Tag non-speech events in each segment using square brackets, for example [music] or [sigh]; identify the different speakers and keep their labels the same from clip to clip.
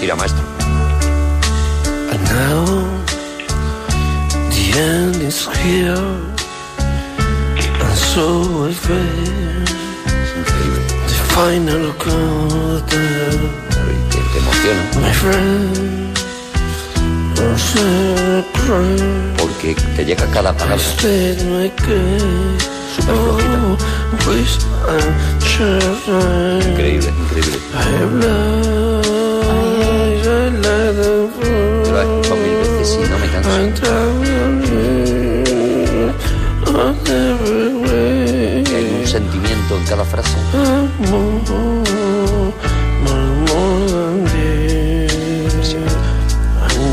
Speaker 1: Tira, maestro.
Speaker 2: And now the end is here, and so I face the final curtain.
Speaker 1: Te, te emociona.
Speaker 2: My friend, I'm so proud.
Speaker 1: Porque te llega cada
Speaker 2: I
Speaker 1: palabra.
Speaker 2: stayed my case.
Speaker 1: Súper flojita.
Speaker 2: Oh, please, I'm sure
Speaker 1: Increíble, increíble.
Speaker 2: I have lied, I lied and
Speaker 1: Yo
Speaker 2: lied.
Speaker 1: la he escuchado mil veces y no me canso.
Speaker 2: I'm tired of every way.
Speaker 1: Hay un sentimiento en cada frase.
Speaker 2: I'm more, more, more than this. I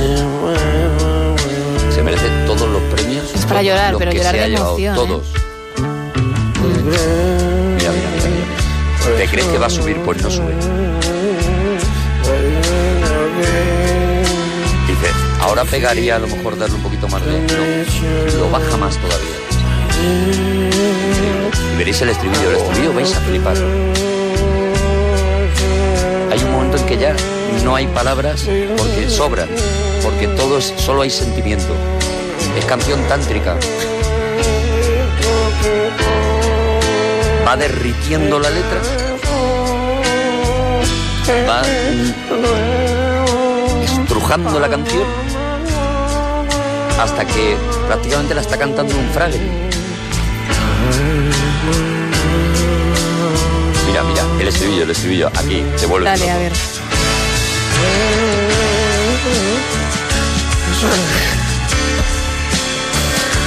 Speaker 2: never, ever will.
Speaker 1: Se merece todos los premios.
Speaker 3: Es para llorar,
Speaker 1: los
Speaker 3: pero
Speaker 1: que
Speaker 3: llorar
Speaker 1: se
Speaker 3: de
Speaker 1: ha llevado,
Speaker 3: emoción, ¿eh?
Speaker 1: Todos. Mira, mira, mira, mira, mira. ¿Te crees que va a subir? Pues no sube. Dice, ahora pegaría a lo mejor darle un poquito más de. No, lo baja más todavía. Y veréis el estribillo. El estribillo vais a flipar. Hay un momento en que ya no hay palabras porque sobran, porque todo es, solo hay sentimiento. Es canción tántrica. Va derritiendo la letra. Va mm, estrujando la canción hasta que prácticamente la está cantando un frague. Mira, mira, el estribillo, el estribillo, aquí, te vuelve
Speaker 3: Dale,
Speaker 1: loco.
Speaker 3: a ver.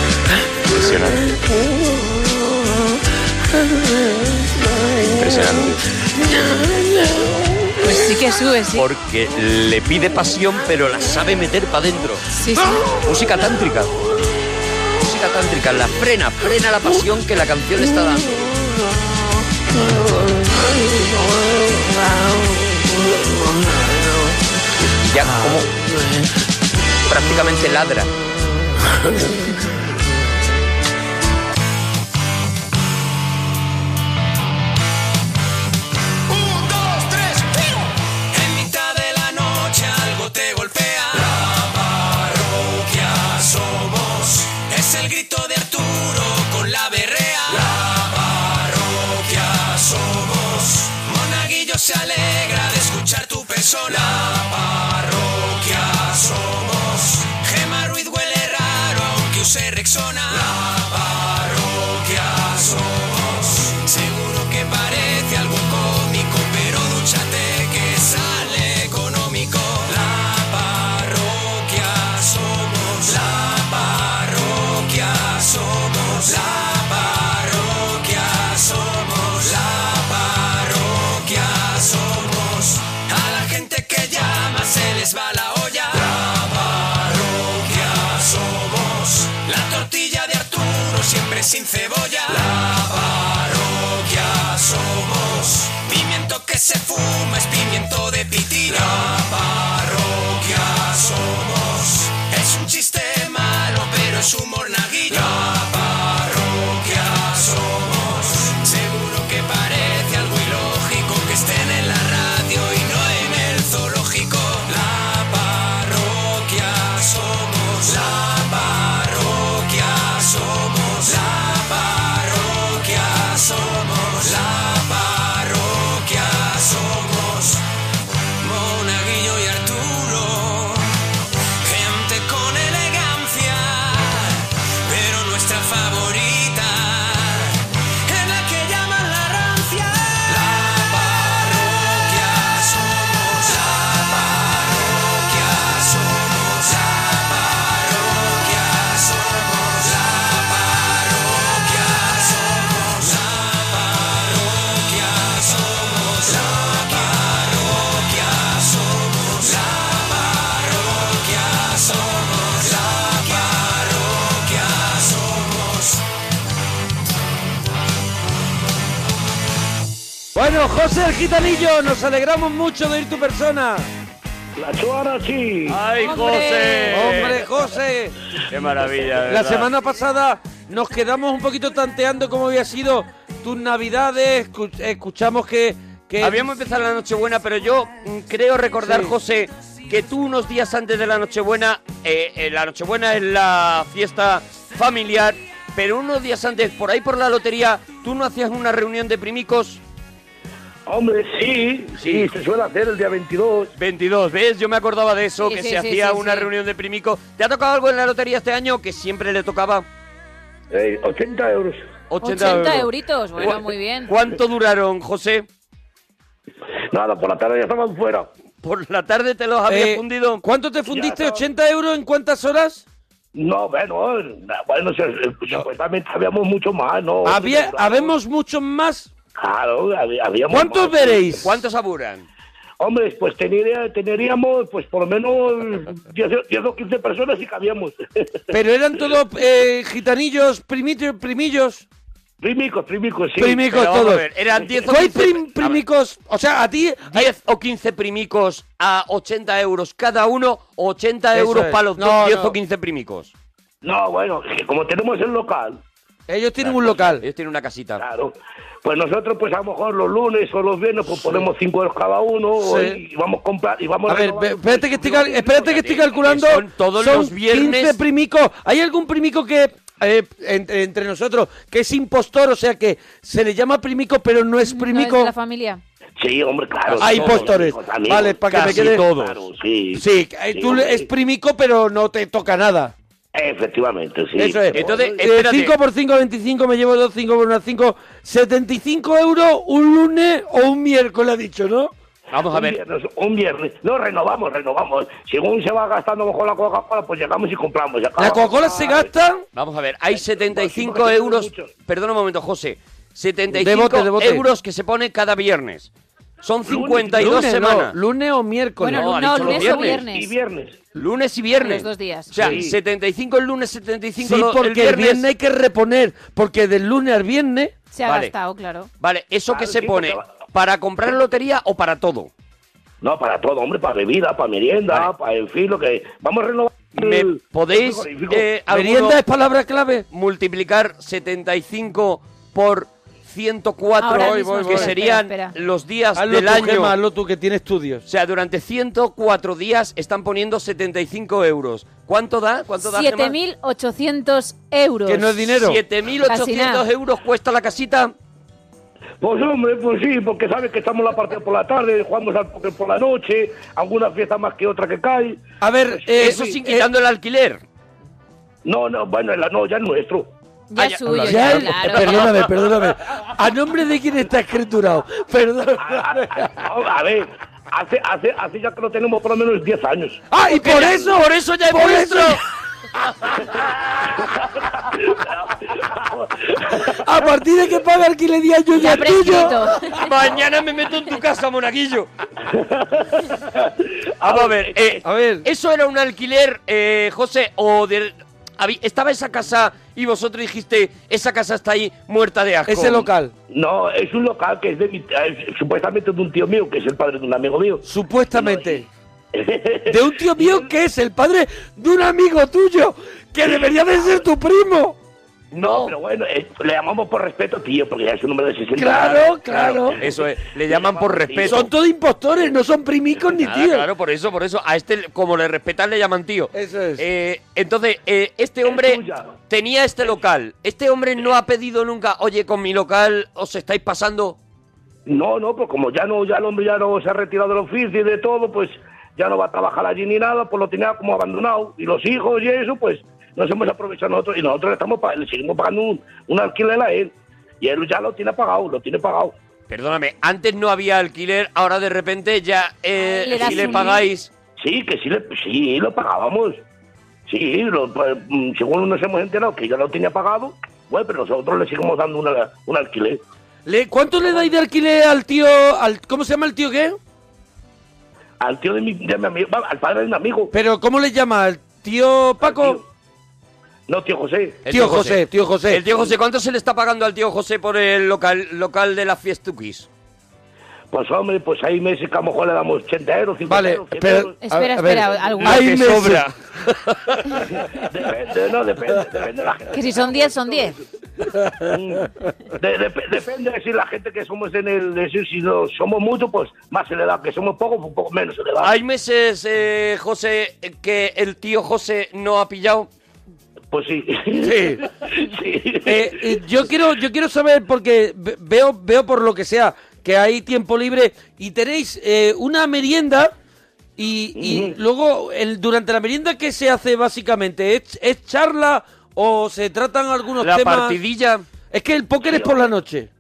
Speaker 1: Impresionante. Impresionante.
Speaker 3: Pues sí que sube, sí.
Speaker 1: Porque le pide pasión, pero la sabe meter para adentro.
Speaker 3: Sí, sí.
Speaker 1: Música tántrica. Música tántrica. La frena, frena la pasión que la canción le está dando. Y ya como prácticamente ladra.
Speaker 4: Un, dos, tres, En mitad de la noche algo te golpea. La parroquia somos. Es el grito de Arturo con la berrea. La parroquia somos. Monaguillo se alegra de escuchar tu persona. La parroquia somos. Gema Ruiz huele raro aunque use Rexona. La parroquia somos. Seguro que parece algo cómico, pero dúchate que sale económico. La parroquia somos. La parroquia somos. La parroquia somos. La parroquia somos. A la gente que llama se les va la olla. La parroquia somos. La tortilla de Arturo siempre sin cebolla. La parroquia somos. Pimiento que se fuma es pimiento de pitilla. La parroquia somos. Es un chiste malo, pero es un monaguillo. La parroquia somos. Seguro que parece algo ilógico que estén en la radio y no en el zoológico. La parroquia somos. La parroquia somos. La parroquia somos. La parroquia somos. Monaguillo y Arturo. Gente con elegancia, pero nuestra favorita es la que llaman la rancia. La parroquia somos, la parroquia somos, la parroquia somos, la parroquia somos, la parroquia somos, la parroquia somos, la parroquia somos, la parroquia somos.
Speaker 5: Bueno, José el Gitanillo, nos alegramos mucho de ir tu persona.
Speaker 6: La chuana sí.
Speaker 7: ¡Ay,
Speaker 3: ¡Hombre!
Speaker 7: José!
Speaker 5: Hombre, José,
Speaker 7: ¡Qué maravilla! de
Speaker 5: la
Speaker 7: verdad.
Speaker 5: semana pasada nos quedamos un poquito tanteando cómo había sido tus navidades, escu- escuchamos que,
Speaker 1: que habíamos empezado la Nochebuena, pero yo mm, creo recordar,
Speaker 5: Sí.
Speaker 1: José, que tú unos días antes de la Nochebuena, eh, eh, la Nochebuena es la fiesta familiar, pero unos días antes, por ahí por la lotería, tú no hacías una reunión de primicos.
Speaker 8: Hombre, sí, sí, se suele hacer el día 22.
Speaker 1: 22, ¿ves? Yo me acordaba de eso,
Speaker 8: Sí,
Speaker 1: que
Speaker 8: sí,
Speaker 1: se
Speaker 8: sí,
Speaker 1: hacía
Speaker 8: sí,
Speaker 1: una
Speaker 8: sí.
Speaker 1: reunión de primicos. ¿Te ha tocado algo en la lotería este año que siempre le tocaba?
Speaker 8: [laughs] 80 euros.
Speaker 1: 80,
Speaker 3: 80
Speaker 1: euros.
Speaker 3: euritos, bueno,
Speaker 1: Cu-
Speaker 3: muy bien.
Speaker 1: ¿Cuánto duraron, José?
Speaker 8: Nada, por la tarde ya estaban fuera.
Speaker 1: Por la tarde te los habías
Speaker 8: Eh,
Speaker 1: fundido. ¿Cuánto te
Speaker 8: fundiste?
Speaker 1: ¿80 euros en cuántas horas?
Speaker 8: No, bueno, na- bueno, se- supuestamente habíamos mucho más, ¿no?
Speaker 1: Había, habemos muchos más.
Speaker 8: Claro, habi- habíamos
Speaker 1: ¿Cuántos
Speaker 8: más.
Speaker 1: veréis? ¿Cuántos aburan?
Speaker 8: Hombre, pues tenía- teneríamos pues por lo menos 10, o- 10 o 15 personas y cabíamos. [laughs]
Speaker 1: Pero eran todos eh, gitanillos, primiti- primillos.
Speaker 8: Primicos, primicos, sí.
Speaker 1: Primicos
Speaker 8: Pero vamos a
Speaker 1: todos.
Speaker 8: ver, eran 10 o
Speaker 1: ¿No hay
Speaker 8: 15?
Speaker 1: prim- primicos? O sea, a ti... 10 o 15 primicos a 80 euros cada uno, 80
Speaker 8: Eso
Speaker 1: euros
Speaker 8: es.
Speaker 1: para los
Speaker 8: No,
Speaker 1: dos, 10
Speaker 8: no.
Speaker 1: o 15 primicos.
Speaker 8: No, bueno, es que como tenemos el local.
Speaker 1: Ellos tienen un local. Ellos tienen una casita.
Speaker 8: Claro. Pues nosotros, pues a lo mejor los lunes o los viernes, pues ponemos 5 euros cada uno
Speaker 1: Sí.
Speaker 8: y vamos a Pues, comprar. Y vamos
Speaker 1: A ver, ve-
Speaker 8: renovando.
Speaker 1: espérate que estoy, cal- espérate que estoy calculando.
Speaker 8: eh, Son todos los viernes.
Speaker 1: 15 primicos. ¿Hay algún primico que, eh, entre, entre nosotros, que es impostor? O sea, que se le llama primico, pero no es
Speaker 3: No es
Speaker 1: primico.
Speaker 3: de la familia.
Speaker 8: Sí, hombre, claro.
Speaker 1: Hay
Speaker 8: todos,
Speaker 1: impostores.
Speaker 8: amigos, amigos,
Speaker 1: vale, para que me
Speaker 8: casi
Speaker 1: quede.
Speaker 8: todos. Claro, sí.
Speaker 1: Sí, eh,
Speaker 8: Sí, Eh,
Speaker 1: tú
Speaker 8: hombre.
Speaker 1: es primico, pero no te toca nada.
Speaker 8: Efectivamente, sí.
Speaker 1: Eso es.
Speaker 8: Entonces,
Speaker 1: Eh, 5 por 5, 25, me llevo 2, 5 por 1, 5. 75 euros un lunes o un miércoles, ha dicho, ¿no?
Speaker 8: un Viernes, un viernes. No, renovamos, renovamos. Según se va gastando mejor la Coca-Cola, pues llegamos y compramos. y acabamos.
Speaker 1: se gasta? Ah, Vamos a ver, hay 75 euros. Perdona un momento, José. 75
Speaker 8: De bote, de bote.
Speaker 1: euros que se pone cada viernes. Son 52
Speaker 8: lunes,
Speaker 1: semanas.
Speaker 8: no,
Speaker 1: lunes o miércoles.
Speaker 3: Bueno, no, lunes o viernes.
Speaker 8: Y viernes.
Speaker 1: Lunes y viernes.
Speaker 3: Los dos días.
Speaker 1: O sea,
Speaker 3: Sí.
Speaker 1: 75 el lunes, 75
Speaker 3: Sí,
Speaker 1: lo- el
Speaker 3: porque
Speaker 1: viernes.
Speaker 3: el viernes
Speaker 1: hay que reponer, porque del lunes al viernes...
Speaker 3: Se ha
Speaker 1: vale,
Speaker 3: gastado, claro.
Speaker 1: Vale, ¿eso que se pone? ¿Para comprar lotería o para todo?
Speaker 8: No, para todo, hombre, para bebida, para merienda, para en fin, lo que. Vamos a renovar.
Speaker 1: Mm.
Speaker 8: el-
Speaker 1: ¿Podéis,
Speaker 8: el frigorífico.
Speaker 1: eh, alguno, palabra clave? Multiplicar 75 por 104,
Speaker 3: Ahora mismo,
Speaker 1: que
Speaker 3: espera,
Speaker 1: serían
Speaker 3: espera, espera.
Speaker 1: los días
Speaker 3: Hazlo
Speaker 1: del
Speaker 3: tú,
Speaker 1: año.
Speaker 3: Gemma,
Speaker 1: tú, que tiene estudios. O sea, durante 104 días están poniendo 75 euros. ¿Cuánto da? ¿Cuánto da, Gemma?
Speaker 3: 7.800 euros.
Speaker 1: 7.800 euros cuesta la casita.
Speaker 8: Pues hombre, pues sí, porque sabes que estamos la partida por la tarde, jugamos al póker por la noche, alguna fiesta más que otra que cae.
Speaker 1: A ver,
Speaker 8: eh,
Speaker 1: eso sin quitando el alquiler.
Speaker 8: No, no, bueno, el- no, ya es nuestro.
Speaker 3: Ya
Speaker 8: es suyo,
Speaker 1: Ya,
Speaker 8: ya,
Speaker 1: eh,
Speaker 8: claro.
Speaker 1: Perdóname, perdóname. ¿A nombre de quién está escriturado? Perdón.
Speaker 8: A ver, hace, hace, hace ya que lo tenemos por lo menos 10 años.
Speaker 1: [laughs] ¡Ah, y por
Speaker 8: Ya-
Speaker 1: eso! ¡Por eso ya es
Speaker 8: por
Speaker 1: vuestro!
Speaker 8: eso-
Speaker 1: [laughs] A partir de que paga alquiler día yo
Speaker 8: Ya
Speaker 1: ya es tuyo.
Speaker 8: prescrito.
Speaker 1: [laughs] Mañana me meto en tu casa, monaguillo. Vamos a ver, eh, ¿eso era un alquiler, eh, José? o del- habí- Estaba esa casa y vosotros dijiste, esa casa está ahí muerta de asco.
Speaker 8: No, es un local que es de mi, eh, supuestamente de un tío mío, que es el padre de un amigo mío.
Speaker 1: Supuestamente. De
Speaker 8: [laughs]
Speaker 1: un tío mío que es el padre de un amigo tuyo, que debería de ser tu primo.
Speaker 8: No, pero bueno, eh, le llamamos por respeto, tío, porque ya es un hombre de 60
Speaker 1: Claro,
Speaker 8: años.
Speaker 1: claro. Eso es, le llaman Ah, por respeto. Son todos impostores, no son primicos ni
Speaker 8: Nada,
Speaker 1: tíos.
Speaker 8: claro,
Speaker 1: por eso, por eso. A este, como le respetan, le llaman tío.
Speaker 8: Eso es.
Speaker 1: Eh, entonces, eh, este hombre tenía este local. Este hombre no ha pedido nunca, oye, con mi local os estáis pasando.
Speaker 8: No, no, pues como ya no, ya el hombre ya no se ha retirado del oficio y de todo, pues ya no va a trabajar allí ni nada, pues lo tenía como abandonado. Y los hijos y eso, pues nos hemos aprovechado nosotros y nosotros le, estamos pa- le seguimos pagando un, un alquiler a él. Y él ya lo tiene pagado, lo tiene pagado.
Speaker 1: Perdóname, antes no había alquiler, ahora de repente ya eh,
Speaker 8: Le das
Speaker 1: si le
Speaker 8: un-
Speaker 1: pagáis.
Speaker 8: Sí, que sí, le, sí lo pagábamos. Sí, lo- pues, mm, según nos hemos enterado que ya lo tenía pagado, bueno, pero nosotros le seguimos dando una- un alquiler.
Speaker 1: Le- ¿Cuánto le dais de alquiler al tío, al, ¿cómo se llama el tío qué?
Speaker 8: Al tío de mi, de mi amigo, va, al padre de mi amigo.
Speaker 1: Pero ¿cómo le llama? ¿El tío Paco?
Speaker 8: No, tío José.
Speaker 1: El
Speaker 8: Tío José,
Speaker 1: tío José. El tío José, ¿cuánto se le está pagando al tío José por el local, local de las fiestuquis?
Speaker 8: Pues hombre, pues hay meses que a lo mejor le damos 80 euros, 50 euros. 100 euros.
Speaker 3: Espera, espera, algún-
Speaker 1: Hay
Speaker 3: Lo que
Speaker 1: meses.
Speaker 3: sobra.
Speaker 8: Depende, no, depende, depende de la gente.
Speaker 3: Que si son 10, son 10.
Speaker 8: Mm, De- de- depende de si la gente que somos en el. de si- si no somos muchos, pues más se le da. Que somos pocos, pues poco menos se le da.
Speaker 1: Hay meses, eh, José, eh, que el tío José no ha pillado.
Speaker 8: Pues sí.
Speaker 1: Sí.
Speaker 8: sí.
Speaker 5: Eh, eh, yo quiero yo quiero saber porque ve- veo veo por lo que sea que hay tiempo libre y tenéis eh, una merienda y, y luego el durante la merienda qué se hace básicamente es, es charla o se tratan algunos
Speaker 1: La
Speaker 5: temas
Speaker 1: partidilla.
Speaker 5: es que el póker es por la noche
Speaker 8: [laughs]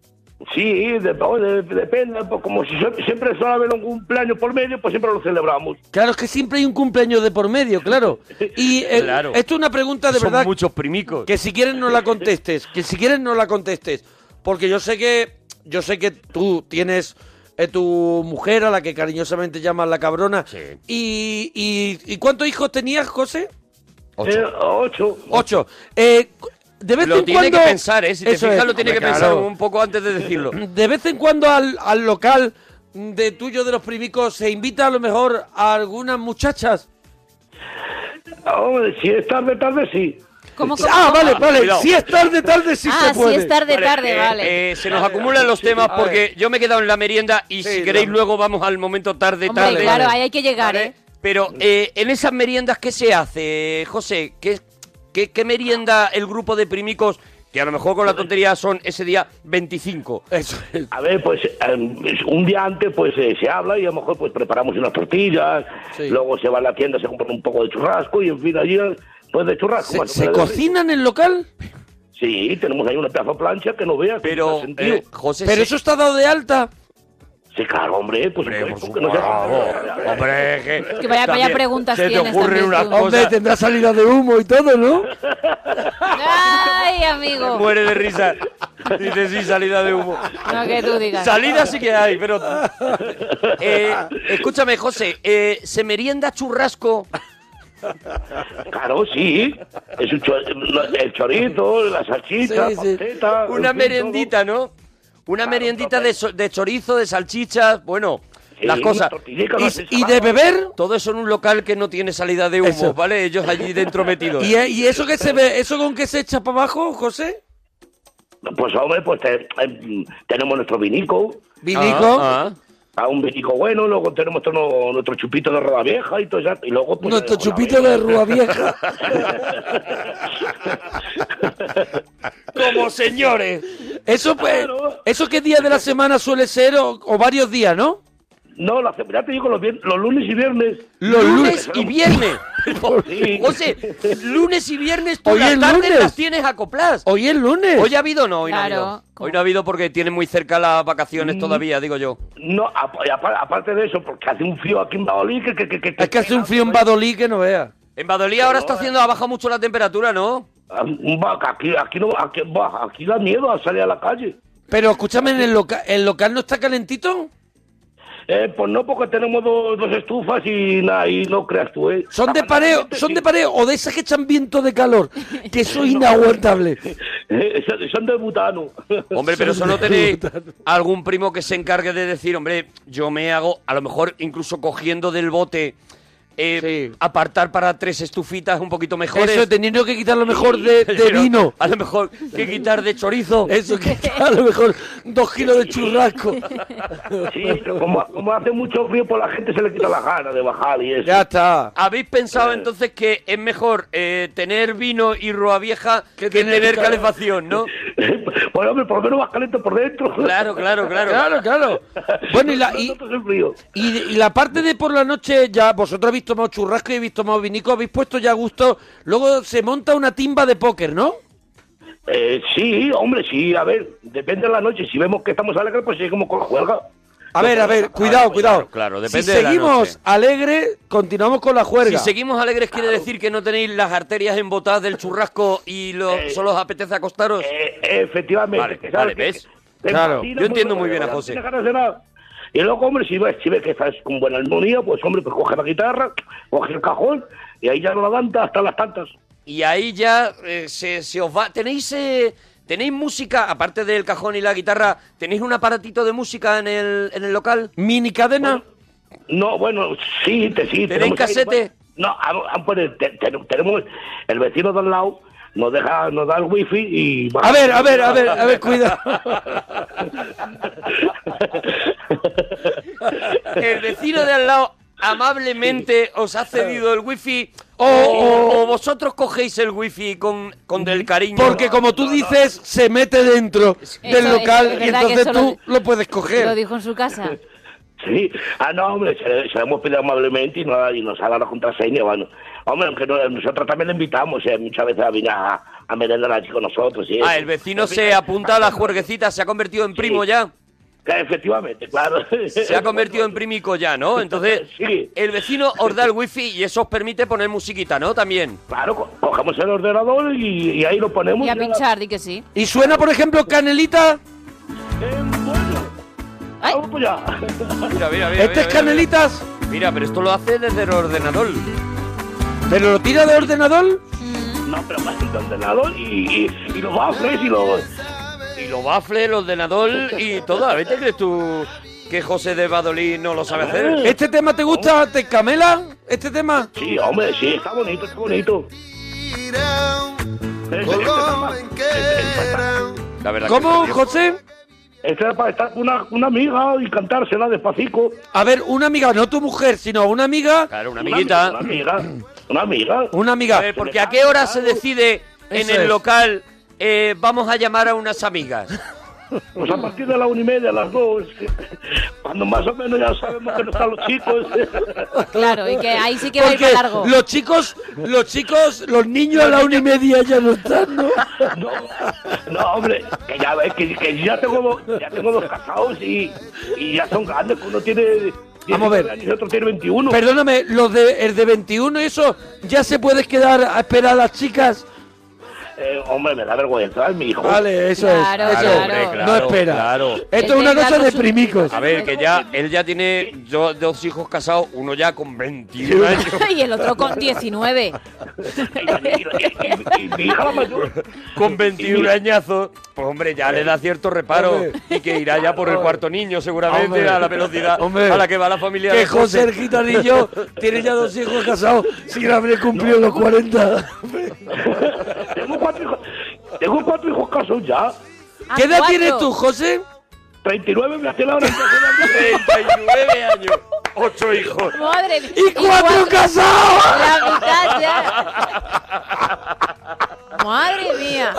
Speaker 8: Sí, de- de- depende, pues como si sie- siempre suele haber un cumpleaños por medio, pues siempre lo celebramos.
Speaker 5: claro es que siempre hay un cumpleaños de por medio claro y
Speaker 8: [laughs]
Speaker 5: eh,
Speaker 1: Claro.
Speaker 5: esto es una pregunta de
Speaker 1: Son
Speaker 5: verdad
Speaker 1: muchos primicos.
Speaker 5: Que si quieres no la contestes, que si quieres no la contestes, porque yo sé que yo sé que tú tienes eh, tu mujer a la que cariñosamente llamas la cabrona.
Speaker 1: Sí.
Speaker 5: Y, y- y cuántos hijos tenías, José?
Speaker 1: Ocho.
Speaker 8: Eh, ocho.
Speaker 5: Ocho. Eh, de vez
Speaker 1: Lo
Speaker 5: en
Speaker 1: tiene
Speaker 5: cuando
Speaker 1: que pensar, ¿eh? Si te
Speaker 5: Eso
Speaker 1: fijas,
Speaker 5: es.
Speaker 1: lo tiene que
Speaker 5: Hombre,
Speaker 1: pensar
Speaker 5: claro.
Speaker 1: un poco antes de decirlo.
Speaker 5: De vez en cuando al, al local de tuyo de los primicos se invita a lo mejor a algunas muchachas.
Speaker 8: Hombre, si es tarde, tarde sí.
Speaker 3: ¿Cómo, cómo,
Speaker 5: Ah,
Speaker 3: cómo?
Speaker 5: vale, vale.
Speaker 1: Cuidado.
Speaker 5: Si es tarde, tarde sí
Speaker 3: Ah,
Speaker 5: se puede.
Speaker 3: sí, es tarde, tarde,
Speaker 1: eh,
Speaker 3: vale.
Speaker 1: eh, se nos acumulan los temas
Speaker 5: a ver.
Speaker 1: porque yo me he quedado en la merienda y si
Speaker 5: Sí,
Speaker 1: queréis
Speaker 5: vale.
Speaker 1: luego vamos al momento tarde,
Speaker 3: Hombre,
Speaker 1: tarde.
Speaker 3: claro, ahí hay que llegar,
Speaker 1: Vale,
Speaker 3: ¿eh?
Speaker 1: Pero eh, en esas meriendas, ¿qué se hace, José? ¿Qué, qué, qué merienda el grupo de primicos, que a lo mejor con la tontería son ese día 25?
Speaker 5: Eso es.
Speaker 8: A ver, pues eh, es un día antes pues eh, se habla y a lo mejor pues preparamos unas tortillas,
Speaker 5: Sí.
Speaker 8: luego se va a la tienda, se compra un poco de churrasco y en fin, allí pues de churrasco.
Speaker 5: ¿Se,
Speaker 8: más o
Speaker 5: se
Speaker 8: menos.
Speaker 5: cocinan en el local?
Speaker 8: Sí, tenemos ahí una pedazo de plancha que no veas. que no
Speaker 1: Pero,
Speaker 8: está sentido.
Speaker 1: eh, José,
Speaker 5: Pero
Speaker 1: se-
Speaker 5: eso está dado de alta.
Speaker 8: Sí, claro, hombre, pues
Speaker 1: Hombre, por
Speaker 8: supuesto, que no se-
Speaker 1: supuesto. Hombre, que,
Speaker 3: Que vaya- vaya
Speaker 1: también
Speaker 3: preguntas
Speaker 1: se te
Speaker 3: tienes
Speaker 1: ocurren
Speaker 3: también
Speaker 1: unas
Speaker 3: tú.
Speaker 1: cosas.
Speaker 5: Hombre, tendrá salida de humo y todo, ¿no?
Speaker 3: Ay, amigo.
Speaker 1: Muere de risa. Dice, sí, salida de humo.
Speaker 3: No que tú digas.
Speaker 1: Salida sí que hay, pero... Eh, escúchame, José, eh, ¿se merienda churrasco?
Speaker 8: Claro, sí. Es un cho- el chorizo, la salchicha,
Speaker 5: Sí, sí.
Speaker 8: panceta,
Speaker 1: Una
Speaker 8: en fin,
Speaker 1: merendita, ¿no? Una
Speaker 8: Claro,
Speaker 1: meriendita de,
Speaker 8: hombre.
Speaker 1: so- de chorizo, de salchichas, bueno,
Speaker 8: Sí,
Speaker 1: las cosas.
Speaker 8: una tortillita, unas
Speaker 1: Y-
Speaker 5: ¿Y de beber?
Speaker 1: Todo eso en un local que no tiene salida de humo,
Speaker 5: Eso.
Speaker 1: ¿vale? Ellos allí dentro metidos.
Speaker 5: ¿Y, eh, y eso que se ve, eso con que se echa para abajo, José?
Speaker 8: todo. Pues hombre, pues te- eh, tenemos nuestro vinico,
Speaker 5: Vinico.
Speaker 1: Ah, ah.
Speaker 8: a un vinico bueno, luego tenemos todo no- nuestro chupito de roda vieja y todo eso, y luego pues,
Speaker 5: Nuestro
Speaker 8: eh,
Speaker 5: chupito
Speaker 8: una
Speaker 5: de rúa vieja.
Speaker 8: [laughs]
Speaker 1: Como señores.
Speaker 5: Eso pues,
Speaker 8: Claro.
Speaker 5: eso qué día de la semana suele ser o, o varios días, ¿no?
Speaker 8: No, la ya te digo los, vier- los lunes y viernes.
Speaker 5: Los
Speaker 1: lunes
Speaker 5: lunes.
Speaker 8: [laughs]
Speaker 1: y viernes.
Speaker 8: Sí.
Speaker 1: José, lunes y viernes
Speaker 5: Hoy
Speaker 1: todas
Speaker 5: es
Speaker 1: las tardes
Speaker 5: lunes.
Speaker 1: las tienes acopladas.
Speaker 5: Hoy es lunes.
Speaker 1: Hoy ha habido o no, hoy
Speaker 3: Claro.
Speaker 1: no ha habido.
Speaker 3: ¿Cómo?
Speaker 1: Hoy no ha habido porque tienen muy cerca las vacaciones todavía, digo yo.
Speaker 8: Mm. No, ap- y apa- aparte de eso, porque hace un frío aquí en Valladolid que... que, que, que
Speaker 5: es que hace un frío en
Speaker 8: pues.
Speaker 5: Badolí que no vea.
Speaker 1: En Badolí ahora está haciendo, ha bajado mucho la temperatura, ¿no?
Speaker 8: Un Ah, va- Aquí, aquí, no, aquí, va, aquí da miedo a salir a la calle.
Speaker 5: Pero escúchame, ¿en el, loca- el local no está calentito?
Speaker 8: Eh, pues no, porque tenemos dos, dos estufas y nada, y no creas tú, ¿eh?
Speaker 5: Son de pareo,
Speaker 8: Aparentemente
Speaker 5: son
Speaker 8: sí.
Speaker 5: de pareo o de esas que echan viento de calor, que eso es inaguantable.
Speaker 8: [laughs] Eh, son- son de butano.
Speaker 1: Hombre,
Speaker 8: [laughs]
Speaker 1: pero eso no
Speaker 5: Son
Speaker 1: tenéis
Speaker 5: brutales.
Speaker 1: algún primo que se encargue de decir, hombre, yo me hago, a lo mejor incluso cogiendo del bote, eh,
Speaker 5: Sí.
Speaker 1: apartar para tres estufitas un poquito mejores.
Speaker 5: Eso teniendo que quitar lo mejor de, de
Speaker 1: Pero
Speaker 5: vino.
Speaker 1: A lo mejor que quitar de chorizo.
Speaker 5: Eso [laughs] que a lo mejor dos kilos de churrasco.
Speaker 8: Sí, pero como, como hace mucho frío, pues la gente se le quita la gana de bajar y eso.
Speaker 5: Ya está.
Speaker 1: ¿Habéis pensado
Speaker 5: Eh.
Speaker 1: entonces que es mejor eh, tener vino y roa vieja que,
Speaker 5: tener
Speaker 1: tener
Speaker 5: calor. [laughs]
Speaker 1: calefacción, no?
Speaker 8: Pues hombre, por lo menos más caliente por dentro.
Speaker 1: Claro, claro, claro.
Speaker 5: Claro, claro. Bueno, y la, y,
Speaker 8: Nosotros el frío.
Speaker 5: y, y la parte de por la noche, ya vosotros habéis tomado churrasco y habéis tomado vinico, habéis puesto ya a gusto. Luego se monta una timba de póker, ¿no?
Speaker 8: Eh, sí, hombre, sí, a ver, depende de la noche. Si vemos que estamos alegres, pues seguimos con la juerga.
Speaker 5: A ver, a ver, cuidado, cuidado.
Speaker 1: claro, depende
Speaker 5: si
Speaker 1: de la
Speaker 5: seguimos
Speaker 1: noche.
Speaker 5: alegre, continuamos con la
Speaker 1: Si
Speaker 5: juerga.
Speaker 1: seguimos alegres, ¿quiere decir que no tenéis las arterias embotadas del churrasco y lo-
Speaker 8: Eh,
Speaker 1: solo os apetece acostaros?
Speaker 8: Eh, efectivamente.
Speaker 1: Vale,
Speaker 8: que sabes
Speaker 1: vale,
Speaker 8: que-
Speaker 1: ¿ves?
Speaker 8: te
Speaker 5: Claro.
Speaker 8: imaginas,
Speaker 1: Yo entiendo
Speaker 8: pues,
Speaker 1: muy bien a
Speaker 8: no
Speaker 1: José.
Speaker 8: tienes ganas de nada. Y luego, hombre, si ves, si ves que estás con buena armonía, pues, hombre, pues coge la guitarra, coge el cajón y ahí ya no la levanta hasta las tantas.
Speaker 1: Y ahí ya eh, se, se os va. ¿Tenéis, eh, ¿Tenéis música, aparte del cajón y la guitarra, tenéis un aparatito de música en el, en el local?
Speaker 5: Mini cadena.
Speaker 8: No, bueno, sí, te, sí.
Speaker 1: ¿Tenéis
Speaker 8: tenemos ahí- ah,
Speaker 1: casete?
Speaker 8: No, a- a- pues, te- te- tenemos el vecino de al lado, nos deja, nos da el wifi y
Speaker 5: A ver, a ver, a ver, a
Speaker 8: [laughs]
Speaker 5: ver, cuidado.
Speaker 1: El vecino de al lado amablemente os ha cedido el wifi o, o- o vosotros cogéis el wifi con, con del cariño.
Speaker 5: Porque como tú dices, se mete dentro del
Speaker 3: es
Speaker 5: local y
Speaker 3: verdad que
Speaker 5: entonces
Speaker 3: eso
Speaker 5: tú lo puedes
Speaker 3: Lo
Speaker 5: coger.
Speaker 3: dijo en su casa.
Speaker 8: Sí, ah, no, hombre, se, se lo hemos pedido amablemente y, no- y nos ha dado la contraseña. Bueno, hombre, aunque no- nosotros también le invitamos, eh, muchas veces a venir a, a merendar aquí con nosotros. y
Speaker 1: Ah,
Speaker 8: eso.
Speaker 1: el vecino se apunta a la juerguecita, se ha convertido en primo ya.
Speaker 8: Que efectivamente, claro.
Speaker 1: Se ha convertido en primico ya, ¿no? Entonces,
Speaker 8: Sí.
Speaker 1: el vecino os da el wifi y eso os permite poner musiquita, ¿no? También.
Speaker 8: Claro, co- [laughs] cogemos el ordenador y, y ahí lo ponemos.
Speaker 3: Y a
Speaker 8: ya la-
Speaker 3: pinchar, di que sí.
Speaker 5: Y suena, por ejemplo, Canelita.
Speaker 8: Eh, bueno,
Speaker 3: Ay.
Speaker 8: vamos para allá.
Speaker 1: Mira, mira, mira.
Speaker 5: Este es Canelitas.
Speaker 1: Mira, pero esto lo hace desde el ordenador.
Speaker 5: Pero lo tira de ordenador.
Speaker 8: No, pero más el ordenador y, y, y los baffles y los...
Speaker 1: Y lo bafle, el ordenador y todo. ¿A ver, te crees tú que José de Badolí no lo sabe hacer?
Speaker 5: ¿Este tema te gusta? ¿Te camela? ¿Este tema?
Speaker 8: Sí, hombre, sí, está bonito, está bonito. Este, este está más-
Speaker 1: La verdad que
Speaker 5: ¿Cómo,
Speaker 1: me dio-
Speaker 5: José?
Speaker 8: este era para estar con una, una amiga y cantársela despacito.
Speaker 5: A ver, una amiga, no tu mujer, sino una amiga.
Speaker 1: Claro, una
Speaker 8: Una
Speaker 1: amiguita.
Speaker 8: amiga, una amiga.
Speaker 5: Una
Speaker 1: A
Speaker 5: amiga.
Speaker 1: ver, porque ¿a qué hora se decide en
Speaker 5: Eso
Speaker 1: el
Speaker 5: es.
Speaker 1: local eh, vamos a llamar a
Speaker 5: [laughs]
Speaker 1: unas amigas?
Speaker 8: Pues a partir de la una y media, a las dos, cuando más o menos ya sabemos que no están los chicos.
Speaker 3: [laughs] Claro, y que ahí sí que va a ir
Speaker 5: Porque
Speaker 3: para largo.
Speaker 5: los chicos, los chicos, los niños a la una y media ya no están, ¿no?
Speaker 8: No, no hombre, que ya ves, que, que ya, tengo, ya tengo dos casados y, y ya son grandes, que uno tiene 19
Speaker 5: Vamos a ver.
Speaker 8: años y otro tiene 21.
Speaker 5: Perdóname, los de, el de 21 y eso, ya se puedes quedar a esperar a las chicas.
Speaker 8: Eh, hombre, me da vergüenza, es mi hijo.
Speaker 5: Vale, eso
Speaker 3: Claro,
Speaker 5: es. eso es.
Speaker 3: hombre,
Speaker 1: claro,
Speaker 5: no espera.
Speaker 1: claro.
Speaker 5: Esto es una
Speaker 3: Venga,
Speaker 5: cosa de
Speaker 3: Jesús.
Speaker 5: primicos.
Speaker 1: A ver, que ya él ya tiene yo, dos hijos casados, uno ya con 21 años.
Speaker 3: [laughs] [laughs] Y el otro con 19.
Speaker 8: Y, y- y- y mi hija la mayor.
Speaker 1: Con 21 añazos, pues hombre, ya le da cierto reparo
Speaker 5: Hombre.
Speaker 1: y que irá ya por el cuarto niño seguramente
Speaker 5: Hombre.
Speaker 1: a la velocidad
Speaker 5: Hombre.
Speaker 1: a la que va la familia.
Speaker 5: Que
Speaker 1: de
Speaker 5: José el Gitanillo tiene ya dos hijos casados sin haber cumplido los 40.
Speaker 8: tengo, cuatro hijos, tengo cuatro hijos casados ya.
Speaker 3: Ah,
Speaker 5: ¿Qué edad
Speaker 3: cuatro.
Speaker 5: tienes tú, José?
Speaker 8: 39 me hace la hora.
Speaker 1: 39 años, ocho hijos.
Speaker 3: Madre mía.
Speaker 5: ¡Y cuatro casados!
Speaker 3: La mitad ya. Madre mía.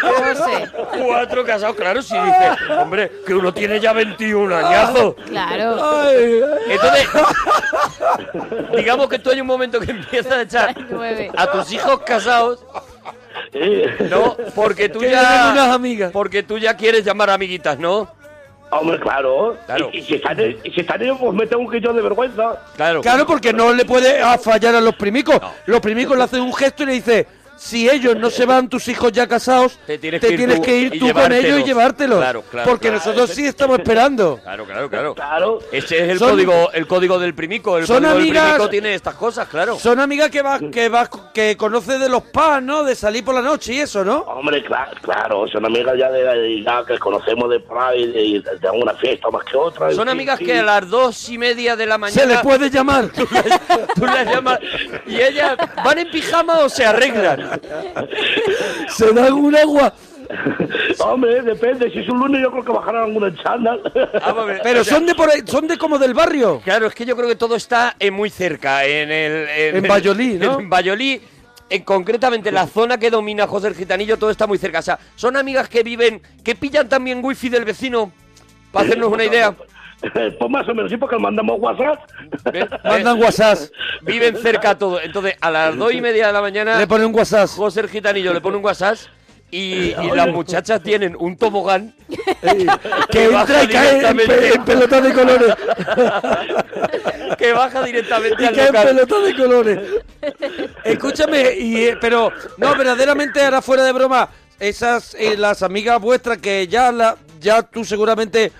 Speaker 3: José.
Speaker 1: Cuatro casados, claro, si dice, hombre, que uno tiene ya 21 añazos.
Speaker 3: Claro.
Speaker 5: Ay, ay.
Speaker 1: Entonces, digamos que tú hay un momento que empiezas a echar
Speaker 3: Nueve.
Speaker 1: a tus hijos casados,
Speaker 8: Eh,
Speaker 1: ¿no? Porque tú
Speaker 5: Que vienen unas
Speaker 1: ya
Speaker 5: amigas.
Speaker 1: porque tú ya quieres llamar a amiguitas, ¿no?
Speaker 8: Hombre, claro.
Speaker 1: Claro.
Speaker 8: Y, y si están, y si están ellos, pues me tengo un yo de vergüenza.
Speaker 1: Claro.
Speaker 5: Claro, porque no le puede a fallar a los primicos. Los primicos le hacen un gesto y le dice, si ellos no se van, tus hijos ya casados,
Speaker 1: Te tienes que ir tú y
Speaker 5: tú con ellos y
Speaker 1: llevártelos.
Speaker 5: llevártelos.
Speaker 1: Claro, claro,
Speaker 5: porque
Speaker 1: claro.
Speaker 5: nosotros sí estamos esperando.
Speaker 1: Claro, claro, claro.
Speaker 8: Claro.
Speaker 1: Ese es el
Speaker 5: Son-
Speaker 1: código, el código del primico. El
Speaker 5: Son
Speaker 1: código
Speaker 5: amigas-
Speaker 1: del primico tiene estas cosas, claro.
Speaker 5: Son amigas que vas, que vas, que conoces de los PAS, ¿no? De salir por la noche y eso, ¿no?
Speaker 8: Hombre, claro, claro, son amigas ya de, de- ya que conocemos de por ahí, de, de, una fiesta más que otra.
Speaker 1: Son
Speaker 8: Sí,
Speaker 1: amigas
Speaker 8: sí.
Speaker 1: que a las dos y media de la mañana
Speaker 5: Se les puede llamar.
Speaker 1: [laughs] tú las llamas y ellas van en pijama o se arreglan.
Speaker 5: se dan un agua.
Speaker 8: Hombre, depende, si es un lunes yo creo que bajarán alguna en chándal.
Speaker 1: Vamos a ver,
Speaker 5: Ah, Pero
Speaker 1: o sea,
Speaker 5: son de por ahí- son de como del barrio.
Speaker 1: Claro, es que yo creo que todo está eh, muy cerca, en el...
Speaker 5: En
Speaker 1: el-
Speaker 5: Valladolid, ¿no?
Speaker 1: [laughs] En Valladolid, en concretamente la zona que domina José el Gitanillo, todo está muy cerca. O sea, son amigas que viven, que pillan también wifi del vecino, para hacernos una idea.
Speaker 8: pues más o menos, sí, porque mandamos WhatsApp.
Speaker 1: ¿Ves?
Speaker 5: Mandan WhatsApp.
Speaker 1: Viven cerca todo. Entonces, a las dos y media de la mañana,
Speaker 5: Le ponen un WhatsApp.
Speaker 1: José el Gitanillo le pone un WhatsApp y, y las muchachas tienen un tobogán
Speaker 5: Que entra y cae en, pe- en pelotas de [laughs] colores.
Speaker 1: que baja directamente
Speaker 5: Y
Speaker 1: al
Speaker 5: cae en
Speaker 1: local.
Speaker 5: pelotas de colores. Escúchame, y, eh, pero no, verdaderamente ahora fuera de broma, esas eh, las amigas vuestras que ya la, ya tú seguramente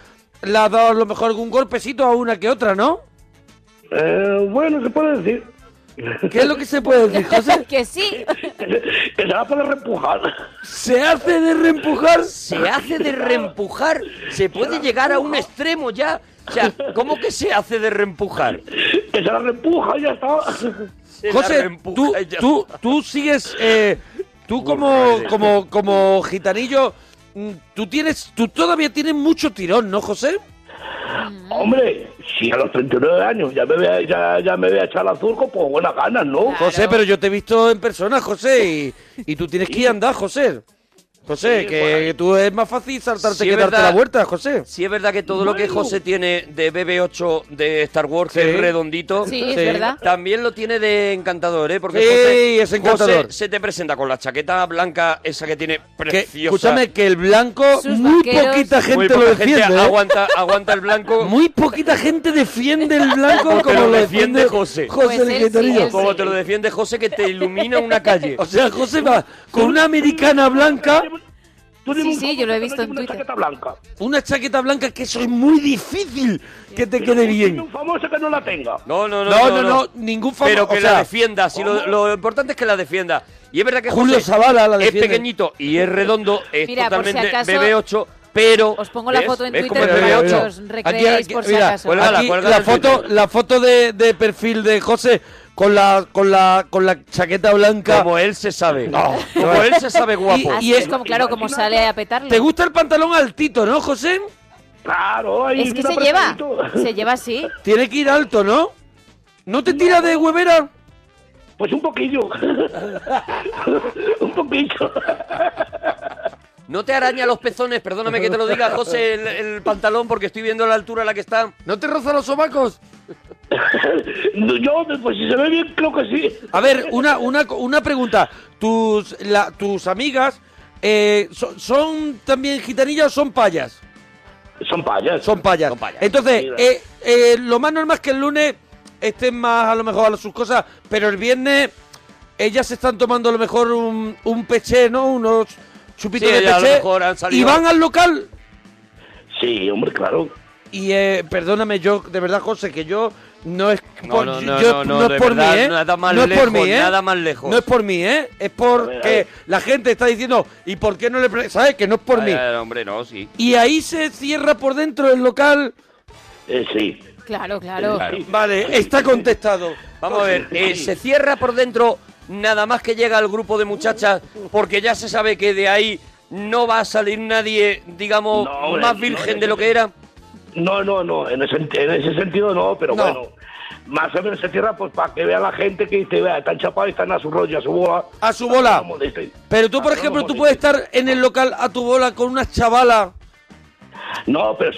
Speaker 5: le has dado a lo mejor algún golpecito a una que otra, ¿no?
Speaker 8: Eh, bueno, se puede decir
Speaker 5: ¿Qué es lo que se puede
Speaker 8: [laughs]
Speaker 5: decir, José?
Speaker 3: Que sí.
Speaker 8: que se va a poder reempujar.
Speaker 5: ¿Se hace de reempujar?
Speaker 1: se hace de reempujar, se puede llegar a un extremo ya. O sea, ¿cómo que se hace de reempujar?
Speaker 8: Que se la reempuja y ya está.
Speaker 1: Se la
Speaker 5: José,
Speaker 1: reempuja
Speaker 5: tú,
Speaker 1: y ya
Speaker 5: tú, tú sigues eh, Tú como, como, como gitanillo, mm, tú tienes, tú todavía tienes mucho tirón, ¿no, José?
Speaker 3: Mm.
Speaker 8: Hombre, si a los 39 años ya me voy a, ya, ya me voy a echar al surco, pues buenas ganas, ¿no?
Speaker 5: José, pero yo te he visto en persona, José, y, y tú tienes que ir a andar, José. José,
Speaker 1: Sí,
Speaker 5: que
Speaker 1: bueno.
Speaker 5: tú es más fácil saltarte
Speaker 1: Sí,
Speaker 5: que
Speaker 1: es
Speaker 5: darte
Speaker 1: verdad.
Speaker 5: la vuelta, José.
Speaker 1: Si es verdad que todo lo que José tiene de BB8 de Star Wars, que
Speaker 5: Sí.
Speaker 1: es redondito,
Speaker 3: Sí,
Speaker 5: Sí.
Speaker 3: es verdad.
Speaker 1: también lo tiene de encantador, ¿eh? Porque
Speaker 5: Sí,
Speaker 1: José,
Speaker 5: es encantador.
Speaker 1: José se te presenta con la chaqueta blanca, esa que tiene
Speaker 5: Que,
Speaker 1: preciosa.
Speaker 5: escúchame, que el blanco,
Speaker 3: Sus
Speaker 5: muy
Speaker 3: vaqueros.
Speaker 5: poquita gente
Speaker 1: Muy
Speaker 5: lo
Speaker 1: poca gente
Speaker 5: defiende. ¿eh?
Speaker 1: aguanta, aguanta el blanco.
Speaker 5: Muy poquita gente defiende el blanco
Speaker 1: Pero
Speaker 5: como lo
Speaker 1: defiende
Speaker 5: defiende
Speaker 1: José.
Speaker 5: José
Speaker 3: Pues él
Speaker 5: el
Speaker 3: sí,
Speaker 5: guitarrillo.
Speaker 3: él sí.
Speaker 1: Como te lo defiende José, que te ilumina una calle.
Speaker 5: O sea, José va con una americana blanca,
Speaker 8: Tú dime
Speaker 3: Sí,
Speaker 8: un
Speaker 3: sí,
Speaker 8: copo
Speaker 3: yo lo he
Speaker 8: que no
Speaker 3: visto en
Speaker 8: lleve una
Speaker 3: Twitter.
Speaker 8: chaqueta blanca.
Speaker 5: una chaqueta blanca que eso es muy difícil que te quede
Speaker 8: Dime
Speaker 5: bien.
Speaker 8: un famoso que no la tenga.
Speaker 1: No, no, no.
Speaker 5: No, no, no, ningún famoso.
Speaker 1: Pero que
Speaker 5: o sea,
Speaker 1: la defienda. Si lo, lo importante es que la defienda. Y es verdad que
Speaker 5: Julio
Speaker 1: José
Speaker 5: Zavala la
Speaker 1: es
Speaker 5: defiende.
Speaker 1: pequeñito y es redondo, es
Speaker 3: Mira, por si
Speaker 1: totalmente
Speaker 3: acaso,
Speaker 1: BB8, pero.
Speaker 3: Os pongo la
Speaker 1: ¿ves?
Speaker 3: foto en
Speaker 1: ¿Ves cómo
Speaker 3: Twitter
Speaker 1: es
Speaker 3: para
Speaker 5: Mira,
Speaker 3: que
Speaker 1: BB8?
Speaker 3: os recreéis
Speaker 5: aquí-
Speaker 3: por si
Speaker 5: mira,
Speaker 3: acaso.
Speaker 1: cuélgala,
Speaker 5: aquí
Speaker 1: cuélgala
Speaker 5: la
Speaker 1: en
Speaker 5: foto,
Speaker 1: Twitter.
Speaker 5: la foto de, de perfil de José con la con la con la chaqueta blanca.
Speaker 1: Como él se sabe.
Speaker 5: No.
Speaker 1: Como él se sabe guapo.
Speaker 3: Así
Speaker 5: y
Speaker 3: es
Speaker 5: es-
Speaker 3: como, claro, como sale a petarle.
Speaker 5: ¿Te gusta el pantalón altito, no, José?
Speaker 8: Claro, ahí
Speaker 3: Es que
Speaker 8: mira,
Speaker 3: se lleva,
Speaker 8: apretadito.
Speaker 3: se lleva así.
Speaker 5: Tiene que ir alto, ¿no? ¿No te tira de huevera?
Speaker 8: Pues un poquillo.
Speaker 5: [laughs]
Speaker 8: un poquillo.
Speaker 1: No te araña los pezones, perdóname que te lo diga, José, el, el pantalón, porque estoy viendo la altura a la que está.
Speaker 5: ¿No te roza los sobacos?
Speaker 8: No, [laughs] Yo, pues si se ve bien, creo que sí.
Speaker 5: A ver, una, una, co- una pregunta. ¿Tus, la- tus amigas eh, so- son también gitanillas o son payas?
Speaker 8: Son payas.
Speaker 5: Son payas.
Speaker 1: Son payas.
Speaker 5: Entonces,
Speaker 8: Mira.
Speaker 5: eh, eh, lo más normal es que el lunes estén más a lo mejor a sus cosas, pero el viernes ellas se están tomando a lo mejor un, un peché, ¿no? Unos chupitos
Speaker 1: Sí,
Speaker 5: de
Speaker 1: ellas a lo
Speaker 5: peché.
Speaker 1: mejor han
Speaker 5: y
Speaker 1: salido.
Speaker 5: van al local
Speaker 8: Sí, hombre, claro.
Speaker 5: Y eh, perdóname, yo, de verdad, José, que yo no es
Speaker 1: No, no, no,
Speaker 5: yo-
Speaker 1: no, no, de
Speaker 5: es por
Speaker 1: verdad,
Speaker 5: mí, ¿eh?
Speaker 1: nada más
Speaker 5: no es por
Speaker 1: lejos,
Speaker 5: mí, ¿eh?
Speaker 1: nada más lejos.
Speaker 5: No es por mí, ¿eh? Es
Speaker 8: A ver, a ver.
Speaker 5: porque la gente está diciendo, ¿y por qué no le.? pre-?" ¿Sabes? Que no es por mí.
Speaker 1: Ay, ay, Ah, hombre, no, sí.
Speaker 5: Y ahí se cierra por dentro el local.
Speaker 8: Eh, sí.
Speaker 3: Claro, claro.
Speaker 5: Vale, está contestado.
Speaker 1: Vamos a ver, eh, se cierra por dentro nada más que llega al grupo de muchachas, porque ya se sabe que de ahí no va a salir nadie, digamos,
Speaker 8: No, hombre,
Speaker 1: más
Speaker 8: no,
Speaker 1: virgen
Speaker 8: no,
Speaker 1: de lo que era.
Speaker 8: No, no, no, en ese, en ese sentido no, pero
Speaker 5: No.
Speaker 8: bueno. Más o menos se cierra pues para que vea la gente que dice, vea, están chapados y están a su rollo, a su bola.
Speaker 5: A su bola.
Speaker 8: No molesten.
Speaker 5: Pero tú, por
Speaker 8: Ah, no,
Speaker 5: ejemplo,
Speaker 8: no,
Speaker 5: tú
Speaker 8: no,
Speaker 5: puedes
Speaker 8: no.
Speaker 5: estar en el local a tu bola con una chavala.
Speaker 8: No, pero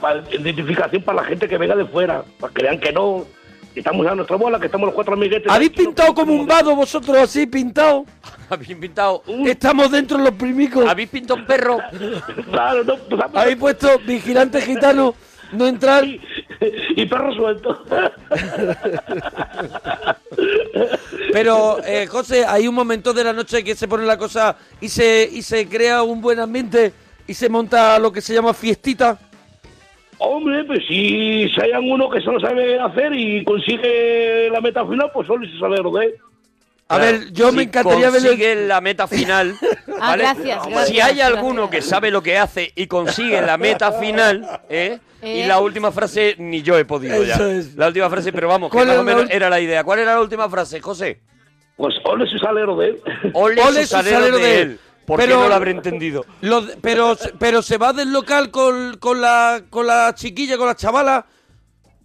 Speaker 8: para, identificación para la gente que venga de fuera, para que vean que no, que estamos a nuestra bola, que estamos los cuatro amiguetes.
Speaker 5: ¿Habéis
Speaker 8: Aquí no
Speaker 5: pintado
Speaker 8: podemos
Speaker 5: como un
Speaker 8: molestar.
Speaker 5: vado vosotros así, pintado?
Speaker 1: [laughs] Habéis pintado,
Speaker 5: Estamos dentro los primicos.
Speaker 1: habéis pintado un perro.
Speaker 8: Claro, no, pues, vamos.
Speaker 5: Habéis puesto vigilante gitano, no entrar.
Speaker 8: y perro suelto.
Speaker 5: Pero, eh, José, hay un momento de la noche que se pone la cosa y se, y se crea un buen ambiente y se monta lo que se llama fiestita.
Speaker 8: Hombre, pues si, si hay alguno que solo sabe hacer y consigue la meta final, pues solo se sabe lo de él.
Speaker 5: A ver, yo me encantaría ver... el-
Speaker 1: consigue la
Speaker 5: [laughs]
Speaker 1: meta final.
Speaker 3: Ah,
Speaker 1: ¿vale?
Speaker 3: gracias,
Speaker 1: Si
Speaker 3: gracias,
Speaker 1: hay alguno que
Speaker 3: gracias.
Speaker 1: sabe lo que hace y consigue la meta final, ¿eh?
Speaker 3: Eh.
Speaker 1: y la última frase ni yo he podido ya.
Speaker 5: Eso es.
Speaker 1: La última frase, pero vamos, que
Speaker 5: ¿Cuál
Speaker 1: más
Speaker 5: era
Speaker 1: o menos
Speaker 5: la ul-
Speaker 1: era la idea. ¿Cuál era la última frase, José?
Speaker 8: Pues solo se sabe lo de él.
Speaker 1: [laughs] Ole,
Speaker 5: Ole su
Speaker 1: su salero
Speaker 5: salero
Speaker 1: de,
Speaker 5: de
Speaker 1: él.
Speaker 5: él.
Speaker 1: ¿Por
Speaker 5: Pero-
Speaker 1: qué no lo habré entendido?
Speaker 5: lo de- pero, pero se va del local con, con, la, con la chiquilla, con la chavala.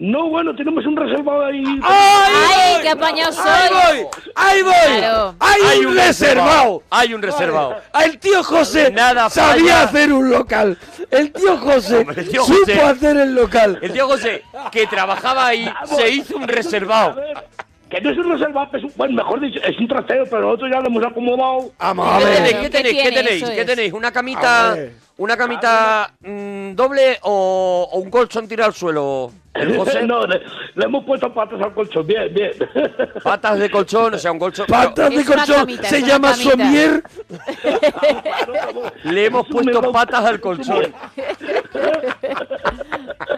Speaker 8: No, bueno, tenemos un reservado ahí.
Speaker 3: ¡Ay, qué apañado
Speaker 5: ¡Ahí
Speaker 3: soy!
Speaker 5: voy! ¡Ahí voy!
Speaker 3: Claro.
Speaker 5: ¡Hay, un reservado!
Speaker 1: Hay un reservado.
Speaker 5: El tío José
Speaker 1: Nada
Speaker 5: sabía
Speaker 1: falla.
Speaker 5: hacer un local. El tío José
Speaker 1: Hombre, el tío
Speaker 5: supo
Speaker 1: José.
Speaker 5: hacer el local.
Speaker 1: El tío José, que
Speaker 5: [laughs]
Speaker 1: trabajaba ahí, se hizo un
Speaker 8: A
Speaker 1: reservado.
Speaker 8: ver, que no es un reservado, es un, bueno, mejor dicho, es un trasteo, pero nosotros ya lo hemos acomodado.
Speaker 5: Vamos
Speaker 1: ¿Qué
Speaker 5: a ver.
Speaker 3: ¿Qué
Speaker 1: tenéis? ¿Qué tenéis? ¿Qué
Speaker 3: tiene?
Speaker 1: tenéis?
Speaker 3: Eso
Speaker 1: ¿Qué
Speaker 8: [laughs]
Speaker 3: es.
Speaker 1: tenéis? ¿Una camita,
Speaker 5: Hombre.
Speaker 1: una camita mm, doble o, o un colchón tirado al
Speaker 8: [laughs]
Speaker 1: suelo? El José,
Speaker 8: no, le, le hemos puesto patas al colchón, bien, bien. [laughs]
Speaker 1: patas de colchón, o sea, un colchón.
Speaker 5: Patas de
Speaker 3: Es una
Speaker 5: colchón.
Speaker 3: camita,
Speaker 5: se
Speaker 3: es una
Speaker 5: llama
Speaker 3: camita. [laughs]
Speaker 5: Somier.
Speaker 1: Le hemos puesto patas al colchón. [laughs]
Speaker 8: [laughs]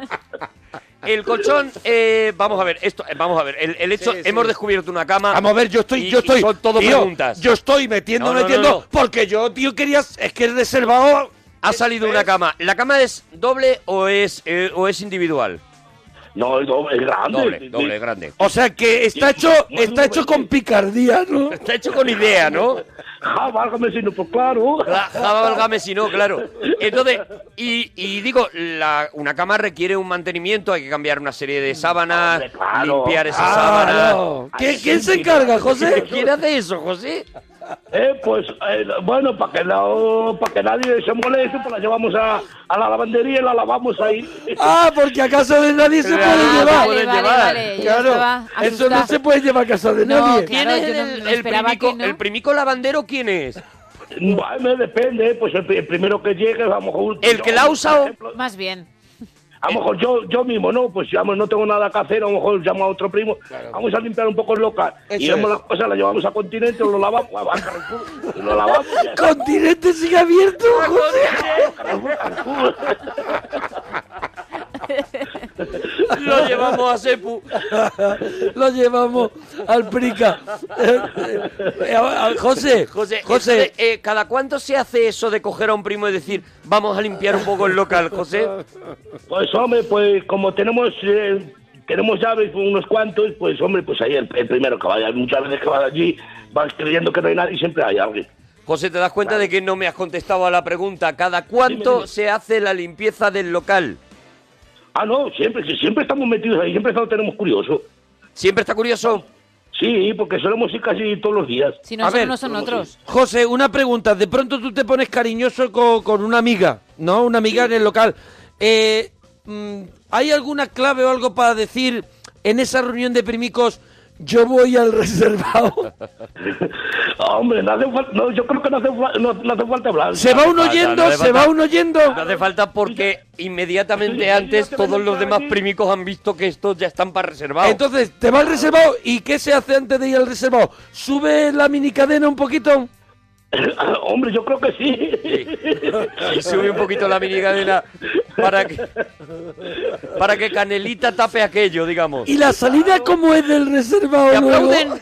Speaker 1: El colchón, eh, vamos a ver, esto, eh, vamos a ver, el, el hecho,
Speaker 5: Sí, sí.
Speaker 1: hemos descubierto una cama.
Speaker 5: Vamos a ver, yo estoy,
Speaker 1: y-
Speaker 5: yo
Speaker 1: y
Speaker 5: estoy.
Speaker 1: son todo
Speaker 5: tío,
Speaker 1: preguntas.
Speaker 5: Yo estoy metiendo,
Speaker 1: No, no, no,
Speaker 5: metiendo.
Speaker 1: no.
Speaker 5: Porque yo, tío, quería. Es que he reservado.
Speaker 1: ha salido una cama. ¿La cama es doble o es eh, o es individual?
Speaker 8: No, es doble, es grande.
Speaker 1: Doble, doble, grande. [laughs]
Speaker 5: O sea que está hecho, está hecho con picardía, ¿no?
Speaker 1: Está hecho con idea, ¿no?
Speaker 8: Ja, válgame si no, pues claro.
Speaker 1: Cla- Java válgame si no, claro. Entonces, y, y digo, la- una cama requiere un mantenimiento, hay que cambiar una serie de sábanas,
Speaker 8: Hombre, claro.
Speaker 1: limpiar esas
Speaker 5: Claro.
Speaker 1: sábanas.
Speaker 5: ¿Qué- ¿Quién se encarga,
Speaker 8: [laughs]
Speaker 5: José?
Speaker 1: ¿Quién hace eso, José?
Speaker 8: Eh, pues, eh, bueno, para que, no, para que nadie se moleste, pues la llevamos a, a la lavandería y la lavamos ahí.
Speaker 5: Ah, porque a casa de nadie se
Speaker 1: Claro,
Speaker 5: puede llevar.
Speaker 1: puede
Speaker 3: vale, vale,
Speaker 1: llevar.
Speaker 3: vale. Yo
Speaker 5: Claro,
Speaker 3: estaba
Speaker 5: eso
Speaker 3: asustada.
Speaker 5: no se puede llevar a casa de
Speaker 3: No,
Speaker 5: nadie.
Speaker 3: claro.
Speaker 1: ¿Quién es
Speaker 3: yo no-
Speaker 1: el,
Speaker 3: no
Speaker 1: el
Speaker 3: esperaba que
Speaker 1: primico,
Speaker 3: no.
Speaker 1: el primico lavandero? ¿Quién es?
Speaker 8: Bueno, depende, eh, pues el, pri- el primero que llegue, a lo mejor...
Speaker 1: ¿El que la ha
Speaker 8: yo,
Speaker 1: usado?
Speaker 8: por ejemplo,
Speaker 3: Más bien.
Speaker 8: A lo mejor yo, yo mismo, ¿no? Pues digamos, no tengo nada que hacer, a lo mejor llamo a otro primo, vamos a limpiar un poco el local. y
Speaker 5: Eso
Speaker 8: vemos
Speaker 5: es.
Speaker 8: las cosas, las llevamos a Continente, lo lavamos, a Carrefour, lo lavamos. y ya está.
Speaker 5: Continente sigue abierto, José.
Speaker 1: [laughs] Lo llevamos a Sepu.
Speaker 5: [laughs] Lo llevamos al
Speaker 1: [laughs]
Speaker 5: prica. Eh, a- a-
Speaker 8: [laughs]
Speaker 5: José,
Speaker 1: José,
Speaker 5: José,
Speaker 1: entonces, eh, ¿cada cuánto se hace eso de coger a un primo y decir, vamos a limpiar un poco el local, José?
Speaker 8: Pues hombre, pues como tenemos eh, tenemos llaves unos cuantos, pues hombre, pues ahí el, el primero que vaya. Muchas veces que vas allí vas creyendo que no hay nadie y siempre hay alguien.
Speaker 1: José, ¿te das cuenta de que no me has contestado a la pregunta? ¿Cada cuánto
Speaker 8: Dime, dime.
Speaker 1: se hace la limpieza del local?
Speaker 8: Ah, no, siempre, sí, siempre estamos metidos ahí, siempre estamos, tenemos curioso.
Speaker 1: Siempre está curioso.
Speaker 8: Sí, porque solemos ir casi todos los días.
Speaker 3: Si
Speaker 5: A
Speaker 3: no son
Speaker 5: ver,
Speaker 3: unos, son otros.
Speaker 5: José, una pregunta. De pronto tú te pones cariñoso co- con, una amiga, ¿no? Una amiga en el local. Eh, mm, ¿Hay alguna clave o algo para decir en esa reunión de primicos? Yo voy al [laughs] reservado.
Speaker 8: [laughs] hombre, Eh, no hace falta, no, yo creo que no hace, fa- no, no hace falta hablar.
Speaker 5: Se va uno
Speaker 1: falta,
Speaker 5: yendo,
Speaker 1: Ah, no hace
Speaker 5: se va
Speaker 1: falta.
Speaker 5: uno yendo.
Speaker 1: No hace falta porque inmediatamente antes todos los demás primicos han visto que estos ya están para reservados. [laughs]
Speaker 5: Entonces, te va al reservado y ¿qué se hace antes de ir al reservado? ¿Sube la minicadena un poquito?
Speaker 8: [coughs] hombre, yo creo que sí.
Speaker 5: [laughs]
Speaker 8: [laughs]
Speaker 1: y sube un poquito la minicadena para que, para que Canelita tape aquello, digamos.
Speaker 5: ¿Y la salida cómo es del reservado?
Speaker 1: ¿Te
Speaker 5: luego?
Speaker 1: aplauden?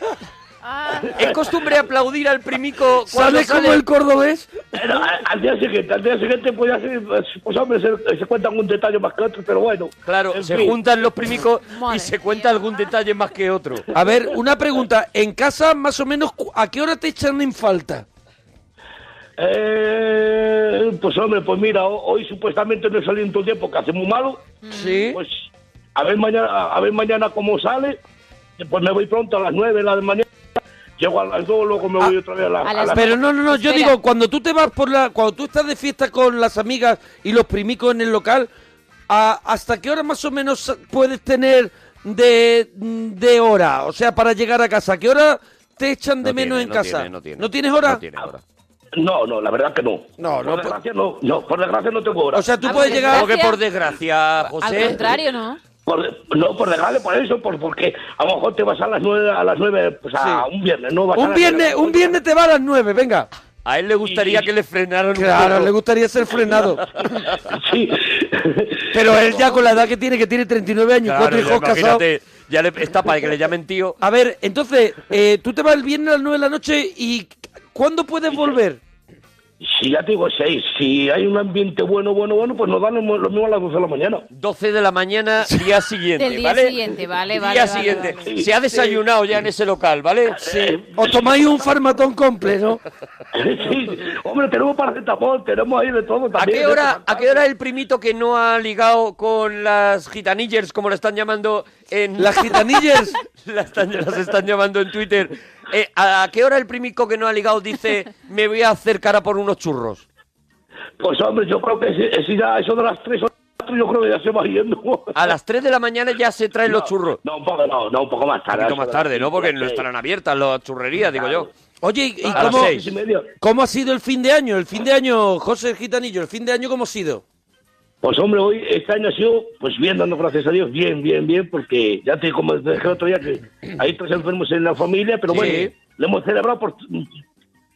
Speaker 1: Es costumbre aplaudir al primico cuando
Speaker 5: ¿Sale como
Speaker 1: sale.
Speaker 5: el cordobés?
Speaker 8: Pero a- al día siguiente, al día siguiente, pues, ya se, pues hombre, se, se cuentan un detalle más que otro, pero bueno.
Speaker 1: Claro,
Speaker 8: En
Speaker 1: se
Speaker 8: fin.
Speaker 1: juntan los primicos y
Speaker 3: Madre
Speaker 1: se cuenta algún detalle más que otro.
Speaker 5: A ver, una pregunta. En casa, más o menos, cu- ¿a qué hora te echan en falta?
Speaker 8: Eh, pues hombre, pues mira, ho- hoy supuestamente no he salido en todo el tiempo, que hace muy malo.
Speaker 5: Sí.
Speaker 8: Pues a ver mañana, a ver mañana cómo sale. Pues me voy pronto a las 9 de la mañana. Llego a las 2, luego
Speaker 5: Ah,
Speaker 8: me voy otra vez a, la-
Speaker 3: a
Speaker 8: a
Speaker 3: las
Speaker 8: las-
Speaker 5: Pero no, no, no, yo
Speaker 3: Espera.
Speaker 5: digo, cuando tú te vas por la. Cuando tú estás de fiesta con las amigas y los primicos en el local, ¿a- ¿hasta qué hora más o menos puedes tener de, de hora? O sea, para llegar a casa, ¿a qué hora te echan de menos en casa? tienes hora?
Speaker 8: No, no, la verdad que no.
Speaker 5: No, no, por-
Speaker 8: Por desgracia no, no, por desgracia no tengo hora.
Speaker 5: O sea, tú
Speaker 3: Ah,
Speaker 5: puedes
Speaker 3: porque
Speaker 5: llegar.
Speaker 1: Como que por desgracia,
Speaker 3: Al
Speaker 1: José.
Speaker 3: contrario, ¿no?
Speaker 8: Por- no, por desgracia, por eso, por, porque a lo mejor te vas a las 9, a las 9, pues a
Speaker 5: Sí.
Speaker 8: un viernes, ¿no? Vas a
Speaker 5: Un
Speaker 8: las
Speaker 5: viernes,
Speaker 8: nueve.
Speaker 5: un viernes te va a las nueve, venga.
Speaker 1: A él le gustaría que le frenaran un
Speaker 5: Claro,
Speaker 1: poco.
Speaker 5: le gustaría ser frenado.
Speaker 8: [laughs] Sí.
Speaker 5: Pero él ya con la edad que tiene, que tiene 39 años,
Speaker 1: Claro,
Speaker 5: cuatro
Speaker 1: ya
Speaker 5: hijos casados.
Speaker 1: imagínate, ya le, está para que le llamen tío.
Speaker 5: A ver, entonces, eh, tú te vas el viernes a las 9 de la noche y ¿cuándo puedes volver?
Speaker 8: Si ya te digo seis, si hay un ambiente bueno, bueno, bueno, pues nos dan lo, lo mismo a las 12 de la mañana.
Speaker 1: 12 de la mañana, día siguiente,
Speaker 3: Del día
Speaker 1: ¿vale?
Speaker 3: siguiente, vale,
Speaker 1: Día
Speaker 3: vale, vale,
Speaker 1: siguiente.
Speaker 3: vale.
Speaker 1: Se ha desayunado ya en ese local, ¿vale? Sí.
Speaker 5: Os tomáis un farmatón completo, ¿no?
Speaker 8: [laughs] sí, hombre, tenemos paracetamol, tenemos ahí de todo
Speaker 1: ¿A
Speaker 8: también. ¿eh?
Speaker 1: qué, hora, ¿A qué hora el primito que no ha ligado con las gitanillers, como la están llamando en... [laughs]
Speaker 5: Las gitanillas.
Speaker 1: La están- las están llamando en Twitter. Eh, ¿A qué hora el primico que no ha ligado dice me voy a acercar a por unos churros?
Speaker 8: Pues hombre, yo creo que si, si ya eso de las 3 o 4, yo creo que ya se va yendo.
Speaker 1: A las 3 de la mañana ya se traen los churros.
Speaker 8: No, un poco, no, no, un poco más
Speaker 1: Un
Speaker 8: tarde.
Speaker 1: poquito más tarde, ¿no? Porque no estarán abiertas las churrerías, digo yo.
Speaker 5: Oye, ¿y- ¿y
Speaker 1: A las
Speaker 5: cómo,
Speaker 1: seis.
Speaker 8: Y medio.
Speaker 5: cómo ha sido el fin de año? El fin de año, José el Gitanillo, ¿el fin de año cómo ha sido?
Speaker 8: Pues hombre, hoy este año ha sido, pues bien, dando gracias a Dios, bien, bien, bien, porque ya te como te dije el otro día que hay tres enfermos en la familia, pero
Speaker 1: Sí.
Speaker 8: bueno, lo hemos celebrado por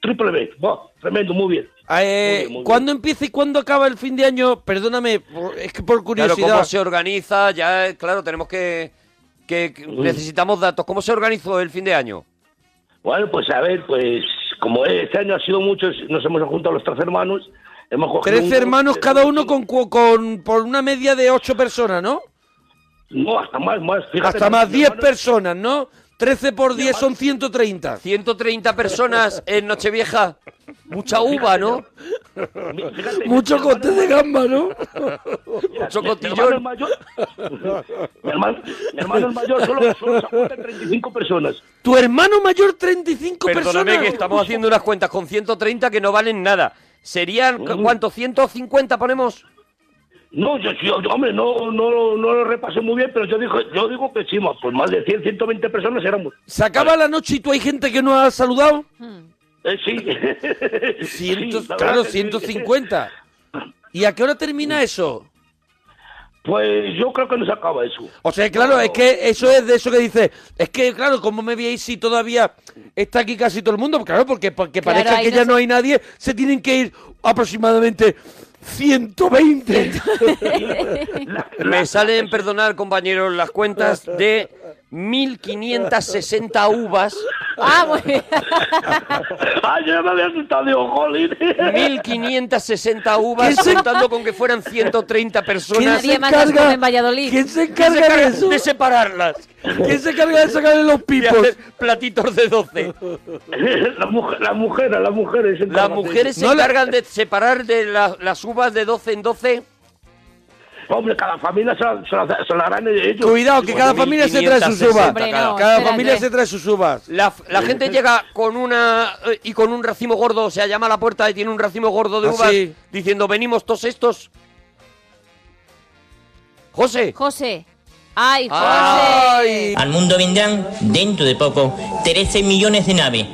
Speaker 8: triple B. Buah, tremendo, muy bien.
Speaker 5: Eh,
Speaker 8: Muy bien, muy bien.
Speaker 5: ¿Cuándo empieza y cuándo acaba el fin de año? Perdóname, por- es que por
Speaker 1: Claro,
Speaker 5: curiosidad.
Speaker 1: cómo se organiza, ya, eh, claro, tenemos que... que que necesitamos datos. ¿Cómo se organizó el fin de año?
Speaker 8: Bueno, pues a ver, pues como este año ha sido muchos, nos hemos juntado los tres hermanos. Hemos cogido
Speaker 5: Tres
Speaker 8: un-
Speaker 5: hermanos, cada uno con, cu- con por una media de ocho personas, ¿no?
Speaker 8: No, hasta más, más. fíjate,
Speaker 5: Hasta más
Speaker 8: mi
Speaker 5: diez
Speaker 8: hermano-
Speaker 5: personas, ¿no? 13 por 10 son 130.
Speaker 1: 130 personas en Nochevieja. Mucha uva, ¿no?
Speaker 8: Fíjate,
Speaker 5: Mucho
Speaker 8: mi hermano
Speaker 5: coste de gamba, ¿no?
Speaker 1: Mucho
Speaker 8: Mi- mi hermano el
Speaker 1: cotillón.
Speaker 8: mayor, mi hermano, mi hermano el mayor solo, solo se apunta 35 personas.
Speaker 5: Tu hermano mayor, 35
Speaker 1: Perdóname
Speaker 5: personas.
Speaker 1: que estamos haciendo unas cuentas con 130 que no valen nada. ¿Serían cu-
Speaker 8: Mm.
Speaker 1: cuánto?
Speaker 8: [laughs]
Speaker 1: ¿150 ponemos?
Speaker 8: No, yo, yo- yo, hombre, no, no, no lo repasé muy bien, pero yo digo, yo digo que sí, más, pues más de 100, 120 personas éramos.
Speaker 5: Se acaba la noche y tú hay gente que no ha saludado.
Speaker 8: Eh, sí.
Speaker 5: Ciento-
Speaker 8: Sí, la
Speaker 5: claro,
Speaker 8: verdad que sí.
Speaker 5: 150. ¿Y a qué hora termina eso?
Speaker 8: Pues yo creo que no se acaba eso.
Speaker 5: O sea, claro, es que eso es de eso que dices. Es que, claro, ¿cómo me veis si todavía está aquí casi todo el mundo? Claro, porque, porque
Speaker 3: Claro,
Speaker 5: parezca
Speaker 3: ahí
Speaker 5: que
Speaker 3: no
Speaker 5: ya
Speaker 3: se-
Speaker 5: no hay nadie, se tienen que ir aproximadamente 120.
Speaker 3: [laughs]
Speaker 1: Me salen, perdonar compañeros, las cuentas de 1.560 uvas.
Speaker 3: Ah, muy bien.
Speaker 8: [laughs] Ay, yo ya me había asustado, digo, jolín.
Speaker 1: 1.560
Speaker 5: ¿Quién
Speaker 1: uvas,
Speaker 5: se-
Speaker 1: contando con que fueran 130
Speaker 5: ¿Quién
Speaker 1: personas.
Speaker 5: se
Speaker 3: Nadie más las
Speaker 5: encarga-
Speaker 3: come en Valladolid.
Speaker 5: ¿Quién se encarga
Speaker 1: ¿Quién se
Speaker 5: de
Speaker 1: encarga
Speaker 5: eso?
Speaker 1: de separarlas?
Speaker 5: ¿Quién se encarga de sacarle los
Speaker 1: Y
Speaker 5: pipos?
Speaker 1: hacer platitos de 12.
Speaker 8: La mujer, la mujer, la mujer es
Speaker 1: Las mujeres se
Speaker 5: No la-
Speaker 1: encargan de separar de la- las uvas de 12 en 12.
Speaker 8: Hombre, cada familia se la, se la- se la harán ellos.
Speaker 5: Cuidado, que cada familia se trae sus
Speaker 1: 1560
Speaker 5: uvas.
Speaker 3: Hombre, no,
Speaker 5: cada
Speaker 3: espérate.
Speaker 5: familia se trae sus uvas.
Speaker 1: La, f- la gente llega con una eh, y con un racimo gordo, o sea, llama a la puerta y tiene un racimo gordo de
Speaker 5: Ah,
Speaker 1: uvas
Speaker 5: sí.
Speaker 1: diciendo, venimos todos estos. José,
Speaker 3: José. Ay, José.
Speaker 1: Ay.
Speaker 9: Al mundo vendrán, dentro de poco, 13 millones de naves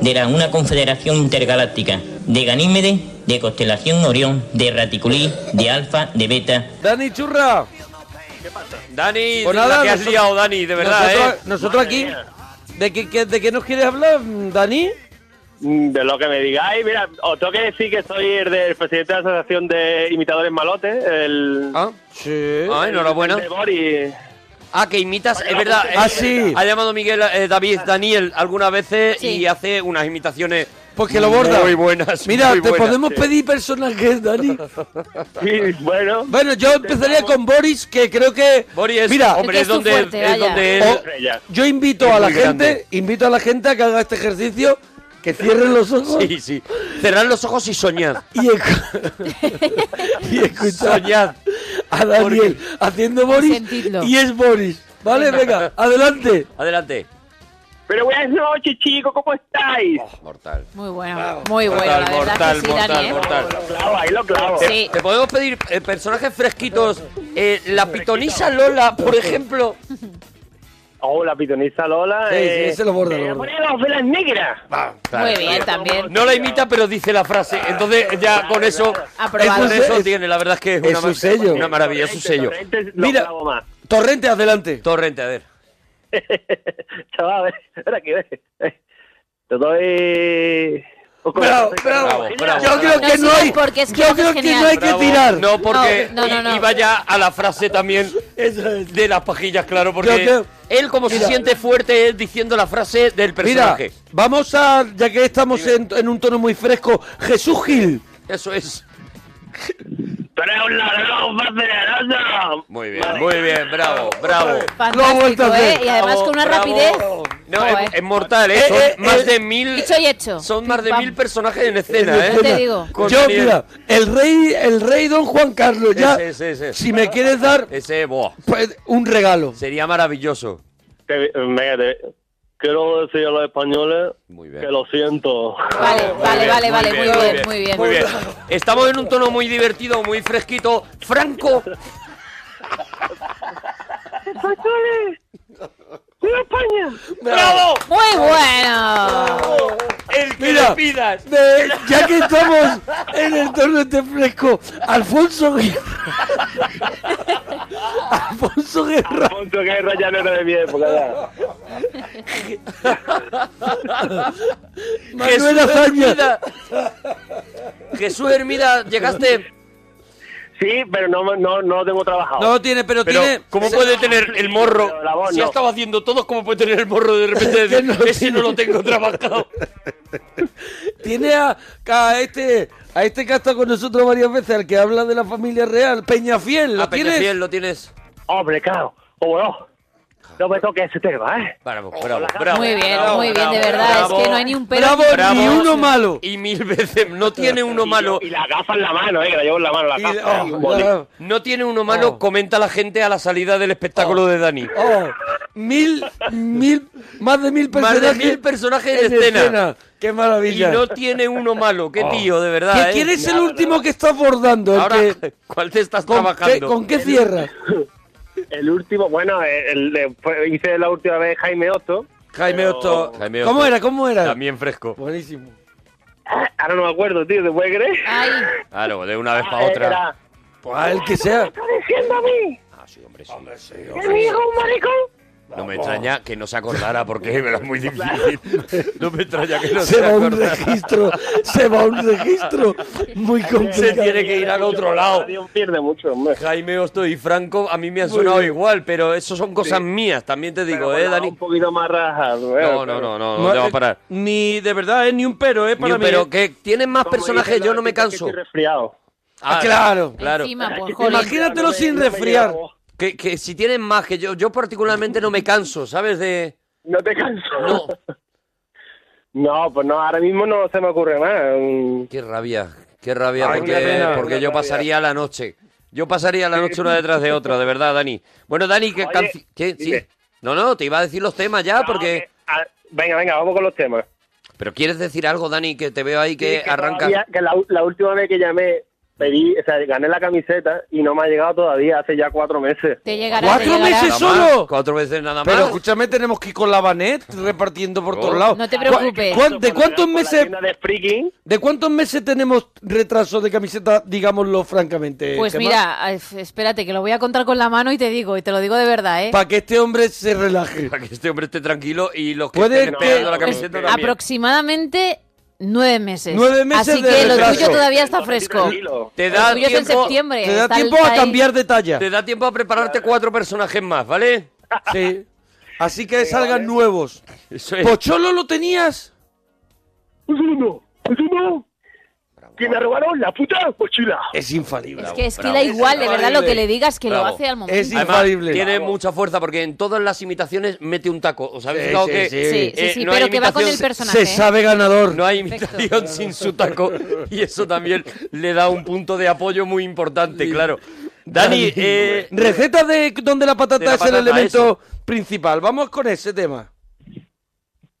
Speaker 9: de la, una confederación intergaláctica, de Ganímedes, de Constelación Orión, de Raticulí, de Alfa, de Beta,
Speaker 5: Dani Churra,
Speaker 1: Dani,
Speaker 5: Pues
Speaker 1: la
Speaker 5: nada,
Speaker 1: que has
Speaker 5: nosotros-
Speaker 1: liado, Dani, de verdad,
Speaker 5: nosotros,
Speaker 1: ¿eh?
Speaker 5: nosotros aquí. ¿De qué, qué- ¿De qué nos quieres hablar, Dani?
Speaker 7: Mm, De lo que me digáis, mira, os tengo que decir que soy el del presidente de la Asociación de Imitadores Malote, el...
Speaker 5: Ah, sí.
Speaker 1: Ah, enhorabuena.
Speaker 7: de Bori.
Speaker 1: Ah, que imitas, es verdad.
Speaker 5: Ah,
Speaker 1: eh,
Speaker 5: sí.
Speaker 1: Ha llamado Miguel eh, David Daniel algunas veces
Speaker 3: Sí.
Speaker 1: y hace unas imitaciones
Speaker 5: Porque lo borda.
Speaker 1: Muy buenas.
Speaker 5: Mira,
Speaker 1: muy
Speaker 5: te
Speaker 1: buenas.
Speaker 5: podemos pedir personajes, Dani.
Speaker 1: [laughs]
Speaker 7: Sí, bueno,
Speaker 5: Bueno, yo empezaría con Boris, que creo que.
Speaker 1: Boris, es-
Speaker 5: Mira,
Speaker 1: hombre,
Speaker 3: Es que
Speaker 1: es,
Speaker 3: es tu
Speaker 1: donde,
Speaker 3: fuerte,
Speaker 1: es
Speaker 3: vaya.
Speaker 1: donde
Speaker 5: o-
Speaker 7: estrella.
Speaker 5: yo invito
Speaker 1: Es
Speaker 5: a la
Speaker 1: muy
Speaker 5: gente,
Speaker 1: grande.
Speaker 5: invito a la gente a que haga este ejercicio, que cierren los ojos
Speaker 1: Sí, sí. Cerrad los ojos y soñad.
Speaker 5: y, escu- [laughs] y escuchar
Speaker 1: Soñad.
Speaker 5: a Daniel haciendo Boris
Speaker 3: Sentidlo.
Speaker 5: y es Boris. Vale, venga, adelante.
Speaker 1: Adelante.
Speaker 7: Pero buenas noches, chicos, ¿cómo estáis?
Speaker 1: Mortal.
Speaker 3: Muy bueno, muy bueno,
Speaker 1: Mortal,
Speaker 3: la verdad
Speaker 1: mortal,
Speaker 3: que sí,
Speaker 1: mortal,
Speaker 3: Dani, ¿eh?
Speaker 1: mortal.
Speaker 7: Lo clavo, ahí lo clavo.
Speaker 3: Sí,
Speaker 1: Te podemos pedir eh, personajes fresquitos. Eh, la pitonisa Lola, por ejemplo.
Speaker 7: Oh, la pitonisa Lola.
Speaker 5: Sí, sí,
Speaker 7: eh,
Speaker 5: ese lo borda,
Speaker 7: eh,
Speaker 5: lo borda.
Speaker 7: pone las velas negras.
Speaker 3: muy bien también.
Speaker 1: No la imita, pero dice la frase. Entonces, ya con eso.
Speaker 3: Aprobado.
Speaker 1: Con
Speaker 5: Eso es-
Speaker 1: eso tiene, la verdad es que es,
Speaker 5: es
Speaker 1: una,
Speaker 5: su
Speaker 1: ma-
Speaker 5: sello.
Speaker 1: una maravilla, es su sello.
Speaker 7: Torrente, lo
Speaker 5: Mira.
Speaker 7: clavo más.
Speaker 5: Torrente, adelante.
Speaker 1: Torrente, a ver.
Speaker 7: Chaval, a ver, espera aquí, ve. Eh, Te doy... un
Speaker 5: Bravo,
Speaker 7: corazón.
Speaker 5: bravo.
Speaker 1: Bravo, bravo.
Speaker 5: Yo creo
Speaker 3: No
Speaker 5: que no
Speaker 3: sigas
Speaker 5: hay,
Speaker 3: porque es que
Speaker 5: yo
Speaker 3: haces
Speaker 5: creo que
Speaker 3: genial.
Speaker 5: no hay que
Speaker 1: Bravo.
Speaker 5: tirar.
Speaker 1: No, porque
Speaker 3: No, no, no.
Speaker 1: i- iba ya a la
Speaker 5: [laughs]
Speaker 1: frase también de las pajillas, claro, porque
Speaker 5: Yo
Speaker 1: él como se
Speaker 5: Mira.
Speaker 1: siente fuerte es diciendo la frase del
Speaker 5: Mira,
Speaker 1: personaje.
Speaker 5: vamos a, ya que estamos en, en un tono muy fresco, Jesús Gil.
Speaker 1: Eso es.
Speaker 7: Tú eres un ladrón, parceroso.
Speaker 1: Muy bien, muy bien, bravo, bravo.
Speaker 5: Lo ha vuelto
Speaker 3: Fantástico,
Speaker 5: a
Speaker 3: ¿eh?
Speaker 5: hacer.
Speaker 3: Y además
Speaker 1: Bravo,
Speaker 3: con una
Speaker 1: bravo.
Speaker 3: rapidez.
Speaker 1: No,
Speaker 3: Joder.
Speaker 1: es, es mortal, ¿eh?
Speaker 5: Eh,
Speaker 1: Son
Speaker 5: eh,
Speaker 1: más
Speaker 5: eh.
Speaker 1: de mil.
Speaker 3: Dicho y hecho.
Speaker 1: Son más de
Speaker 3: Pam.
Speaker 1: mil personajes en escena,
Speaker 5: Yo
Speaker 1: ¿eh?
Speaker 3: Yo te digo.
Speaker 1: Con
Speaker 5: Yo,
Speaker 1: Daniel.
Speaker 5: mira, el rey, el rey don Juan Carlos, ya,
Speaker 1: Ese, ese, ese.
Speaker 5: si me quieres dar
Speaker 1: Ese, buah,
Speaker 5: pues, un regalo.
Speaker 1: sería maravilloso.
Speaker 7: Te- venga, te- eh, quiero decir a los españoles
Speaker 1: Muy bien.
Speaker 7: que lo siento.
Speaker 3: Vale, vale, vale, vale, muy bien, muy bien.
Speaker 1: Muy bien. Estamos en un tono muy divertido, muy fresquito. Franco,
Speaker 4: Oh.
Speaker 1: bravo.
Speaker 3: Muy bueno.
Speaker 1: El que
Speaker 5: Mira.
Speaker 1: le pidas.
Speaker 5: De- ya que estamos en el torneo de fresco, Alfonso Guerra. Alfonso Guerra.
Speaker 7: Alfonso Guerra ya no era de mi época, ya.
Speaker 5: Manuel Azaña.
Speaker 1: Hermida. Jesús Hermida, llegaste.
Speaker 7: Sí, pero no, no, no tengo trabajado.
Speaker 5: No tiene, pero,
Speaker 1: Pero,
Speaker 5: tiene.
Speaker 1: ¿cómo
Speaker 5: se-
Speaker 1: puede tener el morro?
Speaker 7: Pero la voz
Speaker 1: Si ha
Speaker 7: no.
Speaker 1: estado haciendo todos, ¿cómo puede tener el morro de [laughs] repente?
Speaker 5: Que
Speaker 1: decir,
Speaker 5: no
Speaker 1: Ese no
Speaker 5: tiene".
Speaker 1: lo [laughs] tengo trabajado.
Speaker 5: Tiene a, a este a este que ha estado con nosotros varias veces, al que habla de la familia real, Peñafiel, ¿lo
Speaker 1: A
Speaker 5: tienes?
Speaker 1: Peñafiel lo tienes.
Speaker 7: Hombre, claro. ¿Cómo no? No me toques ese tema, ¿eh?
Speaker 1: Bravo, bravo, bravo.
Speaker 3: muy bien,
Speaker 1: bravo,
Speaker 3: muy bien,
Speaker 1: bravo,
Speaker 3: de verdad.
Speaker 1: bravo.
Speaker 3: es que no hay ni un pelo.
Speaker 5: Bravo,
Speaker 1: Bravo.
Speaker 5: ni uno malo.
Speaker 1: Y mil veces, no tiene uno malo.
Speaker 7: Y, la gafa en la mano, ¿eh? Que la llevo en la mano, la
Speaker 1: Y-
Speaker 7: gafa.
Speaker 1: oh,
Speaker 7: Un boli.
Speaker 5: bravo.
Speaker 1: No tiene uno malo,
Speaker 5: Oh.
Speaker 1: comenta la gente a la salida del espectáculo de Dani.
Speaker 5: Oh, mil, mil, más de mil
Speaker 1: Más
Speaker 5: personajes.
Speaker 1: de mil personajes en, escena.
Speaker 5: Qué
Speaker 1: Y
Speaker 5: maravilla.
Speaker 1: no tiene uno malo, qué tío, de verdad.
Speaker 5: ¿Qué-
Speaker 1: ¿eh?
Speaker 5: ¿Quién es el último que está abordando? El
Speaker 1: Ahora, [laughs]
Speaker 5: que-
Speaker 1: ¿cuál te estás
Speaker 5: ¿con, qué,
Speaker 1: trabajando?
Speaker 5: ¿Con qué cierra?
Speaker 7: El último, bueno, el, el- fue- hice la última vez Jaime Otto.
Speaker 5: Jaime
Speaker 7: Pero-
Speaker 5: Otto.
Speaker 1: Jaime
Speaker 5: ¿Cómo
Speaker 1: Otto. Ah.
Speaker 5: era? ¿Cómo era?
Speaker 1: También fresco.
Speaker 5: Buenísimo.
Speaker 7: Ahora no me acuerdo, tío, ¿te puedes creer?
Speaker 3: Ay,
Speaker 1: Claro, de una vez
Speaker 7: Ah,
Speaker 1: para
Speaker 7: eh,
Speaker 1: otra.
Speaker 7: era,
Speaker 5: Pues a el que sea.
Speaker 7: "¿Estás diciendo a mí
Speaker 1: Ah, sí, hombre, sí.
Speaker 7: que mi hijo es un maricón?
Speaker 1: No me extraña que no se acordara porque era muy difícil. No me extraña [laughs] que no se,
Speaker 5: Se va un
Speaker 1: acordara.
Speaker 5: registro. Se va un registro. Muy
Speaker 1: Se
Speaker 5: [laughs] complicado.
Speaker 1: tiene que ir al otro lado.
Speaker 7: Dios pierde mucho, hombre.
Speaker 1: Jaime Osto y Franco a mí me han sonado igual, pero eso son cosas mías, también te digo,
Speaker 7: Pero
Speaker 1: ¿eh,
Speaker 7: bueno,
Speaker 1: Dani?
Speaker 7: Un poquito más rajado. ¿eh?
Speaker 1: No, no, no, no, no te va a parar.
Speaker 5: eh, Ni de verdad, es ni un pero, ¿eh? Para
Speaker 1: Ni-
Speaker 5: mí.
Speaker 1: pero que tienen más
Speaker 7: Como
Speaker 1: personajes,
Speaker 7: dicen,
Speaker 1: yo no me
Speaker 7: es que
Speaker 1: canso.
Speaker 7: Estoy resfriado.
Speaker 5: Ah, claro.
Speaker 1: Claro.
Speaker 3: encima, pues, jolín.
Speaker 5: Imagínatelo sin
Speaker 7: No me
Speaker 5: resfriar.
Speaker 7: llevo.
Speaker 1: Que, que si tienen más, que yo, yo particularmente no me canso, ¿sabes? De...
Speaker 7: No te canso.
Speaker 1: No.
Speaker 7: No, pues no, ahora mismo no se me ocurre nada. Mm,
Speaker 1: Qué rabia, qué rabia,
Speaker 5: Ay,
Speaker 1: porque,
Speaker 5: qué pena.
Speaker 1: porque yo pasaría la noche. Yo pasaría la noche una detrás de otra, de verdad, Dani. Bueno, Dani, ¿qué
Speaker 7: Oye,
Speaker 1: canci- qué? Sí.
Speaker 7: dime.
Speaker 1: No, no, te iba a decir los temas ya,
Speaker 7: no,
Speaker 1: porque...
Speaker 7: que- ah, venga, venga, vamos con los temas.
Speaker 1: Pero quieres decir algo, Dani, que te veo ahí que,
Speaker 7: Sí, que
Speaker 1: arranca...
Speaker 7: todavía- que la, la última vez que llamé, pedí, o sea, gané la camiseta y no me ha llegado todavía, hace ya cuatro meses.
Speaker 3: Te llegará,
Speaker 5: ¿Cuatro
Speaker 3: te llegará.
Speaker 5: meses?
Speaker 1: Nada
Speaker 5: solo.
Speaker 1: más, Cuatro veces nada más. Oh.
Speaker 5: Pero escúchame, tenemos que ir con la banet repartiendo por
Speaker 1: No.
Speaker 5: todos lados.
Speaker 3: No te
Speaker 5: ¿Cu-
Speaker 3: preocupes.
Speaker 5: cuán- ¿De cuántos
Speaker 7: Por la
Speaker 5: meses
Speaker 7: tienda de Freaking,
Speaker 5: de cuántos meses tenemos retraso de camiseta, digámoslo francamente?
Speaker 3: Pues mira, ay, espérate, que lo voy a contar con la mano y te digo, y te lo digo de verdad, ¿eh?
Speaker 5: Para que este hombre se relaje.
Speaker 1: Para que este hombre esté tranquilo y los que
Speaker 5: Puede
Speaker 1: estén
Speaker 5: que-
Speaker 1: esperando la
Speaker 7: Pues,
Speaker 1: camiseta
Speaker 7: eh,
Speaker 1: también.
Speaker 3: Aproximadamente nueve meses.
Speaker 5: Nueve meses
Speaker 3: Así
Speaker 5: de
Speaker 3: que lo
Speaker 5: retraso.
Speaker 3: tuyo todavía está
Speaker 7: no,
Speaker 3: fresco.
Speaker 7: tranquilo.
Speaker 1: Te
Speaker 3: Lo
Speaker 1: da,
Speaker 3: tuyo es en
Speaker 1: tiempo,
Speaker 3: septiembre.
Speaker 5: Te da
Speaker 3: está-
Speaker 5: tiempo
Speaker 3: está
Speaker 5: a
Speaker 3: ahí.
Speaker 5: cambiar de talla.
Speaker 1: te da tiempo a prepararte cuatro personajes más, ¿vale?
Speaker 5: Sí. Así que salgan nuevos.
Speaker 1: Eso es.
Speaker 5: ¿Pocholo lo tenías?
Speaker 7: Eso no, eso no. Que me robaron la puta mochila.
Speaker 5: Es infalible.
Speaker 3: Es que es que
Speaker 1: bravo.
Speaker 3: da igual, de verdad, lo que
Speaker 5: Increíble.
Speaker 3: le digas, que lo
Speaker 1: Bravo.
Speaker 3: hace al
Speaker 5: Es
Speaker 3: momento.
Speaker 5: in- infalible.
Speaker 1: tiene
Speaker 5: Vamos.
Speaker 1: mucha fuerza porque en todas las imitaciones mete un taco. ¿Os habéis
Speaker 5: Sí,
Speaker 1: fijado
Speaker 5: sí,
Speaker 1: que
Speaker 5: sí.
Speaker 3: Sí, sí,
Speaker 1: eh,
Speaker 3: sí,
Speaker 1: no hay
Speaker 3: pero que va con el
Speaker 1: imitación-
Speaker 3: personaje. ¿eh?
Speaker 5: Se sabe ganador.
Speaker 1: No hay
Speaker 3: Perfecto.
Speaker 1: imitación sin su taco y eso también le da un punto de apoyo muy importante, claro. Dani, eh,
Speaker 5: Receta de donde la patata
Speaker 1: de la
Speaker 5: es
Speaker 1: patata,
Speaker 5: el elemento principal. Vamos con ese tema.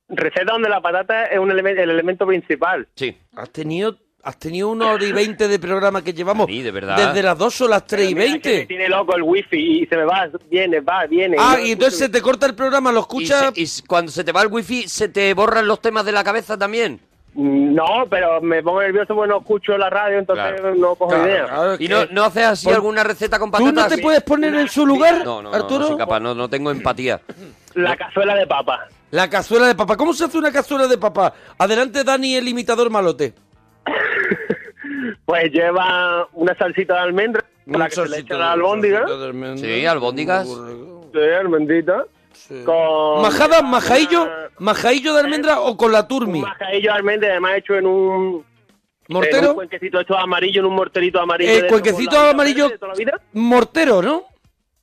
Speaker 7: Receta donde la patata es un elemen- el elemento principal.
Speaker 1: sí,
Speaker 5: Has tenido, has tenido una hora y veinte de programa que llevamos.
Speaker 1: Sí, de verdad.
Speaker 5: Desde las dos o las tres y
Speaker 7: Mira, es que me
Speaker 5: veinte.
Speaker 7: tiene loco el wifi y se me va, viene, va, viene.
Speaker 5: Ah,
Speaker 7: Yo
Speaker 5: y entonces se te corta el programa, lo
Speaker 1: Y
Speaker 5: escuchas.
Speaker 1: se- y s- cuando se te va el wifi, ¿se te borran los temas de la cabeza también?
Speaker 7: Mm, No, pero me pongo nervioso porque no escucho la radio, entonces
Speaker 1: Claro.
Speaker 7: no cojo
Speaker 5: Claro,
Speaker 7: idea.
Speaker 5: claro, es
Speaker 1: ¿Y
Speaker 5: que-
Speaker 1: no, no haces así
Speaker 5: Por-
Speaker 1: alguna receta con
Speaker 5: ¿Tú
Speaker 1: patatas?
Speaker 5: no te puedes poner en su lugar,
Speaker 1: No, no, no, no,
Speaker 5: Arturo?
Speaker 1: soy capaz, no, no tengo empatía.
Speaker 7: La cazuela de papa.
Speaker 5: La cazuela de papá. ¿Cómo se hace una cazuela de papá? Adelante, Dani, el imitador malote.
Speaker 7: Pues lleva una salsita de almendra, la que se le echa a la albóndiga,
Speaker 1: Sí, albóndigas.
Speaker 7: sí, almendrita, con...
Speaker 5: Majadas, majaillo, majaillo de almendra o con la
Speaker 7: Un
Speaker 5: turmi.
Speaker 7: majadillo de almendra, además hecho en un... En un
Speaker 5: Mortero,
Speaker 7: cuenquecito hecho amarillo, en un morterito amarillo.
Speaker 5: Eh,
Speaker 7: de esos
Speaker 5: cuenquecito
Speaker 7: con la vida
Speaker 5: amarillo.
Speaker 7: verde de toda la vida.
Speaker 5: mortero, ¿no?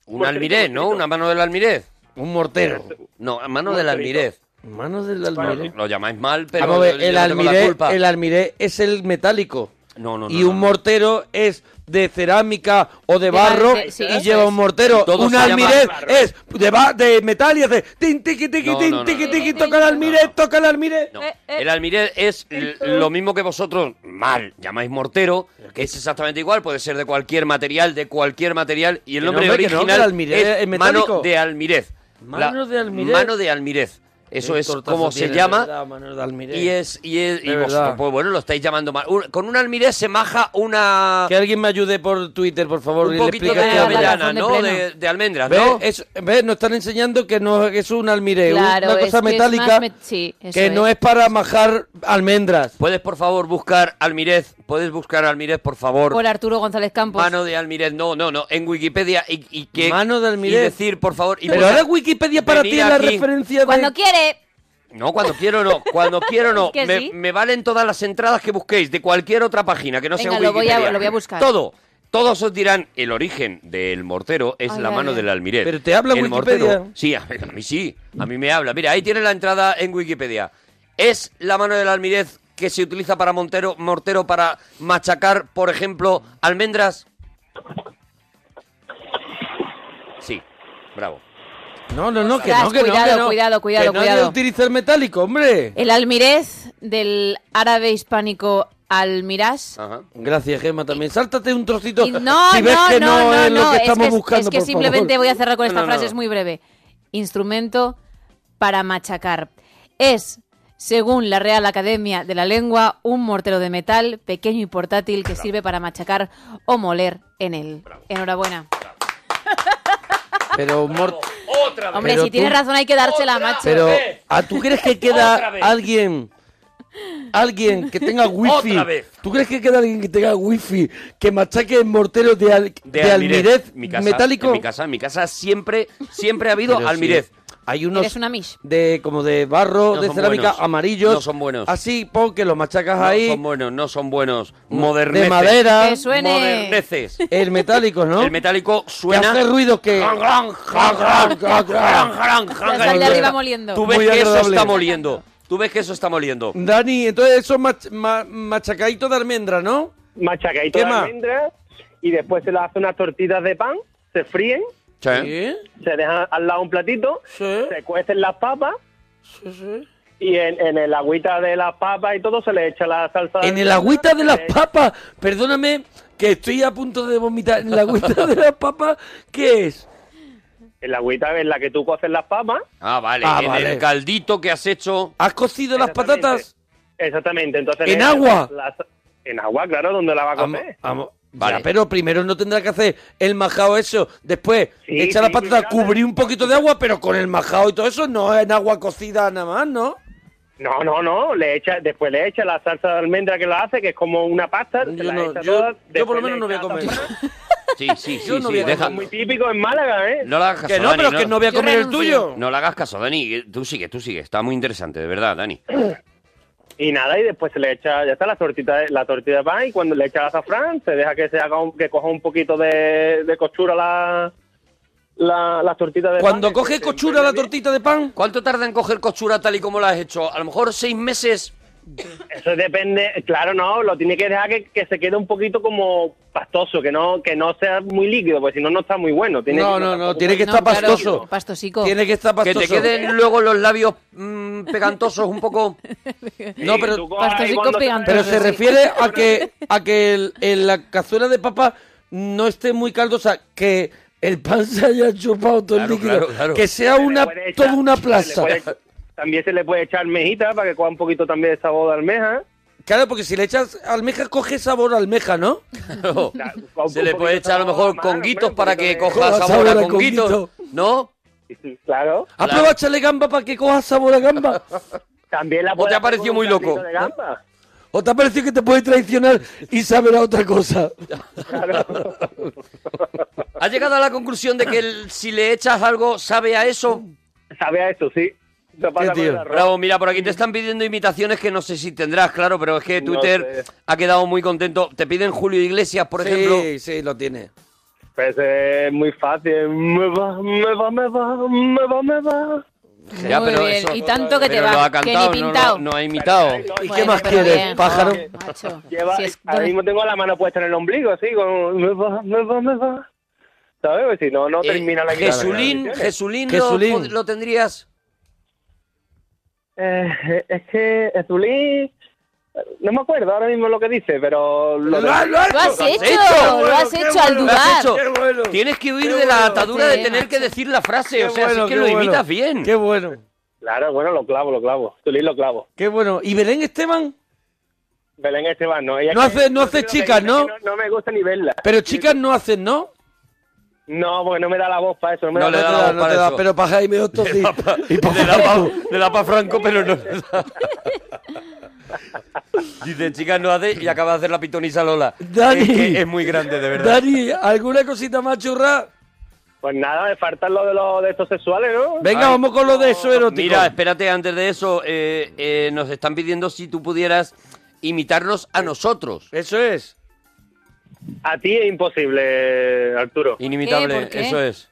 Speaker 1: Un almirez, ¿no? Una mano del almirez.
Speaker 5: Un mortero.
Speaker 1: No, a mano del almirez.
Speaker 5: Manos del
Speaker 1: Bueno,
Speaker 5: almiré.
Speaker 1: lo llamáis mal, pero
Speaker 5: Vamos a
Speaker 1: yo-
Speaker 5: ver,
Speaker 1: yo
Speaker 5: el
Speaker 1: no tengo la
Speaker 5: almiré,
Speaker 1: culpa.
Speaker 5: el almiré es el metálico.
Speaker 1: No, no, no,
Speaker 5: Y
Speaker 1: no,
Speaker 5: un
Speaker 1: no.
Speaker 5: mortero es de cerámica o de
Speaker 3: De
Speaker 5: barro
Speaker 3: bar- de- sí,
Speaker 5: y
Speaker 3: eso
Speaker 5: lleva
Speaker 3: es.
Speaker 5: un mortero.
Speaker 1: Todo
Speaker 5: un
Speaker 1: se llama
Speaker 5: almiré
Speaker 7: barro.
Speaker 5: es de, ba- de metal y hace tin tiqui tiqui
Speaker 1: No,
Speaker 5: tin
Speaker 1: no, no,
Speaker 5: tiqui
Speaker 1: no,
Speaker 5: tiqui,
Speaker 3: no,
Speaker 5: toca el
Speaker 3: no,
Speaker 5: almiré, toca el almiré.
Speaker 1: No,
Speaker 3: Eh, eh.
Speaker 1: El almirez es l- lo mismo que vosotros mal llamáis mortero, que es exactamente igual, puede ser de cualquier material, de cualquier material, y el
Speaker 5: Que no,
Speaker 1: nombre
Speaker 5: hombre, que no, que
Speaker 1: original
Speaker 5: el almirez es
Speaker 1: es
Speaker 5: metálico.
Speaker 1: mano de almirez.
Speaker 5: Mano de almirez.
Speaker 1: Mano de almirez. Eso
Speaker 5: Qué
Speaker 1: es
Speaker 5: tortazo
Speaker 1: como se
Speaker 5: tiene,
Speaker 1: llama.
Speaker 5: de verdad, manos de almiré.
Speaker 1: Y es, y es, y
Speaker 5: De
Speaker 1: vosotros,
Speaker 5: verdad.
Speaker 1: pues bueno, lo estáis llamando mal. Un- con un almirez se maja una.
Speaker 5: Que alguien me ayude por Twitter, por favor.
Speaker 1: un
Speaker 5: y le
Speaker 1: poquito
Speaker 5: explique
Speaker 1: de
Speaker 5: esto a
Speaker 3: la
Speaker 5: Belén. eh,
Speaker 1: avellana,
Speaker 3: razón de
Speaker 1: ¿no?
Speaker 3: pleno.
Speaker 1: De, de almendras,
Speaker 5: ¿Ves?
Speaker 1: ¿no?
Speaker 5: Es- ¿ves? Nos están enseñando que no es un almiré,
Speaker 3: Claro,
Speaker 5: una
Speaker 3: es
Speaker 5: cosa
Speaker 3: que es más
Speaker 5: metálica
Speaker 3: met- sí, eso
Speaker 5: que
Speaker 3: es.
Speaker 5: no es para majar almendras.
Speaker 1: ¿Puedes, por favor, buscar almirez? ¿Puedes buscar almirez, por favor?
Speaker 3: Por Arturo González Campos.
Speaker 1: Mano de almirez, no, no, no, en Wikipedia y, y que...
Speaker 5: Mano de almirez.
Speaker 1: Y decir, por favor... Y
Speaker 5: Pero
Speaker 1: poner-
Speaker 5: ahora Wikipedia para ti
Speaker 1: venir
Speaker 5: es la
Speaker 1: aquí.
Speaker 5: referencia de...
Speaker 3: Cuando quiere.
Speaker 1: No, cuando quiero no, cuando quiero no.
Speaker 3: Es [laughs] que
Speaker 1: me,
Speaker 3: sí.
Speaker 1: me valen todas las entradas que busquéis de cualquier otra página que no sea
Speaker 3: Venga, lo voy a-
Speaker 1: Wikipedia.
Speaker 3: lo voy a buscar.
Speaker 1: Todo, Todos os dirán el origen del mortero es
Speaker 5: Ay,
Speaker 1: la
Speaker 5: ay,
Speaker 1: mano
Speaker 5: ay.
Speaker 1: del almiré.
Speaker 5: Pero te habla
Speaker 1: el
Speaker 5: Wikipedia.
Speaker 1: mortero- sí, a, a mí sí, a mí me habla. Mira, ahí tiene la entrada en Wikipedia. Es la mano del almirez que se utiliza para montero, mortero para machacar, por ejemplo, almendras. Sí, bravo.
Speaker 5: No, no, no, que
Speaker 3: Ostras,
Speaker 5: no, que no,
Speaker 3: cuidado,
Speaker 5: que no.
Speaker 3: cuidado, cuidado,
Speaker 5: que no hay
Speaker 3: cuidado.
Speaker 5: de utilizar metálico, hombre.
Speaker 3: El almirez del árabe hispánico almirás.
Speaker 5: Gracias, Gemma, también. Sáltate un trocito.
Speaker 3: Y no,
Speaker 5: si ves
Speaker 3: no,
Speaker 5: que no,
Speaker 3: no, no,
Speaker 5: es lo
Speaker 3: no,
Speaker 5: que
Speaker 3: es
Speaker 5: estamos
Speaker 3: que,
Speaker 5: buscando,
Speaker 3: es que
Speaker 5: por
Speaker 3: simplemente
Speaker 5: favor.
Speaker 3: voy a cerrar con esta
Speaker 1: No, no,
Speaker 3: frase,
Speaker 1: no.
Speaker 3: es muy breve. Instrumento para machacar. Es, según la Real Academia de la Lengua, un mortero de metal pequeño y portátil que sirve para machacar o moler en él. Enhorabuena.
Speaker 5: Pero, mor-
Speaker 1: Otra vez.
Speaker 3: Hombre,
Speaker 5: Pero
Speaker 3: si tienes
Speaker 5: tú-
Speaker 3: razón hay que dársela, macho.
Speaker 5: pero ¿a tú crees que
Speaker 1: Otra
Speaker 5: queda
Speaker 1: vez.
Speaker 5: alguien? Alguien que tenga wifi.
Speaker 1: Otra vez.
Speaker 5: ¿Tú crees que queda alguien que tenga wifi que machaque morteros de, al-
Speaker 1: de,
Speaker 5: de
Speaker 1: almirez,
Speaker 5: almirez
Speaker 1: mi casa,
Speaker 5: metálico?
Speaker 1: En mi casa, en mi casa siempre, siempre ha habido
Speaker 5: Pero sí,
Speaker 1: almirez.
Speaker 5: Hay unos
Speaker 3: Eres una mish.
Speaker 5: de como de barro,
Speaker 1: No
Speaker 5: de
Speaker 1: son
Speaker 5: cerámica
Speaker 1: buenos.
Speaker 5: amarillos.
Speaker 1: No son buenos.
Speaker 5: Así pon que los machacas
Speaker 1: No
Speaker 5: ahí. Mm,
Speaker 1: son buenos, no son buenos. Moderneces.
Speaker 5: de madera.
Speaker 3: Que suene.
Speaker 1: Moderneces.
Speaker 5: El metálico, ¿no?
Speaker 1: El metálico
Speaker 5: que
Speaker 1: suena.
Speaker 5: hace ruido que
Speaker 1: Gran, gran, gran, gran, gran, gran, gran, gran,
Speaker 3: sal de
Speaker 1: gran.
Speaker 3: arriba moliendo.
Speaker 1: Tú ves
Speaker 5: Muy
Speaker 1: que eso
Speaker 5: agradable. Mm.
Speaker 1: está moliendo. Tú ves que eso está moliendo.
Speaker 5: Dani, entonces eso es mach- ma- machacadito de almendra, ¿no?
Speaker 7: Machacadito
Speaker 5: ¿Qué
Speaker 7: de
Speaker 5: más?
Speaker 7: almendras y después se le hace unas tortitas de pan, se fríen,
Speaker 1: Sí.
Speaker 7: se dejan al lado un platito,
Speaker 5: Sí.
Speaker 7: se cuecen las papas
Speaker 5: Sí, sí.
Speaker 7: y en, en el agüita de las papas y todo se le echa la salsa.
Speaker 5: En el agüita de las papas, perdóname que estoy a punto de vomitar. ¿En la agüita de las papas qué es?
Speaker 7: El agüita en la que tú coces las papas.
Speaker 1: Ah, vale.
Speaker 5: Ah,
Speaker 1: en
Speaker 5: vale.
Speaker 1: el caldito que has hecho.
Speaker 5: ¿Has cocido las
Speaker 7: Exactamente.
Speaker 5: patatas?
Speaker 7: Exactamente. Entonces
Speaker 5: ¿En
Speaker 7: le-
Speaker 5: agua?
Speaker 7: las- en agua, claro, donde la va a
Speaker 5: Amo-
Speaker 7: cocer.
Speaker 5: amo-
Speaker 1: Vale.
Speaker 5: Ya, pero primero no tendrá que hacer el majao eso. Después,
Speaker 7: Sí,
Speaker 5: echar las
Speaker 7: sí,
Speaker 5: patatas,
Speaker 7: sí, claro.
Speaker 5: cubrir un poquito de agua, pero con el majao y todo eso, Pues no en agua cocida nada más, ¿no?
Speaker 7: No, no, no. Le echa, después le echa la salsa de almendra que la hace, que es como una pasta. se
Speaker 5: Yo,
Speaker 7: la
Speaker 5: no-
Speaker 7: echa
Speaker 5: yo-
Speaker 7: toda,
Speaker 5: yo por
Speaker 7: después
Speaker 5: lo
Speaker 7: le
Speaker 5: menos no voy a
Speaker 7: echa
Speaker 5: comer.
Speaker 7: azafrán.
Speaker 1: Sí, sí, sí.
Speaker 5: Yo no
Speaker 1: sí,
Speaker 5: voy a
Speaker 1: deja-
Speaker 7: Es muy típico en Málaga, ¿eh?
Speaker 1: No le hagas caso,
Speaker 5: Que no,
Speaker 1: Dani,
Speaker 5: pero que no voy a
Speaker 3: Yo
Speaker 5: comer el
Speaker 3: renuncio.
Speaker 5: tuyo.
Speaker 1: No le hagas caso, Dani. Tú sigue, tú sigue. Está muy interesante, de verdad, Dani.
Speaker 7: [coughs] Y nada, y después se le echa, ya está, la tortita de, la tortilla de pan y cuando le echa el azafrán se deja que se haga un- que coja un poquito de, de costura la, la, la tortita de
Speaker 5: Cuando
Speaker 7: pan.
Speaker 5: coge
Speaker 7: Se- se
Speaker 5: cochura la
Speaker 7: envuelve bien.
Speaker 5: tortita de pan,
Speaker 1: ¿Cuánto tarda en coger costura tal y como la has hecho? A lo mejor seis meses.
Speaker 7: Eso depende, Eh, claro, no, lo tiene que dejar que, que se quede un poquito como pastoso, que no que no sea muy líquido, porque si no, no está muy bueno. Tiene
Speaker 5: No,
Speaker 7: que-
Speaker 5: no, no,
Speaker 7: tampoco-
Speaker 5: tiene que
Speaker 3: No,
Speaker 5: estar
Speaker 3: claro,
Speaker 5: pastoso.
Speaker 3: pastosico.
Speaker 5: Tiene que estar
Speaker 1: Que
Speaker 5: pastoso.
Speaker 1: te
Speaker 7: Eh.
Speaker 1: queden luego los labios mm, pegantosos un poco.
Speaker 7: Sí,
Speaker 5: no, pero-
Speaker 7: tú cojas y
Speaker 3: Pastosico
Speaker 7: cuando te-
Speaker 3: pegante.
Speaker 5: Pero
Speaker 3: Sí,
Speaker 5: se
Speaker 3: sí.
Speaker 5: refiere a
Speaker 7: [laughs]
Speaker 5: que a que el- el- la cazuela de papa no esté muy caldosa, que el pan se haya chupado todo
Speaker 1: Claro,
Speaker 5: el líquido,
Speaker 1: claro, claro.
Speaker 5: que sea
Speaker 7: se le
Speaker 5: una
Speaker 7: puede echar-
Speaker 5: toda una
Speaker 7: se le puede
Speaker 5: plaza.
Speaker 7: echar- también se le puede echar mejita para que coja un poquito también de sabor de almeja.
Speaker 5: Claro, porque si le echas almeja coge sabor a almeja, ¿no?
Speaker 7: un
Speaker 1: Se le
Speaker 7: poquito
Speaker 1: puede echar a
Speaker 7: sabor
Speaker 1: lo
Speaker 7: a
Speaker 1: mejor
Speaker 7: mano,
Speaker 1: conguitos
Speaker 7: hombre, un
Speaker 1: para
Speaker 7: poquito
Speaker 1: que
Speaker 7: de-
Speaker 1: coja
Speaker 5: Coja sabor
Speaker 1: sabor a
Speaker 5: a
Speaker 1: conguitos. ¿No?
Speaker 7: Claro.
Speaker 5: ¿Has probado echarle gamba para que coja sabor a gamba?
Speaker 7: También la
Speaker 1: ¿O te
Speaker 7: puedes
Speaker 1: ha
Speaker 7: hacer
Speaker 1: parecido
Speaker 7: con un
Speaker 1: muy loco?
Speaker 7: caldito de gamba.
Speaker 5: ¿O te ha parecido que te puede traicionar y saber a otra cosa?
Speaker 7: Claro.
Speaker 1: ¿Has llegado a la conclusión de que el- si le echas algo sabe a eso?
Speaker 7: Sabe a eso, sí. Lo pasa con
Speaker 5: tío?
Speaker 7: el arroz.
Speaker 1: Bravo, mira, por aquí te están pidiendo imitaciones que no sé si tendrás, claro, pero es que
Speaker 7: No
Speaker 1: Twitter
Speaker 7: sé.
Speaker 1: ha quedado muy contento. Te piden Julio Iglesias, por ejemplo.
Speaker 5: Sí, sí, lo tiene.
Speaker 7: Pues es muy fácil. Me va, me va, me va, me va, me va.
Speaker 1: Ya,
Speaker 3: Muy
Speaker 1: pero
Speaker 3: bien,
Speaker 1: eso-
Speaker 3: y tanto que te
Speaker 1: pero
Speaker 3: va,
Speaker 1: lo ha
Speaker 3: que
Speaker 1: cantado,
Speaker 3: ni
Speaker 1: no,
Speaker 3: pintado.
Speaker 1: lo- no ha imitado.
Speaker 5: ¿Y
Speaker 3: Bueno,
Speaker 5: qué más
Speaker 3: pero
Speaker 5: quieres,
Speaker 3: bien,
Speaker 5: pájaro?
Speaker 3: joder, macho.
Speaker 7: Lleva,
Speaker 3: Si es-
Speaker 7: ahora mismo tengo la mano puesta en el ombligo, así, con me va, me va, me va. ¿Sabes? Pues si no, no
Speaker 1: Eh,
Speaker 7: termina la
Speaker 1: Jesulín, Jesulín, lo
Speaker 5: Jesulín.
Speaker 1: pod- lo tendrías.
Speaker 7: Eh, es que Jesulín... No me acuerdo ahora mismo lo que dice, pero... Lo de-
Speaker 3: Lo has hecho,
Speaker 1: hecho,
Speaker 3: lo has hecho al
Speaker 1: Lo
Speaker 3: dudar.
Speaker 1: has hecho.
Speaker 5: Qué bueno.
Speaker 1: Tienes que huir
Speaker 5: Qué
Speaker 1: de la
Speaker 5: bueno.
Speaker 1: atadura de
Speaker 3: Sí,
Speaker 1: tener
Speaker 3: macho.
Speaker 1: que decir la frase.
Speaker 5: Qué
Speaker 1: o sea,
Speaker 5: bueno,
Speaker 1: sí que
Speaker 5: qué
Speaker 1: lo
Speaker 5: bueno.
Speaker 1: imitas bien.
Speaker 5: Qué bueno,
Speaker 7: Claro, bueno, lo clavo, lo clavo. Jesulín lo clavo.
Speaker 5: qué bueno. ¿Y Belén Esteban?
Speaker 7: Belén eh, Esteban, no. Ella
Speaker 5: No
Speaker 7: que-
Speaker 5: hace- no hace
Speaker 7: sé lo que
Speaker 5: chicas,
Speaker 7: dice,
Speaker 5: ¿no?
Speaker 7: que ¿no? No me gusta ni verla.
Speaker 5: Pero chicas no hacen, ¿no?
Speaker 7: No, porque no me da la voz para eso. No, me
Speaker 1: No
Speaker 7: da
Speaker 1: le
Speaker 7: la
Speaker 1: da
Speaker 5: te
Speaker 1: la voz
Speaker 5: no
Speaker 1: para
Speaker 5: te da,
Speaker 1: eso.
Speaker 5: pero para Jaime Otto sí. Y para
Speaker 1: Le da pa- le da pa' Franco, pero no. le da. Dice, chicas, no hace y acaba de hacer la pitonisa Lola.
Speaker 5: Dani.
Speaker 1: Es, que es muy grande, de verdad.
Speaker 5: Dani, ¿alguna cosita más churra?
Speaker 7: Pues nada, me faltan lo de los de estos sexuales, ¿no?
Speaker 5: Venga,
Speaker 1: Ay,
Speaker 5: vamos con lo de eso erótico.
Speaker 1: Mira, espérate, antes de eso, eh, eh, nos están pidiendo si tú pudieras imitarnos a nosotros.
Speaker 5: eso es.
Speaker 7: A ti es imposible, Arturo.
Speaker 1: Inimitable,
Speaker 3: ¿Qué? ¿Por qué?
Speaker 1: eso es.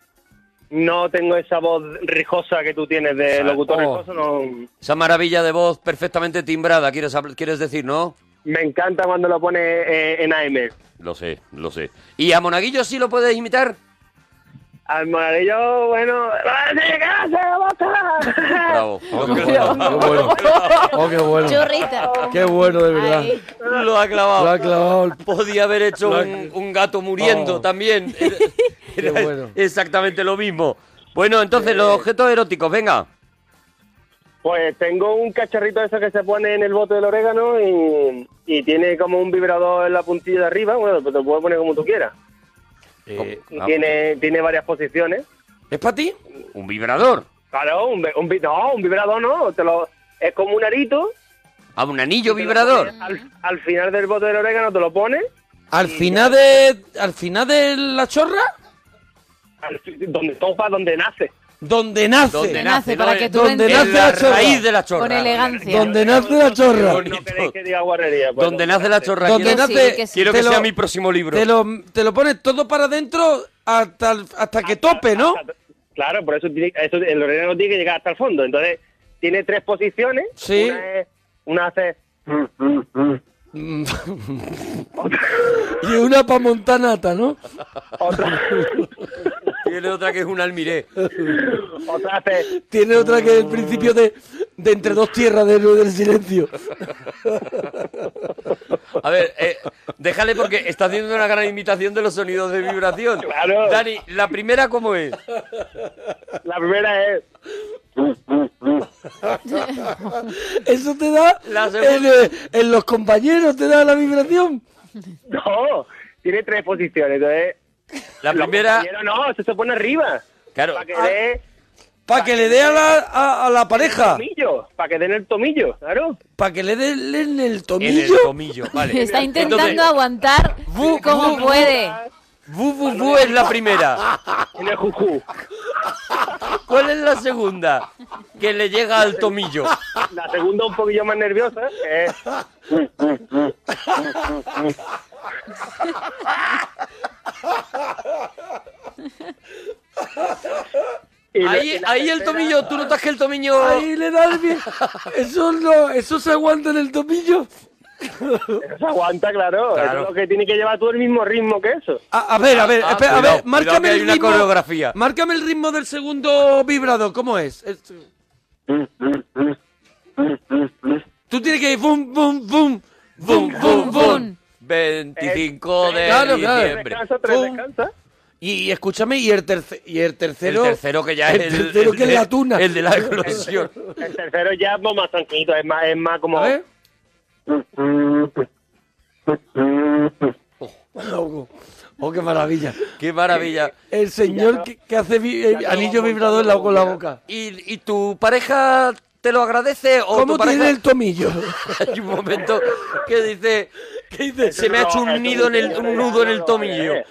Speaker 7: No tengo esa voz rijosa que tú tienes de locutor
Speaker 1: oh.
Speaker 7: rijoso. No.
Speaker 1: Esa maravilla de voz perfectamente timbrada, quieres, habl- quieres decir, ¿no?
Speaker 7: Me encanta cuando lo pone eh, en AM.
Speaker 1: Lo sé, lo sé. ¿Y a Monaguillo sí lo puedes imitar?
Speaker 7: Al
Speaker 1: [laughs]
Speaker 7: monaguillo, bueno...
Speaker 1: Bravo. Lo,
Speaker 2: Qué
Speaker 7: [laughs]
Speaker 2: bueno. Oh, qué bueno.
Speaker 3: Churrita.
Speaker 2: Qué bueno, de verdad.
Speaker 3: Ahí.
Speaker 1: lo ha clavado.
Speaker 2: Lo ha clavado. el-
Speaker 1: Podía haber hecho
Speaker 2: Lo ha-
Speaker 1: un, un gato muriendo
Speaker 2: Oh. [laughs]
Speaker 1: también. Era-
Speaker 2: Qué
Speaker 1: era
Speaker 2: bueno.
Speaker 1: Exactamente lo mismo. Bueno, entonces,
Speaker 7: Eh,
Speaker 1: los objetos eróticos, venga.
Speaker 7: Pues tengo un cacharrito de eso que se pone en el bote del orégano y, y tiene como un vibrador en la puntilla de arriba. Bueno, pues te lo puedes poner como tú quieras.
Speaker 1: Ah, Eh,
Speaker 7: Y
Speaker 1: ah,
Speaker 7: tiene, tiene varias posiciones.
Speaker 1: ¿Es para ti? Un vibrador.
Speaker 7: Claro, un, vi- un, vi- no, un vibrador no. Te lo, es como un arito.
Speaker 1: A Ah, un anillo
Speaker 7: te lo
Speaker 1: vibrador.
Speaker 7: pones Al, al final del bote del orégano te lo pones.
Speaker 5: Al final de. Al final de la chorra,
Speaker 7: al fi- donde topa, donde nace.
Speaker 5: donde nace.
Speaker 1: Donde
Speaker 3: Que nace para que tú
Speaker 5: Donde
Speaker 3: entres
Speaker 5: nace
Speaker 1: En la
Speaker 5: la chorra.
Speaker 1: raíz de la chorra.
Speaker 3: con elegancia.
Speaker 5: Donde nace la chorra.
Speaker 1: Qué
Speaker 7: No
Speaker 1: bonito.
Speaker 7: queréis que diga guarrería. pues,
Speaker 1: Donde nace la chorra.
Speaker 5: Donde
Speaker 1: Quiero-
Speaker 3: sí,
Speaker 5: nace.
Speaker 3: que sí.
Speaker 1: Quiero
Speaker 5: te
Speaker 1: que
Speaker 5: lo-
Speaker 1: sea mi próximo libro.
Speaker 5: Te lo, te lo pones todo para adentro hasta, el- hasta que tope, ¿no?
Speaker 7: Hasta- Claro, por eso, tiene- eso el orégano tiene que llegar hasta el fondo. Entonces, tiene tres posiciones.
Speaker 5: Sí.
Speaker 7: Una, es- una hace...
Speaker 5: Y una pa' montanata, ¿no?
Speaker 7: Otra,
Speaker 1: Tiene otra que es un almiré.
Speaker 7: otra hace...
Speaker 5: Tiene otra que es el principio de, de entre dos tierras de del silencio.
Speaker 1: A ver, eh, déjale porque está haciendo una gran imitación de los sonidos de vibración.
Speaker 7: Claro.
Speaker 1: Dani, ¿la primera cómo es?
Speaker 7: La primera es...
Speaker 5: [laughs] Eso te da
Speaker 1: La
Speaker 5: en,
Speaker 1: segunda.
Speaker 5: eh, en los compañeros te da la vibración.
Speaker 7: [laughs] No, tiene tres posiciones. Entonces,
Speaker 1: La
Speaker 7: los
Speaker 1: primera,
Speaker 7: compañeros No, eso se pone arriba.
Speaker 1: claro,
Speaker 7: Para que dé
Speaker 5: Para Ah, que le dé a la, a, a la pareja.
Speaker 7: tomillo, para que den el tomillo, claro.
Speaker 5: Para que le dé el- en el
Speaker 1: en el
Speaker 5: tomillo.
Speaker 1: tomillo,
Speaker 3: [laughs] [laughs]
Speaker 1: vale.
Speaker 3: Está intentando
Speaker 1: Entonces,
Speaker 3: aguantar
Speaker 1: Bu- bu-
Speaker 3: como
Speaker 1: bu-
Speaker 3: puede.
Speaker 1: bu, bu, bu es la primera.
Speaker 5: "Ah,
Speaker 7: En el juju.
Speaker 1: ¿Cuál es la segunda? Que le llega al tomillo.
Speaker 7: La segunda un poquillo más nerviosa eh, es... Y la- y
Speaker 1: Ahí,
Speaker 7: la
Speaker 1: ahí el
Speaker 7: tercera- [laughs]
Speaker 1: tomillo, tú notas que el tomillo...
Speaker 5: Ahí le da el bien. Eso no, eso se aguanta en el tomillo.
Speaker 7: Eso se aguanta, claro.
Speaker 1: Claro.
Speaker 7: Eso es lo que tiene que llevar tú el mismo ritmo que eso.
Speaker 5: A, a ver, a ver,
Speaker 1: Ah,
Speaker 5: espera, a
Speaker 1: cuidado,
Speaker 5: ver, márcame
Speaker 1: cuidado que hay
Speaker 5: el
Speaker 1: una
Speaker 5: ritmo.
Speaker 1: coreografía.
Speaker 5: Márcame el ritmo del segundo vibrado, ¿cómo es? Es- Tú tienes que ir bum, bum, bum, bum, bum, bum.
Speaker 3: bum.
Speaker 1: 25 de
Speaker 5: Eh, Claro, claro.
Speaker 1: diciembre.
Speaker 7: Descansa, tres
Speaker 5: Pum.
Speaker 7: descansa.
Speaker 5: Y, y escúchame, y el, terce- y el
Speaker 1: El
Speaker 5: tercero...
Speaker 1: tercero que ya es
Speaker 5: el tercero que es
Speaker 1: de-
Speaker 5: la tuna.
Speaker 1: El de la explosión.
Speaker 7: El tercero ya es más tranquilo, es más, es más como...
Speaker 5: A ver. Oh, [laughs] oh, qué maravilla.
Speaker 1: Qué maravilla.
Speaker 5: El señor que, que hace vi- eh, anillo vibrador en la- con la boca.
Speaker 1: ¿Y, y tu pareja te lo agradece o
Speaker 5: ¿Cómo
Speaker 1: tu pareja...
Speaker 5: tiene el tomillo?
Speaker 1: Hay un momento que dice,
Speaker 5: ¿Qué dices?
Speaker 1: se me ha hecho
Speaker 7: No,
Speaker 1: un
Speaker 7: eso
Speaker 1: [laughs] nido en el
Speaker 7: no,
Speaker 1: un nudo en el
Speaker 7: no,
Speaker 1: tomillo.
Speaker 7: eh.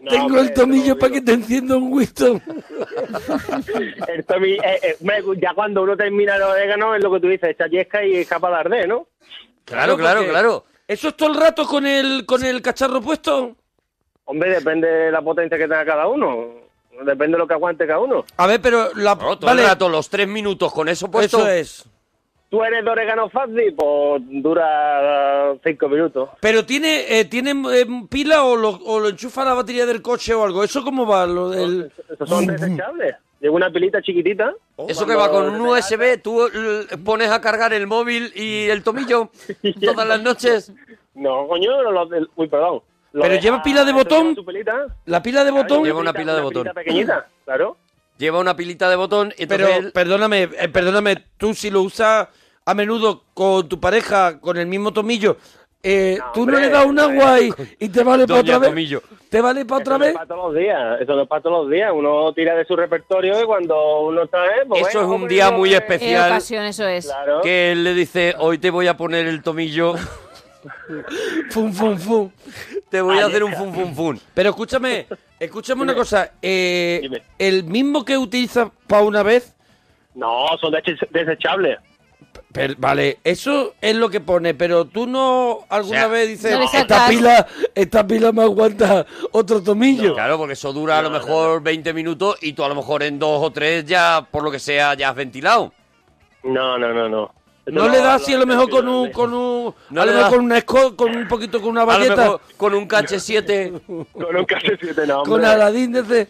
Speaker 7: No,
Speaker 5: Tengo
Speaker 7: hombre,
Speaker 5: el
Speaker 7: eso no
Speaker 5: tomillo
Speaker 7: lo
Speaker 5: para que
Speaker 7: digo.
Speaker 5: te encienda un Winston.
Speaker 7: [laughs] El tomillo, eh, eh, hombre, ya cuando uno termina los orégano es lo que tú dices, chayesca y escapa de arder, ¿no?
Speaker 1: Claro, claro,
Speaker 5: porque
Speaker 1: claro.
Speaker 5: ¿Eso es todo el rato con el, con el cacharro puesto?
Speaker 7: Hombre, depende de la potencia que tenga cada uno. Depende de lo que aguante cada uno.
Speaker 5: A ver, pero la...
Speaker 1: No, todo
Speaker 5: vale,
Speaker 1: el rato, los tres minutos con eso puesto.
Speaker 5: eso es.
Speaker 7: Tú eres de orégano fácil, pues dura eh, cinco minutos.
Speaker 5: Pero tiene, eh, tiene eh, pila o lo, o lo enchufa a la batería del coche o algo. ¿Eso cómo va? Lo del- Mm.
Speaker 7: Esos son desechables. Llevo una pilita chiquitita.
Speaker 5: Oh,
Speaker 1: Eso que va con un USB, tú l- pones a cargar el móvil y el tomillo todas las noches.
Speaker 7: No, coño, no lo- el- uy, perdón. Lo
Speaker 5: ¿Pero
Speaker 7: deja-
Speaker 5: lleva pila de
Speaker 7: eso
Speaker 5: botón?
Speaker 7: lleva su pilita.
Speaker 5: La pila de botón.
Speaker 1: Lleva una pila de
Speaker 7: Una pilita
Speaker 1: botón.
Speaker 7: pequeñita,
Speaker 5: [laughs]
Speaker 7: claro.
Speaker 1: Lleva una pilita de botón y
Speaker 5: Pero
Speaker 1: entonces él-
Speaker 5: perdóname, eh, perdóname, tú si lo usas a menudo con tu pareja, con el mismo tomillo, eh,
Speaker 7: No,
Speaker 5: tú no
Speaker 7: hombre,
Speaker 5: le das un agua y, y te vale para
Speaker 1: Doña
Speaker 5: otra vez.
Speaker 1: Tomillo.
Speaker 5: ¿Te vale para otra
Speaker 7: eso no
Speaker 5: vez?
Speaker 7: es para todos los días, eso no es para todos los días. Uno tira de su repertorio y cuando uno está... eh, pues bueno,
Speaker 1: Eso es un
Speaker 7: pues
Speaker 1: día
Speaker 7: yo,
Speaker 1: muy
Speaker 7: eh,
Speaker 3: Eh,
Speaker 1: especial
Speaker 3: ocasión, eso es.
Speaker 7: Claro.
Speaker 1: que él le dice, hoy te voy a poner el tomillo,
Speaker 5: Fum, fum, fum.
Speaker 1: te voy a hacer un fun fun fun.
Speaker 5: Pero escúchame, escúchame una cosa. eh,
Speaker 7: Dime.
Speaker 5: el mismo que utilizas para una vez,
Speaker 7: No, son desechables.
Speaker 5: Pero, vale, eso es lo que pone, pero tú no alguna
Speaker 1: O sea,
Speaker 5: vez dices,
Speaker 3: No le
Speaker 5: esta,
Speaker 3: sacas".
Speaker 5: pila, esta pila me aguanta otro tomillo.
Speaker 1: Claro, porque eso dura a lo mejor 20 minutos y tú a lo mejor en dos o tres ya, por lo que sea, ya has ventilado.
Speaker 7: No, no, no, no. Eso
Speaker 5: No le das si a lo mejor con
Speaker 7: no,
Speaker 5: un, con un,
Speaker 1: No
Speaker 5: a lo
Speaker 1: le
Speaker 5: mejor
Speaker 1: das.
Speaker 5: con una esco- con un poquito, con una
Speaker 1: A lo
Speaker 5: baqueta,
Speaker 1: mejor con un cache 7.
Speaker 7: Con un café siete, no,
Speaker 5: con
Speaker 7: hombre.
Speaker 5: Aladín desde,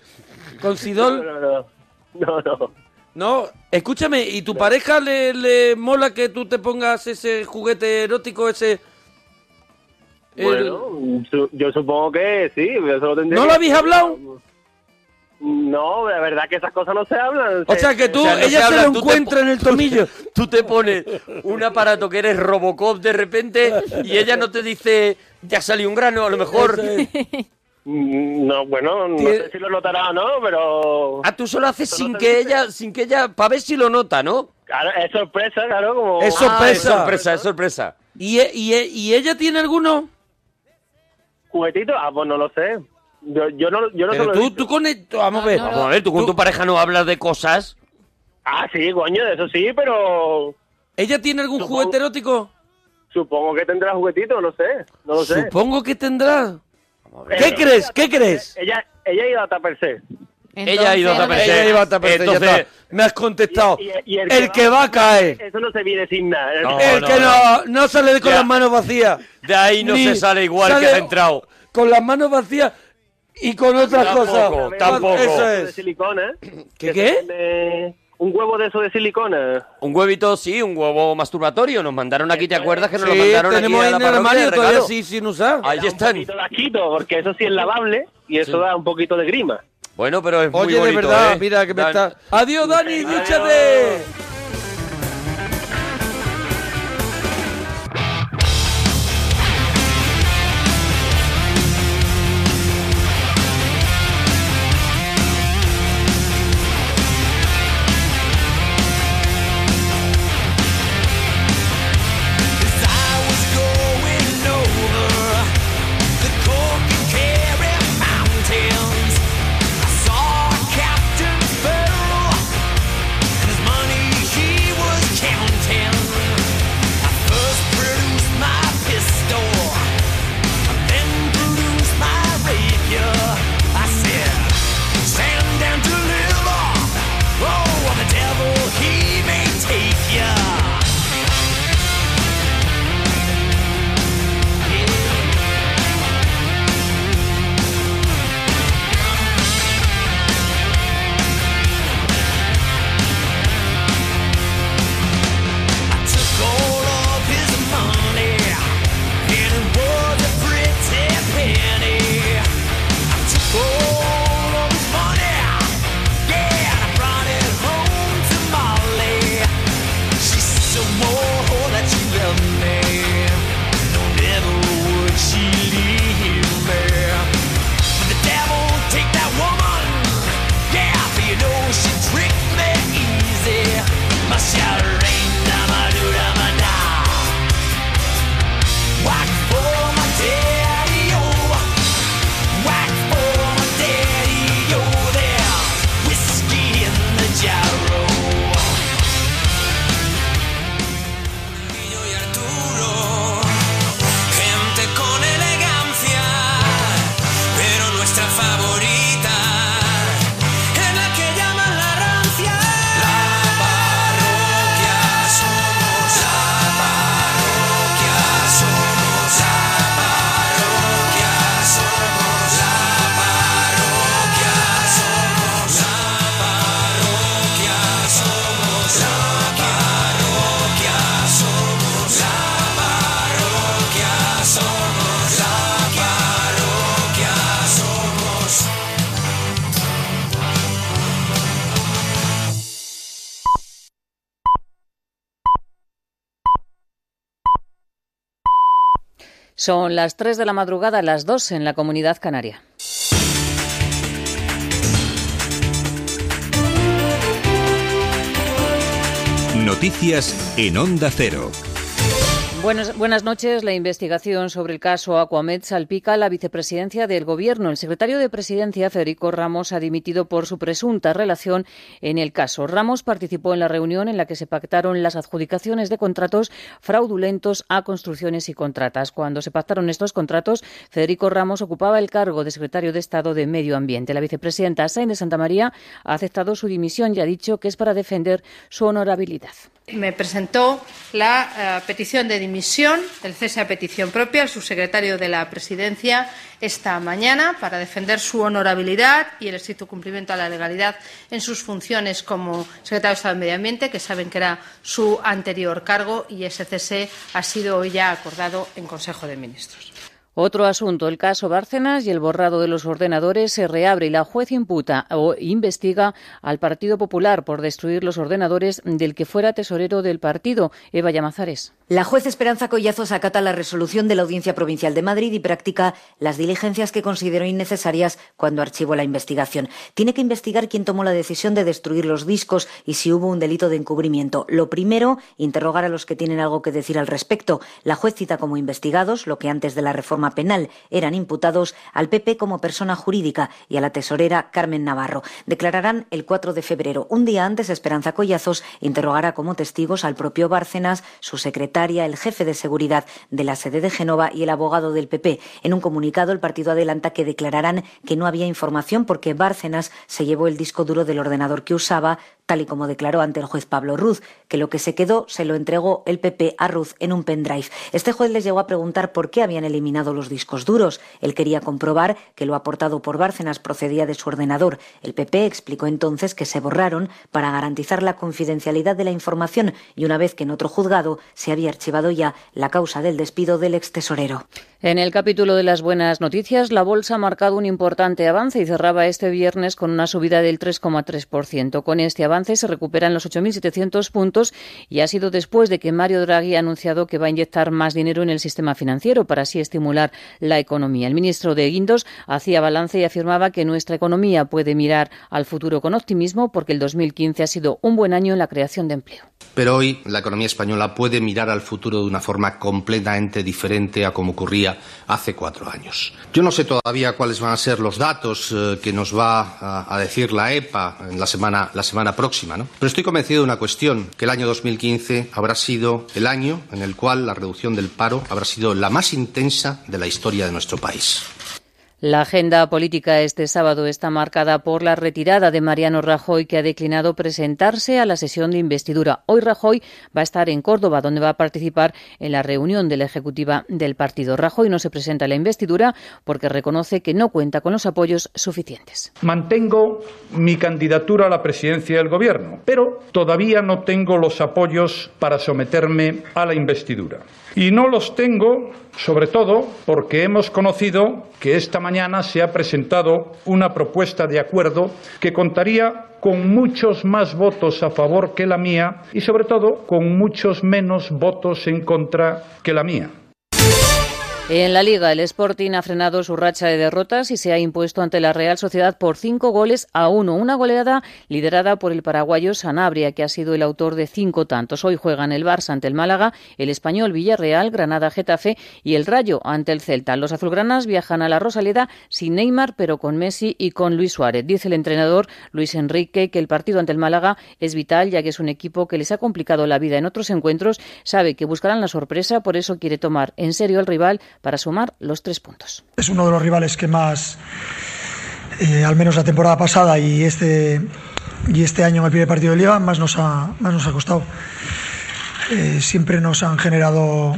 Speaker 5: con Sidol.
Speaker 7: No, no, [laughs] no. No, no.
Speaker 5: No, escúchame, ¿y tu pareja le, le mola que tú te pongas ese juguete erótico, ese... el-
Speaker 7: Bueno, su- yo supongo que sí, eso lo tendría
Speaker 5: ¿No
Speaker 7: que-
Speaker 5: lo habéis hablado?
Speaker 7: No, la verdad que esas cosas no se hablan.
Speaker 5: O
Speaker 7: Se-
Speaker 5: sea, que tú,
Speaker 1: O sea, no se
Speaker 5: ella se,
Speaker 1: habla,
Speaker 5: lo
Speaker 1: tú te
Speaker 5: encuentra
Speaker 1: po-
Speaker 5: en el
Speaker 1: [laughs]
Speaker 5: tomillo.
Speaker 1: Tú te pones un aparato que eres Robocop de repente y ella no te dice, ya salió un grano, a lo mejor. [laughs]
Speaker 7: Mm, No, bueno, no
Speaker 5: Tiene-
Speaker 7: sé si lo notará o no, pero...
Speaker 1: Ah, tú solo haces
Speaker 7: Eso no te
Speaker 1: sin que
Speaker 7: dice.
Speaker 1: ella, sin que ella, para ver si lo nota, ¿no?
Speaker 7: Claro, es sorpresa, claro, como...
Speaker 5: Es
Speaker 1: Ah, Es
Speaker 5: sorpresa.
Speaker 1: sorpresa, es sorpresa.
Speaker 5: ¿Y, e- y, e- y ella tiene alguno?
Speaker 7: ¿Juguetito? Ah, pues no lo sé. Yo, yo no, yo no se
Speaker 5: Pero
Speaker 7: lo he
Speaker 5: tú,
Speaker 7: dicho.
Speaker 5: tú con el- tú- Vamos a ver.
Speaker 3: No,
Speaker 1: Vamos a ver, tú con tu pareja no hablas de cosas.
Speaker 7: Ah, sí, coño, de eso sí, pero...
Speaker 5: ¿Ella tiene algún
Speaker 7: Supongo-
Speaker 5: juguete erótico?
Speaker 7: Supongo que tendrá juguetito, no sé, no lo sé.
Speaker 5: Supongo que tendrá.
Speaker 7: ver.
Speaker 5: ¿Qué crees? ¿Qué crees?
Speaker 7: Ella, ella iba a taparse.
Speaker 1: Ella ha ido
Speaker 3: Entonces,
Speaker 1: otra vez.
Speaker 5: Ella iba a taparte, ya
Speaker 1: Entonces-
Speaker 5: está. me has contestado.
Speaker 7: Y- y- y
Speaker 5: el, que va, cae.
Speaker 7: Eso no se viene sin nada.
Speaker 1: No.
Speaker 5: el que no, no sale con
Speaker 1: Ya.
Speaker 5: las manos vacías.
Speaker 1: De ahí no
Speaker 5: Ni
Speaker 1: se sale igual
Speaker 5: sale
Speaker 1: que ha entrado.
Speaker 5: Con las manos vacías y con otras
Speaker 1: Tampoco,
Speaker 5: cosas.
Speaker 1: tampoco.
Speaker 5: Eso
Speaker 7: De
Speaker 5: es.
Speaker 7: silicona.
Speaker 5: ¿Qué,
Speaker 7: Que
Speaker 5: qué?
Speaker 7: se pone Un huevo de eso de silicona.
Speaker 1: Un huevito, sí, un huevo masturbatorio. Nos mandaron aquí, ¿te acuerdas que nos
Speaker 5: Sí,
Speaker 1: lo mandaron aquí
Speaker 5: tenemos
Speaker 1: a
Speaker 5: ahí
Speaker 1: la
Speaker 5: en el
Speaker 1: parroquia
Speaker 5: armario
Speaker 1: de
Speaker 5: todavía
Speaker 1: regalo?
Speaker 5: sí, sin usar.
Speaker 1: Ahí
Speaker 7: Da un
Speaker 1: están.
Speaker 7: poquito de asquito, porque eso sí es lavable y eso da un poquito de grima.
Speaker 1: Bueno, pero es muy
Speaker 5: Oye,
Speaker 1: bonito,
Speaker 5: de verdad,
Speaker 1: ¿eh?
Speaker 5: mira que me
Speaker 1: Dan-
Speaker 5: está. Adiós, Dani, dúchate.
Speaker 4: Stand down to live off. Oh, the devil, he may take ya. Took all of his money, and it was a pretty penny. I took all of his money, yeah, and I brought it home to Molly. She said, "Oh, that you love me, no never would she leave me." But the devil take that woman, yeah, for you know she tricked me easy. My shouting, my do, my da. Whack for my daddy, oh. Whack for my daddy, oh. There's whiskey in the jarro. Niño y Arturo, gente con elegancia, pero nuestra favorita es la que llaman la rancia. La parroquia somos, la parroquia somos, la parroquia somos, la parroquia somos, la parroquia somos, la parroquia somos, la parroquia somos, la parroquia somos.
Speaker 10: Son las 3 de la madrugada, las 2 en la comunidad canaria.
Speaker 11: Noticias en Onda Cero.
Speaker 10: Buenas, buenas noches. La investigación sobre el caso Aquamed salpica a la vicepresidencia del Gobierno. El secretario de Presidencia, Federico Ramos, ha dimitido por su presunta relación en el caso. Ramos participó en la reunión en la que se pactaron las adjudicaciones de contratos fraudulentos a construcciones y contratas. Cuando se pactaron estos contratos, Federico Ramos ocupaba el cargo de secretario de Estado de Medio Ambiente. La vicepresidenta Sainz de Santa María ha aceptado su dimisión y ha dicho que es para defender su honorabilidad.
Speaker 11: Me presentó la eh, petición de dimisión, el cese a petición propia, el subsecretario de la Presidencia esta mañana para defender su honorabilidad y el estricto cumplimiento a la legalidad en sus funciones como secretario de Estado de Medio Ambiente, que saben que era su anterior cargo y ese cese ha sido hoy ya acordado en Consejo de Ministros.
Speaker 10: Otro asunto, el caso Bárcenas y el borrado de los ordenadores se reabre y la juez imputa o investiga al Partido Popular por destruir los ordenadores del que fuera tesorero del partido, Eva Llamazares.
Speaker 12: La juez Esperanza Collazos acata la resolución de la Audiencia Provincial de Madrid y practica las diligencias que consideró innecesarias cuando archivó la investigación. Tiene que investigar quién tomó la decisión de destruir los discos y si hubo un delito de encubrimiento. Lo primero, interrogar a los que tienen algo que decir al respecto. La juez cita como investigados lo que antes de la reforma penal eran imputados al PP como persona jurídica y a la tesorera Carmen Navarro. Declararán el 4 de febrero. Un día antes, Esperanza Collazos interrogará como testigos al propio Bárcenas, su secretaria, el jefe de seguridad de la sede de Génova y el abogado del PP. En un comunicado, el partido adelanta que declararán que no había información porque Bárcenas se llevó el disco duro del ordenador que usaba, tal y como declaró ante el juez Pablo Ruz, que lo que se quedó se lo entregó el PP a Ruz en un pendrive. Este juez les llegó a preguntar por qué habían eliminado los discos duros. Él quería comprobar que lo aportado por Bárcenas procedía de su ordenador. El PP explicó entonces que se borraron para garantizar la confidencialidad de la información y una vez que en otro juzgado se había archivado ya la causa del despido del ex tesorero.
Speaker 10: En el capítulo de las buenas noticias, la bolsa ha marcado un importante avance y cerraba este viernes con una subida del 3,3%. Con este avance se recuperan los 8.700 puntos y ha sido después de que Mario Draghi ha anunciado que va a inyectar más dinero en el sistema financiero para así estimular la economía. El ministro de Guindos hacía balance y afirmaba que nuestra economía puede mirar al futuro con optimismo porque el 2015 ha sido un buen año en la creación de empleo.
Speaker 13: Pero hoy la economía española puede mirar al futuro de una forma completamente diferente a como ocurría hace cuatro años. Yo no sé todavía cuáles van a ser los datos eh, que nos va a, a decir la EPA en la semana, la semana próxima, ¿no? Pero estoy convencido de una cuestión, que el año 2015 habrá sido el año en el cual la reducción del paro habrá sido la más intensa de la historia de nuestro país.
Speaker 10: La agenda política este sábado está marcada por la retirada de Mariano Rajoy, que ha declinado presentarse a la sesión de investidura. Hoy Rajoy va a estar en Córdoba, donde va a participar en la reunión de la ejecutiva del partido. Rajoy no se presenta a la investidura porque reconoce que no cuenta con los apoyos suficientes.
Speaker 14: Mantengo mi candidatura a la presidencia del Gobierno, pero todavía no tengo los apoyos para someterme a la investidura. Y no los tengo, sobre todo, porque hemos conocido que esta mañana se ha presentado una propuesta de acuerdo que contaría con muchos más votos a favor que la mía y, sobre todo, con muchos menos votos en contra que la mía.
Speaker 10: En la Liga, el Sporting ha frenado su racha de derrotas y se ha impuesto ante la Real Sociedad por cinco goles a uno. Una goleada liderada por el paraguayo Sanabria, que ha sido el autor de cinco tantos. Hoy juegan el Barça ante el Málaga, el Español Villarreal, Granada Getafe y el Rayo ante el Celta. Los azulgranas viajan a la Rosaleda sin Neymar, pero con Messi y con Luis Suárez. Dice el entrenador Luis Enrique que el partido ante el Málaga es vital, ya que es un equipo que les ha complicado la vida en otros encuentros. Sabe que buscarán la sorpresa, por eso quiere tomar en serio al rival para sumar los tres puntos.
Speaker 15: Es uno de los rivales que más, eh, al menos la temporada pasada y este, y este año en el primer partido de Liga, más nos ha, más nos ha costado. Eh, siempre nos han generado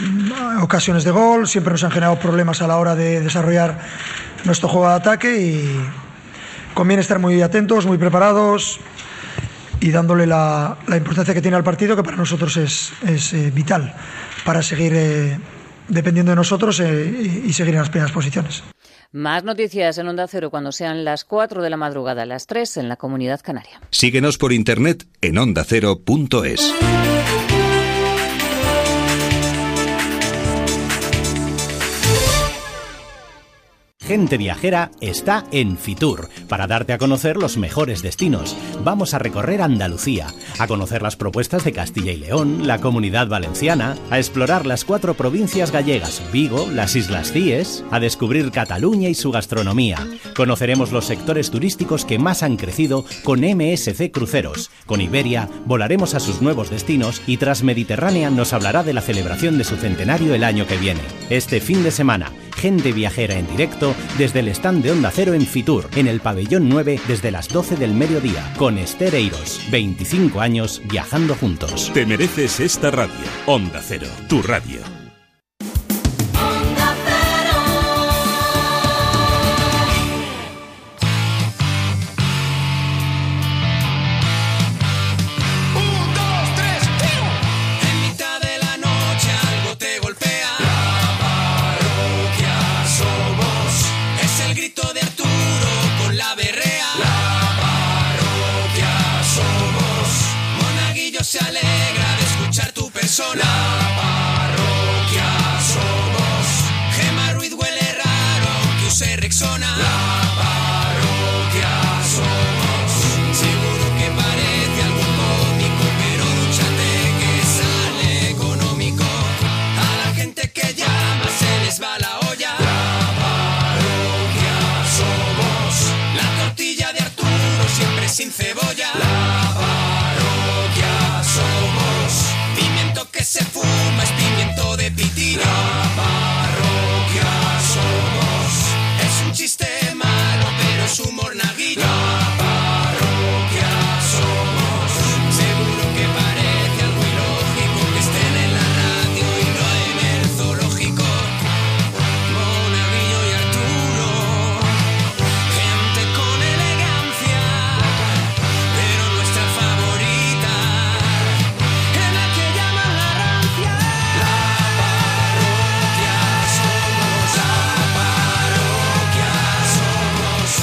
Speaker 15: mm, ocasiones de gol, siempre nos han generado problemas a la hora de desarrollar nuestro juego de ataque y conviene estar muy atentos, muy preparados y dándole la, la importancia que tiene al partido, que para nosotros es, es, eh, vital para seguir eh, dependiendo de nosotros eh, y, y seguir en las primeras posiciones.
Speaker 10: Más noticias en Onda Cero cuando sean las 4 de la madrugada, las 3 en la Comunidad Canaria.
Speaker 16: Síguenos por internet en ondacero.es.
Speaker 17: Gente Viajera está en Fitur para darte a conocer los mejores destinos. Vamos a recorrer Andalucía, a conocer las propuestas de Castilla y León, la comunidad valenciana, a explorar las cuatro provincias gallegas, Vigo, las Islas Cíes, a descubrir Cataluña y su gastronomía. Conoceremos los sectores turísticos que más han crecido con MSC Cruceros. Con Iberia volaremos a sus nuevos destinos y Transmediterránea nos hablará de la celebración de su centenario el año que viene. Este fin de semana, gente viajera en directo desde el stand de Onda Cero en Fitur, en el pabellón 9 desde las 12 del mediodía, con Esther Eiros, 25 años viajando juntos.
Speaker 16: Te mereces esta radio. Onda Cero, tu radio.
Speaker 4: Un, dos, tres, tiro. En mitad de la noche algo te golpea. La parroquia somos. Es el grito de Arturo con la berrea. La parroquia somos. Monaguillo se alegra de escuchar tu persona. La parroquia somos. Gema Ruiz huele raro que use Rexona. La parroquia somos. Seguro que parece algo cómico, pero dúchate que sale económico. A la gente que llama se les va la olla. La parroquia somos. La tortilla de Arturo siempre sin cebolla. La parroquia somos. Pimiento que se fuma es pimiento de pitina. La parroquia somos. Es un chiste malo, pero es humor naguillo. La parroquia somos. Seguro que parece algo ilógico que estén en la radio y no en el zoológico. Monaguillo y Arturo, gente con elegancia, pero nuestra favorita es la que llaman la rancia. La parroquia somos, la parroquia somos.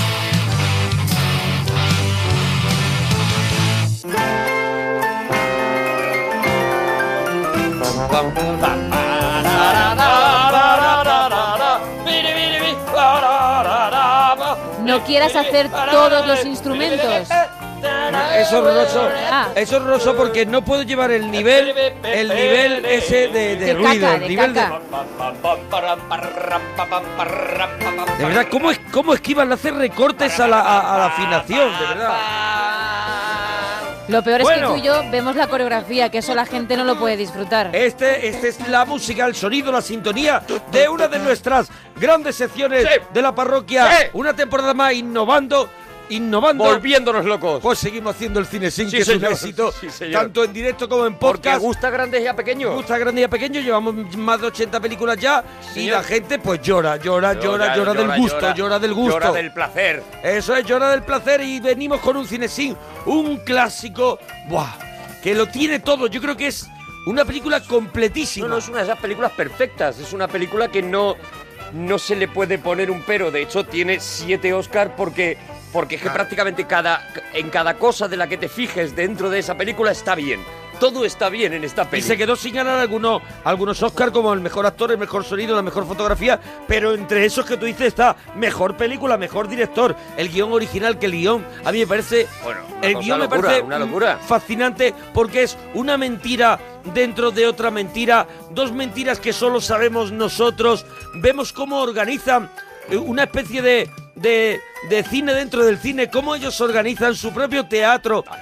Speaker 3: No quieras hacer todos los instrumentos.
Speaker 5: Es horroroso.
Speaker 3: Ah.
Speaker 5: Es horroroso porque no puedo llevar el nivel, el nivel ese de, de
Speaker 3: De caca,
Speaker 5: ruido, el
Speaker 3: de
Speaker 5: nivel
Speaker 3: caca.
Speaker 5: de. De verdad, ¿cómo, es- cómo esquivan hacer recortes a la, a- a la afinación? De verdad.
Speaker 3: Lo peor es
Speaker 5: Bueno.
Speaker 3: que tú y yo vemos la coreografía, que eso la gente no lo puede disfrutar.
Speaker 5: Este, este es la música, el sonido, la sintonía de una de nuestras grandes secciones de la parroquia. Una temporada más innovando. Innovando.
Speaker 1: Volviéndonos locos.
Speaker 5: Pues seguimos haciendo el cine sin
Speaker 1: Sí,
Speaker 5: que es un
Speaker 1: señor.
Speaker 5: éxito,
Speaker 1: Sí, señor.
Speaker 5: tanto en directo como en podcast.
Speaker 1: Porque gusta grande y a pequeño.
Speaker 5: Gusta grande y a pequeño, llevamos más de 80 películas ya y
Speaker 1: Señor.
Speaker 5: la gente pues llora, llora, llora, llora, del gusto, llora, del gusto.
Speaker 1: Llora del placer.
Speaker 5: Eso es, llora del placer y venimos con un cine sin un clásico, ¡buah! Que lo tiene todo, yo creo que es una película completísima.
Speaker 1: No, no, es una de esas películas perfectas. Es una película que no, no se le puede poner un pero. De hecho, tiene siete Oscar porque, porque es que prácticamente cada, en cada cosa de la que te fijes dentro de esa película está bien. Todo está bien en esta
Speaker 5: Y
Speaker 1: película.
Speaker 5: se quedó sin ganar algunos, algunos Oscar como el mejor actor, el mejor sonido, la mejor fotografía, pero entre esos que tú dices está mejor película, mejor director, el guión original, que el guión a mí me parece... Bueno,
Speaker 1: una
Speaker 5: el
Speaker 1: cosa
Speaker 5: guión
Speaker 1: locura,
Speaker 5: me parece
Speaker 1: una
Speaker 5: mm,
Speaker 1: locura.
Speaker 5: fascinante porque es una mentira dentro de otra mentira, dos mentiras que solo sabemos nosotros, vemos cómo organizan eh, una especie de... de- de cine dentro del cine, cómo ellos organizan su propio teatro para,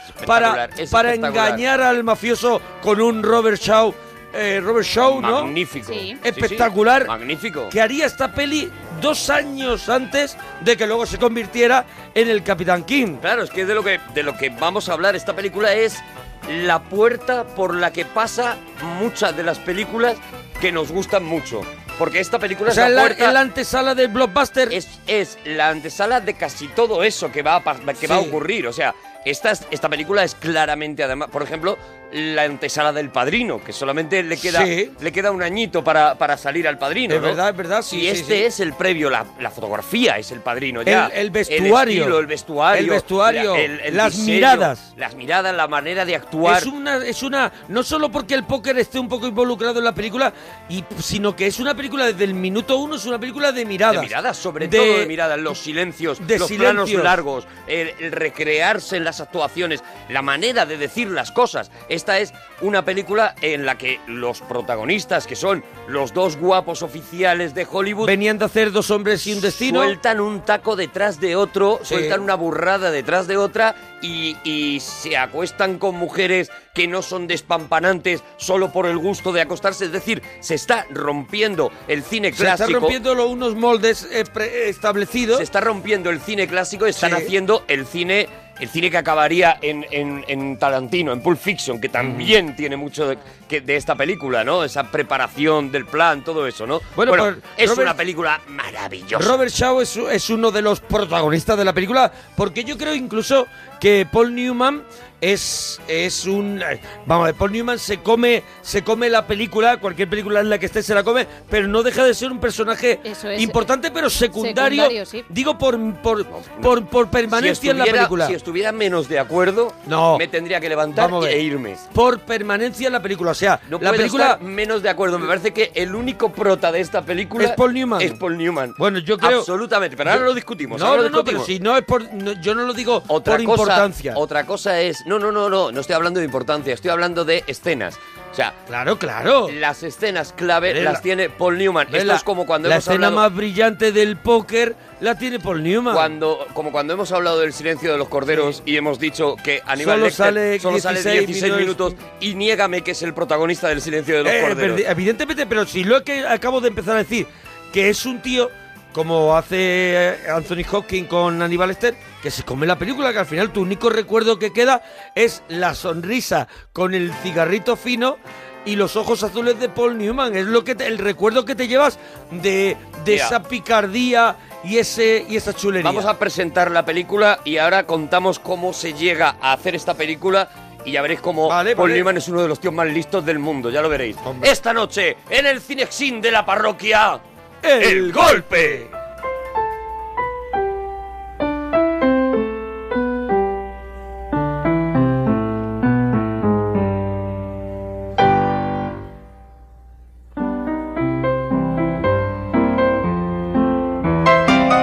Speaker 1: espectacular, es
Speaker 5: para
Speaker 1: espectacular.
Speaker 5: engañar engañar al mafioso con un Robert Shaw. eh, Robert Shaw, ¿no?
Speaker 1: Magnífico. Sí.
Speaker 5: Espectacular.
Speaker 1: Sí, sí, magnífico.
Speaker 5: Que haría esta peli dos años antes de que luego se convirtiera en el Capitán King.
Speaker 1: Claro, es que de lo que de lo que vamos a hablar esta película es la puerta por la que pasa muchas de las películas que nos gustan mucho. Porque esta película
Speaker 5: O sea,
Speaker 1: es
Speaker 5: es
Speaker 1: la
Speaker 5: la-
Speaker 1: puerta.
Speaker 5: es la antesala del blockbuster.
Speaker 1: Es, es la antesala de casi todo eso que va a, pas- que va a
Speaker 5: Sí.
Speaker 1: ocurrir. O sea, Esta, es- esta película es claramente, además, por ejemplo, la antesala del padrino, que solamente le queda,
Speaker 5: Sí.
Speaker 1: le queda un añito para, para salir al padrino.
Speaker 5: Es
Speaker 1: ¿no?
Speaker 5: verdad, es verdad, sí,
Speaker 1: Y
Speaker 5: sí,
Speaker 1: este
Speaker 5: sí.
Speaker 1: es el previo, la, la fotografía es el padrino ya.
Speaker 5: El- el vestuario.
Speaker 1: estilo, el vestuario.
Speaker 5: El vestuario, las
Speaker 1: diseño,
Speaker 5: miradas.
Speaker 1: Las miradas, la manera de actuar.
Speaker 5: Es una, es una, no solo porque el póker esté un poco involucrado en la película, y, sino que es una película desde el minuto uno, es una película de miradas.
Speaker 1: De miradas, sobre todo de miradas, los silencios,
Speaker 5: de
Speaker 1: los planos
Speaker 5: silencios.
Speaker 1: largos, el, el recrearse en las actuaciones, la manera de decir las cosas. Esta es una película en la que los protagonistas, que son los dos guapos oficiales de Hollywood,
Speaker 5: Venían de hacer dos hombres y un destino.
Speaker 1: sueltan un taco detrás de otro,
Speaker 5: Sí.
Speaker 1: sueltan una burrada detrás de otra y, y se acuestan con mujeres que no son despampanantes solo por el gusto de acostarse. Es decir, se está rompiendo el cine
Speaker 5: Se
Speaker 1: clásico.
Speaker 5: están rompiendo los, unos moldes eh, pre- establecidos.
Speaker 1: Se está rompiendo el cine clásico, están
Speaker 5: Sí.
Speaker 1: haciendo el cine, el cine que acabaría en, en- en Tarantino, en Pulp Fiction, que
Speaker 5: Mm.
Speaker 1: también tiene mucho de, que- de esta película, ¿no? Esa preparación del plan, todo eso, ¿no?
Speaker 5: Bueno, pues,
Speaker 1: es
Speaker 5: Robert-
Speaker 1: una película maravillosa.
Speaker 5: Robert Shaw es, es uno de los protagonistas de la película, porque yo creo incluso que Paul Newman es, es un... eh, Vamos, a ver, Paul Newman se come, se come la película, cualquier película en la que esté se la come, pero no deja de ser un personaje
Speaker 3: Eso es. eh,
Speaker 5: importante, pero secundario,
Speaker 3: Secundario, sí.
Speaker 5: digo, por, por, por, por permanencia
Speaker 1: Si
Speaker 5: en la
Speaker 1: estuviera-
Speaker 5: película.
Speaker 1: Si estuviera menos de acuerdo,
Speaker 5: No.
Speaker 1: me tendría que levantar
Speaker 5: Vamos a ver.
Speaker 1: e irme.
Speaker 5: Por permanencia en la película, o sea,
Speaker 1: No
Speaker 5: la
Speaker 1: puedo
Speaker 5: película...
Speaker 1: estar menos de acuerdo. Me parece que el único prota de esta película
Speaker 5: Es Paul Newman.
Speaker 1: Es Paul Newman.
Speaker 5: Bueno, yo creo.
Speaker 1: Absolutamente, pero ahora
Speaker 5: Yo-
Speaker 1: lo discutimos.
Speaker 5: No,
Speaker 1: ahora lo
Speaker 5: no, no, pero
Speaker 1: discutimos.
Speaker 5: si no es por. no, yo no lo digo
Speaker 1: otra
Speaker 5: por
Speaker 1: cosa,
Speaker 5: importancia.
Speaker 1: Otra cosa es. No, no, no, no. No estoy hablando de importancia, estoy hablando de escenas. O sea,
Speaker 5: claro, claro.
Speaker 1: Las escenas clave
Speaker 5: Vela.
Speaker 1: las tiene Paul Newman. Esto
Speaker 5: Vela,
Speaker 1: es como cuando
Speaker 5: La
Speaker 1: hemos
Speaker 5: escena
Speaker 1: hablado-
Speaker 5: más brillante del póker la tiene Paul Newman.
Speaker 1: cuando, como cuando hemos hablado del silencio de los corderos y hemos dicho que Aníbal
Speaker 5: Solo
Speaker 1: Lecter
Speaker 5: sale
Speaker 1: solo sale
Speaker 5: 16
Speaker 1: 16 minutos y niégame que es el protagonista del silencio de los
Speaker 5: Eh,
Speaker 1: corderos.
Speaker 5: perdi- evidentemente, pero si lo que acabo de empezar a decir, que es un tío como hace eh, Anthony Hopkins con Aníbal Ester, que se come la película, que al final tu único recuerdo que queda es la sonrisa con el cigarrito fino y los ojos azules de Paul Newman. Es lo que te- el recuerdo que te llevas de, de
Speaker 1: Ya.
Speaker 5: esa picardía y ese y esa chulería.
Speaker 1: Vamos a presentar la película y ahora contamos cómo se llega a hacer esta película y ya veréis cómo Paul
Speaker 5: vale.
Speaker 1: Newman es uno de los tíos más listos del mundo, ya lo veréis. Esta noche, en el Cinexin de la parroquia,
Speaker 5: El,
Speaker 1: golpe.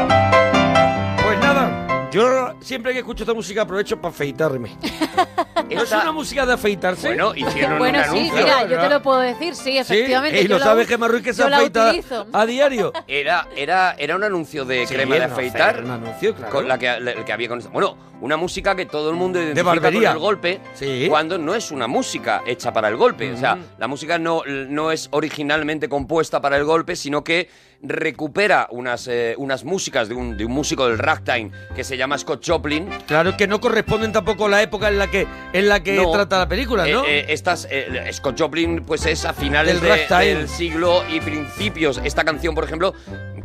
Speaker 5: Pues nada, yo siempre que escucho esta música aprovecho para afeitarme. ¿No es una música de afeitarse?
Speaker 1: Bueno, hicieron
Speaker 3: Bueno, sí, mira, yo te lo puedo decir, sí,
Speaker 5: Sí,
Speaker 3: efectivamente.
Speaker 5: y
Speaker 3: yo
Speaker 5: lo
Speaker 3: la
Speaker 5: sabes
Speaker 3: u-
Speaker 5: que Marruiz que se
Speaker 3: yo la
Speaker 5: afeita
Speaker 3: utilizo.
Speaker 5: a
Speaker 3: [laughs]
Speaker 5: diario.
Speaker 1: Era, era, era un anuncio de
Speaker 5: Sí,
Speaker 1: crema de
Speaker 5: era un
Speaker 1: afeitar.
Speaker 5: afe- un anuncio, claro.
Speaker 1: Con la que, la que había con- Bueno, una música que todo el mundo identifica
Speaker 5: barbería.
Speaker 1: con el golpe cuando no es una música hecha para el golpe. O
Speaker 5: Mm.
Speaker 1: sea, la música no, no es originalmente compuesta para el golpe, sino que recupera unas, eh, unas músicas de un, de un músico del ragtime que se llama Scott Joplin.
Speaker 5: Claro que no corresponden tampoco a la época en la que en la que
Speaker 1: No.
Speaker 5: trata la película, ¿no?
Speaker 1: Eh, eh, estas, eh, Scott Joplin, pues es a finales
Speaker 5: Del
Speaker 1: de-
Speaker 5: ragtime.
Speaker 1: del siglo y principios. Esta canción, por ejemplo,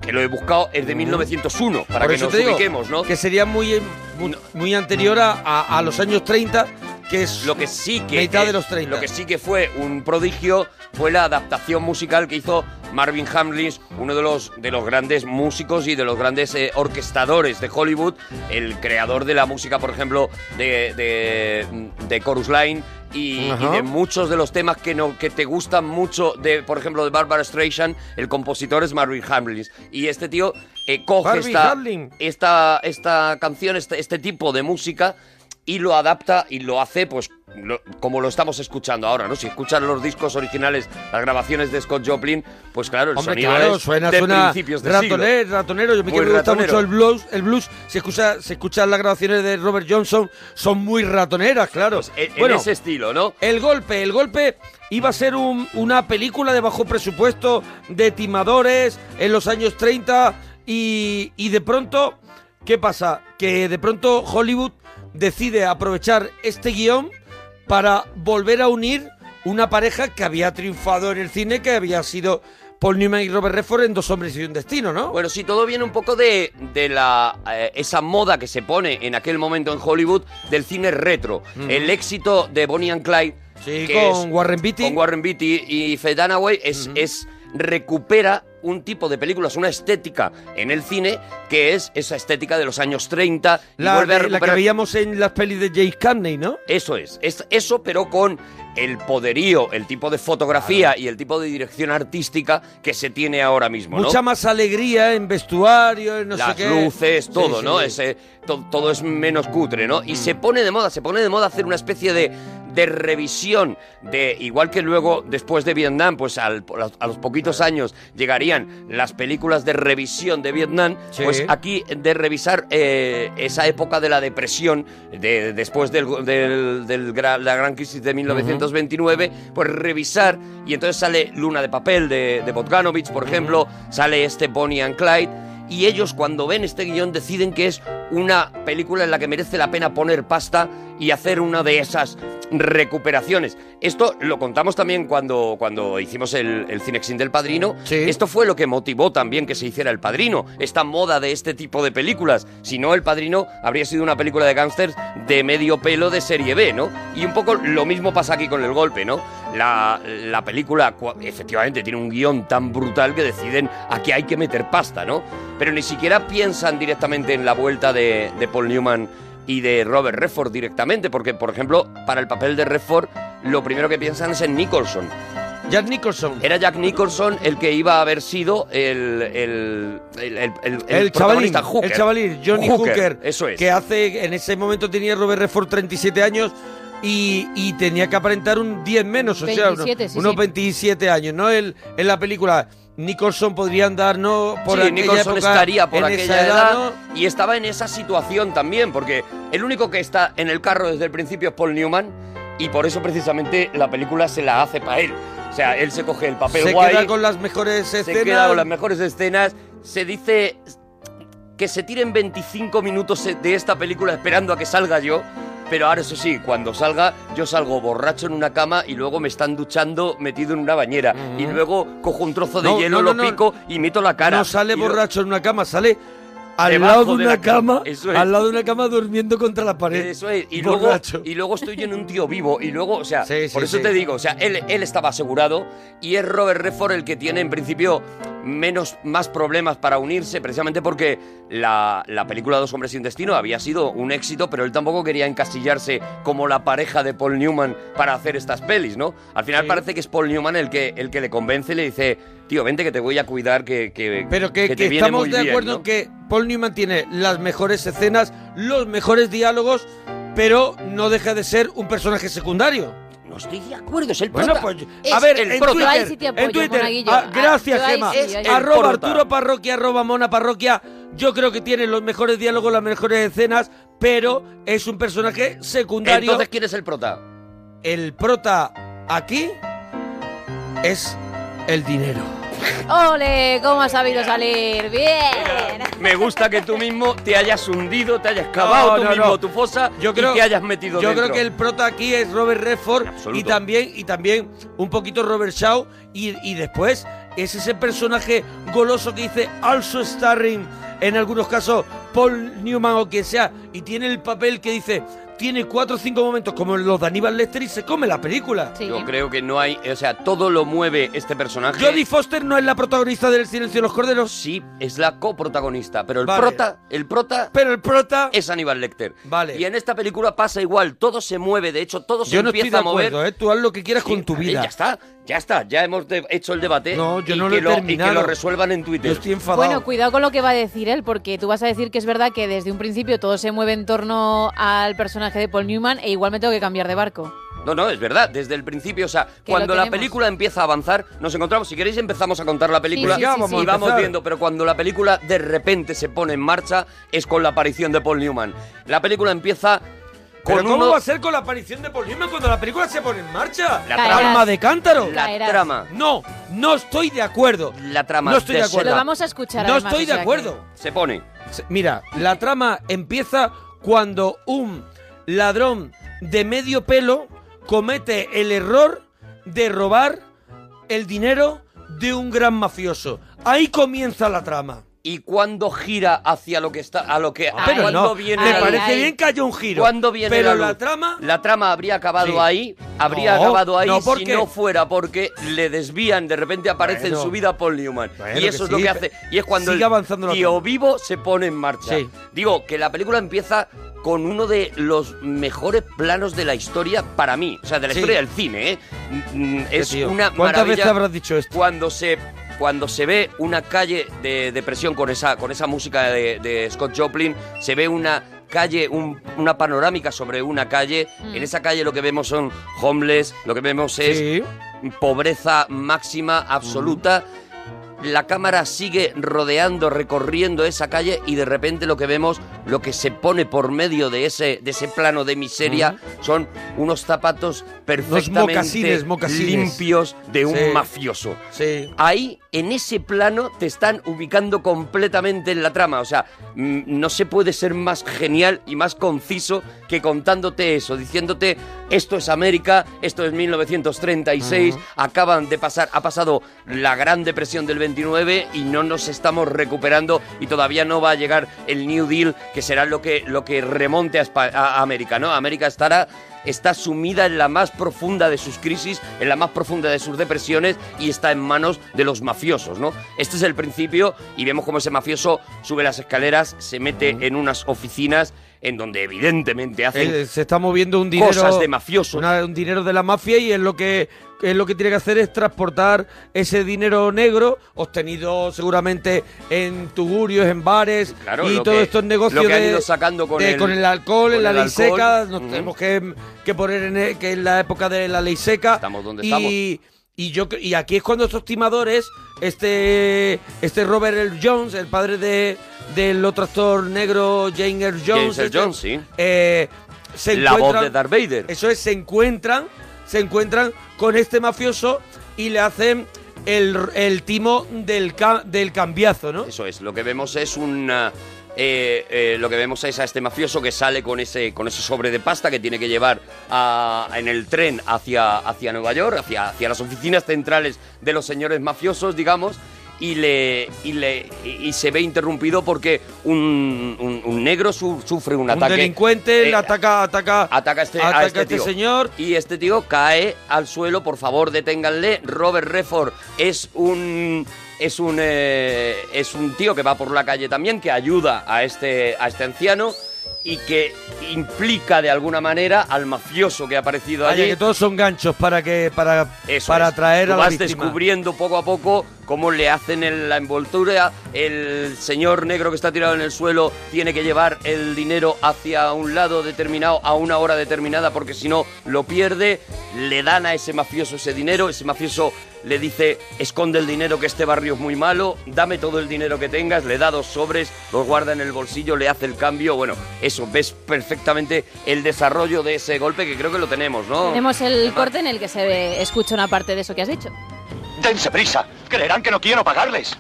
Speaker 1: que lo he buscado, es de 1901, para
Speaker 5: Mm. Por
Speaker 1: que
Speaker 5: eso
Speaker 1: nos
Speaker 5: te digo
Speaker 1: ubiquemos, ¿no?
Speaker 5: Que sería muy muy, muy anterior a, a- a los años 30, que es
Speaker 1: lo que sí que
Speaker 5: mitad
Speaker 1: eh,
Speaker 5: de los 30.
Speaker 1: lo que sí que fue un prodigio fue la adaptación musical que hizo Marvin Hamlin, uno de los de los grandes músicos y de los grandes eh, orquestadores de Hollywood, el creador de la música, por ejemplo, de, de, de Chorus Line y, y
Speaker 5: Ajá.
Speaker 1: de muchos de los temas que no que te gustan mucho de, por ejemplo, de Barbara Streisand, el compositor es Marvin Hamlin y este tío eh, coge
Speaker 5: Marvin
Speaker 1: esta,
Speaker 5: Hamlin.
Speaker 1: esta, esta canción, este, este tipo de música y lo adapta y lo hace pues lo- como lo estamos escuchando ahora, ¿no? Si escuchan los discos originales, las grabaciones de Scott Joplin, pues claro, el
Speaker 5: Hombre,
Speaker 1: sonido
Speaker 5: claro,
Speaker 1: es
Speaker 5: suena,
Speaker 1: de
Speaker 5: suena
Speaker 1: principios de
Speaker 5: ratonero,
Speaker 1: siglo.
Speaker 5: ratonero. Yo me
Speaker 1: Muy
Speaker 5: quiero gusta
Speaker 1: ratonero.
Speaker 5: mucho el blues. El blues se escucha, se escuchan las grabaciones de Robert Johnson, son muy ratoneras, claro.
Speaker 1: Pues En ese estilo, ¿no?
Speaker 5: El golpe, el golpe iba a ser un- una película de bajo presupuesto, de timadores, en los años 30, y, y de pronto, ¿qué pasa? Que de pronto Hollywood decide aprovechar este guión para volver a unir una pareja que había triunfado en el cine, que había sido Paul Newman y Robert Redford en Dos hombres y un destino, ¿no?
Speaker 1: Bueno, sí, todo viene un poco de, de la, eh, esa moda que se pone en aquel momento en Hollywood del cine retro.
Speaker 5: Mm.
Speaker 1: El éxito de Bonnie and Clyde. que
Speaker 5: con Warren Beatty.
Speaker 1: Con Warren Beatty y Faye Dunaway es, es- recupera un tipo de películas, una estética en el cine que es esa estética de los años 30. y
Speaker 5: La,
Speaker 1: vuelve a
Speaker 5: de- la que
Speaker 1: recuperar-
Speaker 5: veíamos en las pelis de James Cagney, ¿no?
Speaker 1: Eso es, es eso, pero con el poderío, el tipo de fotografía y el tipo de dirección artística que se tiene ahora mismo, ¿no?
Speaker 5: Mucha más alegría en vestuario, en no sé
Speaker 1: las
Speaker 5: qué.
Speaker 1: luces,
Speaker 5: Sí,
Speaker 1: todo,
Speaker 5: sí,
Speaker 1: ¿no?
Speaker 5: sí.
Speaker 1: Ese, to- todo es menos cutre, ¿no? Y se pone de moda, se pone de moda hacer una especie de, de revisión de, igual que luego, después de Vietnam, pues al- a los poquitos años llegarían las películas de revisión de Vietnam,
Speaker 5: Sí.
Speaker 1: pues aquí de revisar eh, esa época de la depresión, de, después del, del- del gra- la gran crisis de 1929, pues revisar, y entonces sale Luna de Papel de, de Bogdanovich, por ejemplo, sale este Bonnie and Clyde, y ellos cuando ven este guión deciden que es una película en la que merece la pena poner pasta y hacer una de esas recuperaciones. Esto lo contamos también cuando, cuando hicimos el, el Cinexin del Padrino. Esto fue lo que motivó también que se hiciera El Padrino, esta moda de este tipo de películas. Si no, El Padrino habría sido una película de gángsters de medio pelo de serie B, ¿no? Y un poco lo mismo pasa aquí con El Golpe, ¿no? La, la película cua- efectivamente tiene un guión tan brutal que deciden aquí hay que meter pasta, ¿no? Pero ni siquiera piensan directamente en la vuelta de, de Paul Newman y de Robert Redford directamente, porque, por ejemplo, para el papel de Redford, lo primero que piensan es en Nicholson.
Speaker 5: Jack Nicholson.
Speaker 1: Era Jack Nicholson el que iba a haber sido el, el, el, el, el,
Speaker 5: El, chavalín,
Speaker 1: protagonista Hooker.
Speaker 5: el chavalín, Johnny Hooker,
Speaker 1: Eso es.
Speaker 5: que hace, en ese momento tenía Robert Redford 37 años y, y tenía que aparentar un 10 menos, o sea, uno-
Speaker 1: 27, sí,
Speaker 5: unos
Speaker 1: sí.
Speaker 5: 27 años, ¿no? El, en la película Nicholson podría andar, ¿no? Por
Speaker 1: sí,
Speaker 5: aquella
Speaker 1: Nicholson
Speaker 5: época,
Speaker 1: estaría por
Speaker 5: en
Speaker 1: aquella
Speaker 5: esa
Speaker 1: edad,
Speaker 5: ¿no?
Speaker 1: y estaba en esa situación también, porque el único que está en el carro desde el principio es Paul Newman y por eso precisamente la película se la hace para él. O sea, él se coge el papel
Speaker 5: Se
Speaker 1: guay,
Speaker 5: queda con las mejores escenas.
Speaker 1: se queda con las mejores escenas, se dice que se tiren 25 minutos e, de esta película esperando a que salga yo. Pero ahora eso sí, cuando salga, yo salgo borracho en una cama y luego me están duchando metido en una bañera. Y luego cojo un trozo de
Speaker 5: No, no,
Speaker 1: hielo,
Speaker 5: no,
Speaker 1: lo
Speaker 5: no.
Speaker 1: pico y meto la cara.
Speaker 5: No sale
Speaker 1: Y lo-
Speaker 5: borracho en una cama, sale al
Speaker 1: Debajo
Speaker 5: lado de
Speaker 1: de
Speaker 5: una
Speaker 1: la cama,
Speaker 5: cama,
Speaker 1: eso es.
Speaker 5: al lado de una cama durmiendo contra la pared.
Speaker 1: Eso es,
Speaker 5: [laughs]
Speaker 1: y luego,
Speaker 5: Eh, borracho.
Speaker 1: y luego estoy yo en un tío vivo. Y luego, o sea,
Speaker 5: Sí, sí,
Speaker 1: por eso
Speaker 5: sí.
Speaker 1: te digo, o sea, él, él estaba asegurado y es Robert Redford el que tiene en principio menos, más problemas para unirse, precisamente porque la, la película Dos hombres sin destino había sido un éxito, pero él tampoco quería encasillarse como la pareja de Paul Newman para hacer estas pelis, ¿no? Al final parece que es Paul Newman el que, el que le convence y le dice, tío, vente que te voy a cuidar, que, que,
Speaker 5: Pero que,
Speaker 1: que
Speaker 5: que
Speaker 1: te viene
Speaker 5: estamos
Speaker 1: muy
Speaker 5: de
Speaker 1: bien,
Speaker 5: acuerdo
Speaker 1: ¿no?
Speaker 5: en que Paul Newman tiene las mejores escenas, los mejores diálogos, pero no deja de ser un personaje secundario.
Speaker 1: No estoy de acuerdo, es el
Speaker 5: Bueno,
Speaker 1: prota.
Speaker 5: pues,
Speaker 1: Es
Speaker 5: a ver,
Speaker 1: el
Speaker 5: en
Speaker 1: prota.
Speaker 5: Twitter,
Speaker 1: Yo ahí sí te apoyo,
Speaker 5: en Twitter,
Speaker 1: Monaguillo.
Speaker 5: ah,
Speaker 1: Ah,
Speaker 5: gracias,
Speaker 1: yo ahí
Speaker 5: Gema,
Speaker 1: sí, ahí sí.
Speaker 5: arroba
Speaker 1: El prota.
Speaker 5: Arturo Parroquia, arroba Mona Parroquia, yo creo que tiene los mejores diálogos, las mejores escenas, pero es un personaje secundario.
Speaker 1: Entonces, ¿quién es el prota?
Speaker 5: El prota aquí es el dinero.
Speaker 3: ¡Ole! ¿Cómo has sabido salir? ¡Bien!
Speaker 1: Me gusta que tú mismo te hayas hundido, te hayas cavado
Speaker 5: No,
Speaker 1: tú
Speaker 5: no,
Speaker 1: mismo
Speaker 5: no.
Speaker 1: tu fosa
Speaker 5: Yo creo,
Speaker 1: y te hayas metido
Speaker 5: Yo
Speaker 1: dentro.
Speaker 5: creo que el prota aquí es Robert Redford y también, y también un poquito Robert Shaw. Y, y después es ese personaje goloso que dice also starring, en algunos casos, Paul Newman o quien sea, y tiene el papel que dice, tiene cuatro o cinco momentos como en los de Aníbal Lester y se come la película.
Speaker 1: Yo creo que no hay... O sea, todo lo mueve este personaje.
Speaker 5: Jodie Foster no es la protagonista del Silencio de los Corderos.
Speaker 1: Sí, es la coprotagonista, pero el
Speaker 5: Vale.
Speaker 1: prota, el prota,
Speaker 5: pero el prota
Speaker 1: es Aníbal Lecter.
Speaker 5: Vale.
Speaker 1: Y en esta película pasa igual, todo se mueve, de hecho todo se
Speaker 5: Yo no
Speaker 1: empieza
Speaker 5: estoy de
Speaker 1: a mover.
Speaker 5: acuerdo, ¿eh? tú haz lo que quieras con tu
Speaker 1: Vale,
Speaker 5: vida.
Speaker 1: Ya está, ya está, ya hemos de- hecho el debate.
Speaker 5: No, yo
Speaker 1: y
Speaker 5: no lo
Speaker 1: que
Speaker 5: he
Speaker 1: y que
Speaker 5: terminado.
Speaker 1: lo resuelvan en Twitter.
Speaker 5: Yo estoy enfadado.
Speaker 3: Bueno, cuidado con lo que va a decir él, porque tú vas a decir que es verdad que desde un principio todo se mueve en torno al personaje de Paul Newman e igual me tengo que cambiar de barco.
Speaker 1: No, no, es verdad, desde el principio, o sea,
Speaker 3: lo
Speaker 1: cuando la
Speaker 3: tenemos.
Speaker 1: película empieza a avanzar, nos encontramos, si queréis empezamos a contar la película
Speaker 5: Sí, sí, sí,
Speaker 1: y
Speaker 5: sí, sí.
Speaker 1: vamos
Speaker 5: Empezar.
Speaker 1: viendo, pero cuando la película de repente se pone en marcha es con la aparición de Paul Newman. La película empieza con
Speaker 5: ¿Pero cómo
Speaker 1: uno-
Speaker 5: va a ser con la aparición de Paul Newman cuando la película se pone en marcha?
Speaker 1: La Caerás. trama.
Speaker 5: de cántaro.
Speaker 1: La Caerás. trama.
Speaker 5: No, no estoy de acuerdo.
Speaker 1: La trama
Speaker 5: No estoy de
Speaker 1: de
Speaker 5: acuerdo.
Speaker 3: Lo vamos a escuchar.
Speaker 5: No
Speaker 3: además,
Speaker 5: estoy de
Speaker 3: o sea que-
Speaker 5: acuerdo.
Speaker 1: se pone.
Speaker 5: Se- Mira, la trama empieza cuando un ladrón de medio pelo comete el error de robar el dinero de un gran mafioso. Ahí comienza la trama.
Speaker 1: ¿Y cuándo gira hacia lo que está, a lo que, a
Speaker 5: Ah, Pero
Speaker 1: cuándo
Speaker 5: no,
Speaker 1: viene
Speaker 5: me
Speaker 1: la luz?
Speaker 5: parece bien que haya un giro.
Speaker 1: ¿Cuándo viene
Speaker 5: pero
Speaker 1: la,
Speaker 5: la
Speaker 1: luz?
Speaker 5: trama
Speaker 1: La trama habría acabado
Speaker 5: Sí.
Speaker 1: ahí, habría
Speaker 5: No,
Speaker 1: acabado ahí
Speaker 5: no,
Speaker 1: si
Speaker 5: porque-
Speaker 1: no fuera porque le desvían, de repente aparece
Speaker 5: Bueno.
Speaker 1: en su vida Paul Newman.
Speaker 5: Bueno,
Speaker 1: y eso
Speaker 5: que
Speaker 1: es lo
Speaker 5: sí,
Speaker 1: que
Speaker 5: pe-
Speaker 1: hace. Y es cuando
Speaker 5: sigue
Speaker 1: el
Speaker 5: avanzando la
Speaker 1: tío
Speaker 5: trama.
Speaker 1: vivo se pone en marcha.
Speaker 5: Sí.
Speaker 1: Digo, que la película empieza con uno de los mejores planos de la historia para mí. O sea, de la
Speaker 5: Sí.
Speaker 1: historia del cine, ¿eh? Mm, mm, Es
Speaker 5: tío,
Speaker 1: una
Speaker 5: ¿cuántas
Speaker 1: maravilla
Speaker 5: veces habrás dicho esto?
Speaker 1: Cuando se, cuando se ve una calle de depresión con esa, con esa música de, de Scott Joplin, se ve una calle, un- una panorámica sobre una calle.
Speaker 5: Mm.
Speaker 1: En esa calle lo que vemos son homeless, lo que vemos es pobreza máxima, absoluta.
Speaker 5: Mm.
Speaker 1: La cámara sigue rodeando, recorriendo esa calle y de repente lo que vemos, lo que se pone por medio de ese, de ese plano de
Speaker 5: Mm.
Speaker 1: miseria, son unos zapatos perfectamente
Speaker 5: mocasines, mocasines.
Speaker 1: limpios de un
Speaker 5: Sí.
Speaker 1: mafioso. Ahí, en ese plano, te están ubicando completamente en la trama. O sea, mm, no se puede ser más genial y más conciso que contándote eso, diciéndote esto es América, esto es 1936, acaban de pasar, ha pasado la Gran Depresión del 29 y no nos estamos recuperando y todavía no va a llegar el New Deal, que será lo que, lo que remonte a, Espa- a- a América, ¿no? América estará está sumida en la más profunda de sus crisis, en la más profunda de sus depresiones y está en manos de los mafiosos, ¿no? Este es el principio y vemos cómo ese mafioso sube las escaleras, se mete en unas oficinas en donde evidentemente hacen
Speaker 5: Eh, se está moviendo un dinero
Speaker 1: cosas de mafioso.
Speaker 5: una- un dinero de la mafia y es lo que es lo que tiene que hacer es transportar ese dinero negro obtenido seguramente en tugurios, en bares
Speaker 1: Claro,
Speaker 5: y
Speaker 1: lo
Speaker 5: todos
Speaker 1: que-
Speaker 5: estos negocios
Speaker 1: lo que han
Speaker 5: de-
Speaker 1: ido sacando con
Speaker 5: de-
Speaker 1: el-
Speaker 5: alcohol,
Speaker 1: con
Speaker 5: en la
Speaker 1: el
Speaker 5: ley
Speaker 1: alcohol.
Speaker 5: seca, nos
Speaker 1: Ujú.
Speaker 5: tenemos que, que poner en, e, que en la época de la ley seca. Estamos
Speaker 1: donde
Speaker 5: y,
Speaker 1: estamos.
Speaker 5: Y, yo, cre- y aquí es cuando estos timadores, este, este Robert Earl Jones, el padre de, del otro actor negro Jane Earl Jones,
Speaker 1: James Earl
Speaker 5: este,
Speaker 1: Jones, sí.
Speaker 5: eh, se
Speaker 1: La voz
Speaker 5: encuentran-
Speaker 1: de Darth Vader.
Speaker 5: Eso es, se encuentran, se encuentran con este mafioso y le hacen el, el timo del, ca- del cambiazo, ¿no?
Speaker 1: Eso es, lo que vemos es un... lo que vemos es a este mafioso que sale con ese, con ese sobre de pasta que tiene que llevar a- en el tren hacia, hacia Nueva York, hacia, hacia las oficinas centrales de los señores mafiosos, digamos, y, le, y, le, y y se ve interrumpido porque un, un- un negro su- sufre un,
Speaker 5: Un
Speaker 1: ataque.
Speaker 5: delincuente
Speaker 1: eh,
Speaker 5: le ataca, ataca,
Speaker 1: ataca a este, a
Speaker 5: ataca
Speaker 1: este
Speaker 5: a este
Speaker 1: tío.
Speaker 5: señor.
Speaker 1: Y este tío cae al suelo, por favor, deténganle. Robert Redford es un es un eh, es un tío que va por la calle también que ayuda a este a este anciano y que implica de alguna manera al mafioso que ha aparecido
Speaker 5: Vaya,
Speaker 1: allí.
Speaker 5: que todos son ganchos para que para,
Speaker 1: Eso
Speaker 5: para
Speaker 1: es.
Speaker 5: atraer
Speaker 1: Tú
Speaker 5: a la
Speaker 1: vas
Speaker 5: víctima.
Speaker 1: descubriendo poco a poco cómo le hacen el- la envoltura. El señor negro que está tirado en el suelo tiene que llevar el dinero hacia un lado determinado a una hora determinada porque si no lo pierde. Le dan a ese mafioso ese dinero. Ese mafioso le dice esconde el dinero que este barrio es muy malo. Dame todo el dinero que tengas. Le da dos sobres, los guarda en el bolsillo, le hace el cambio. Bueno, eso ves perfectamente el desarrollo de ese golpe que creo que lo tenemos, ¿no?
Speaker 3: Tenemos el
Speaker 1: Además,
Speaker 3: corte en el que se ve- escucha una parte de eso que has dicho.
Speaker 18: Dense prisa. Creerán que no quiero pagarles.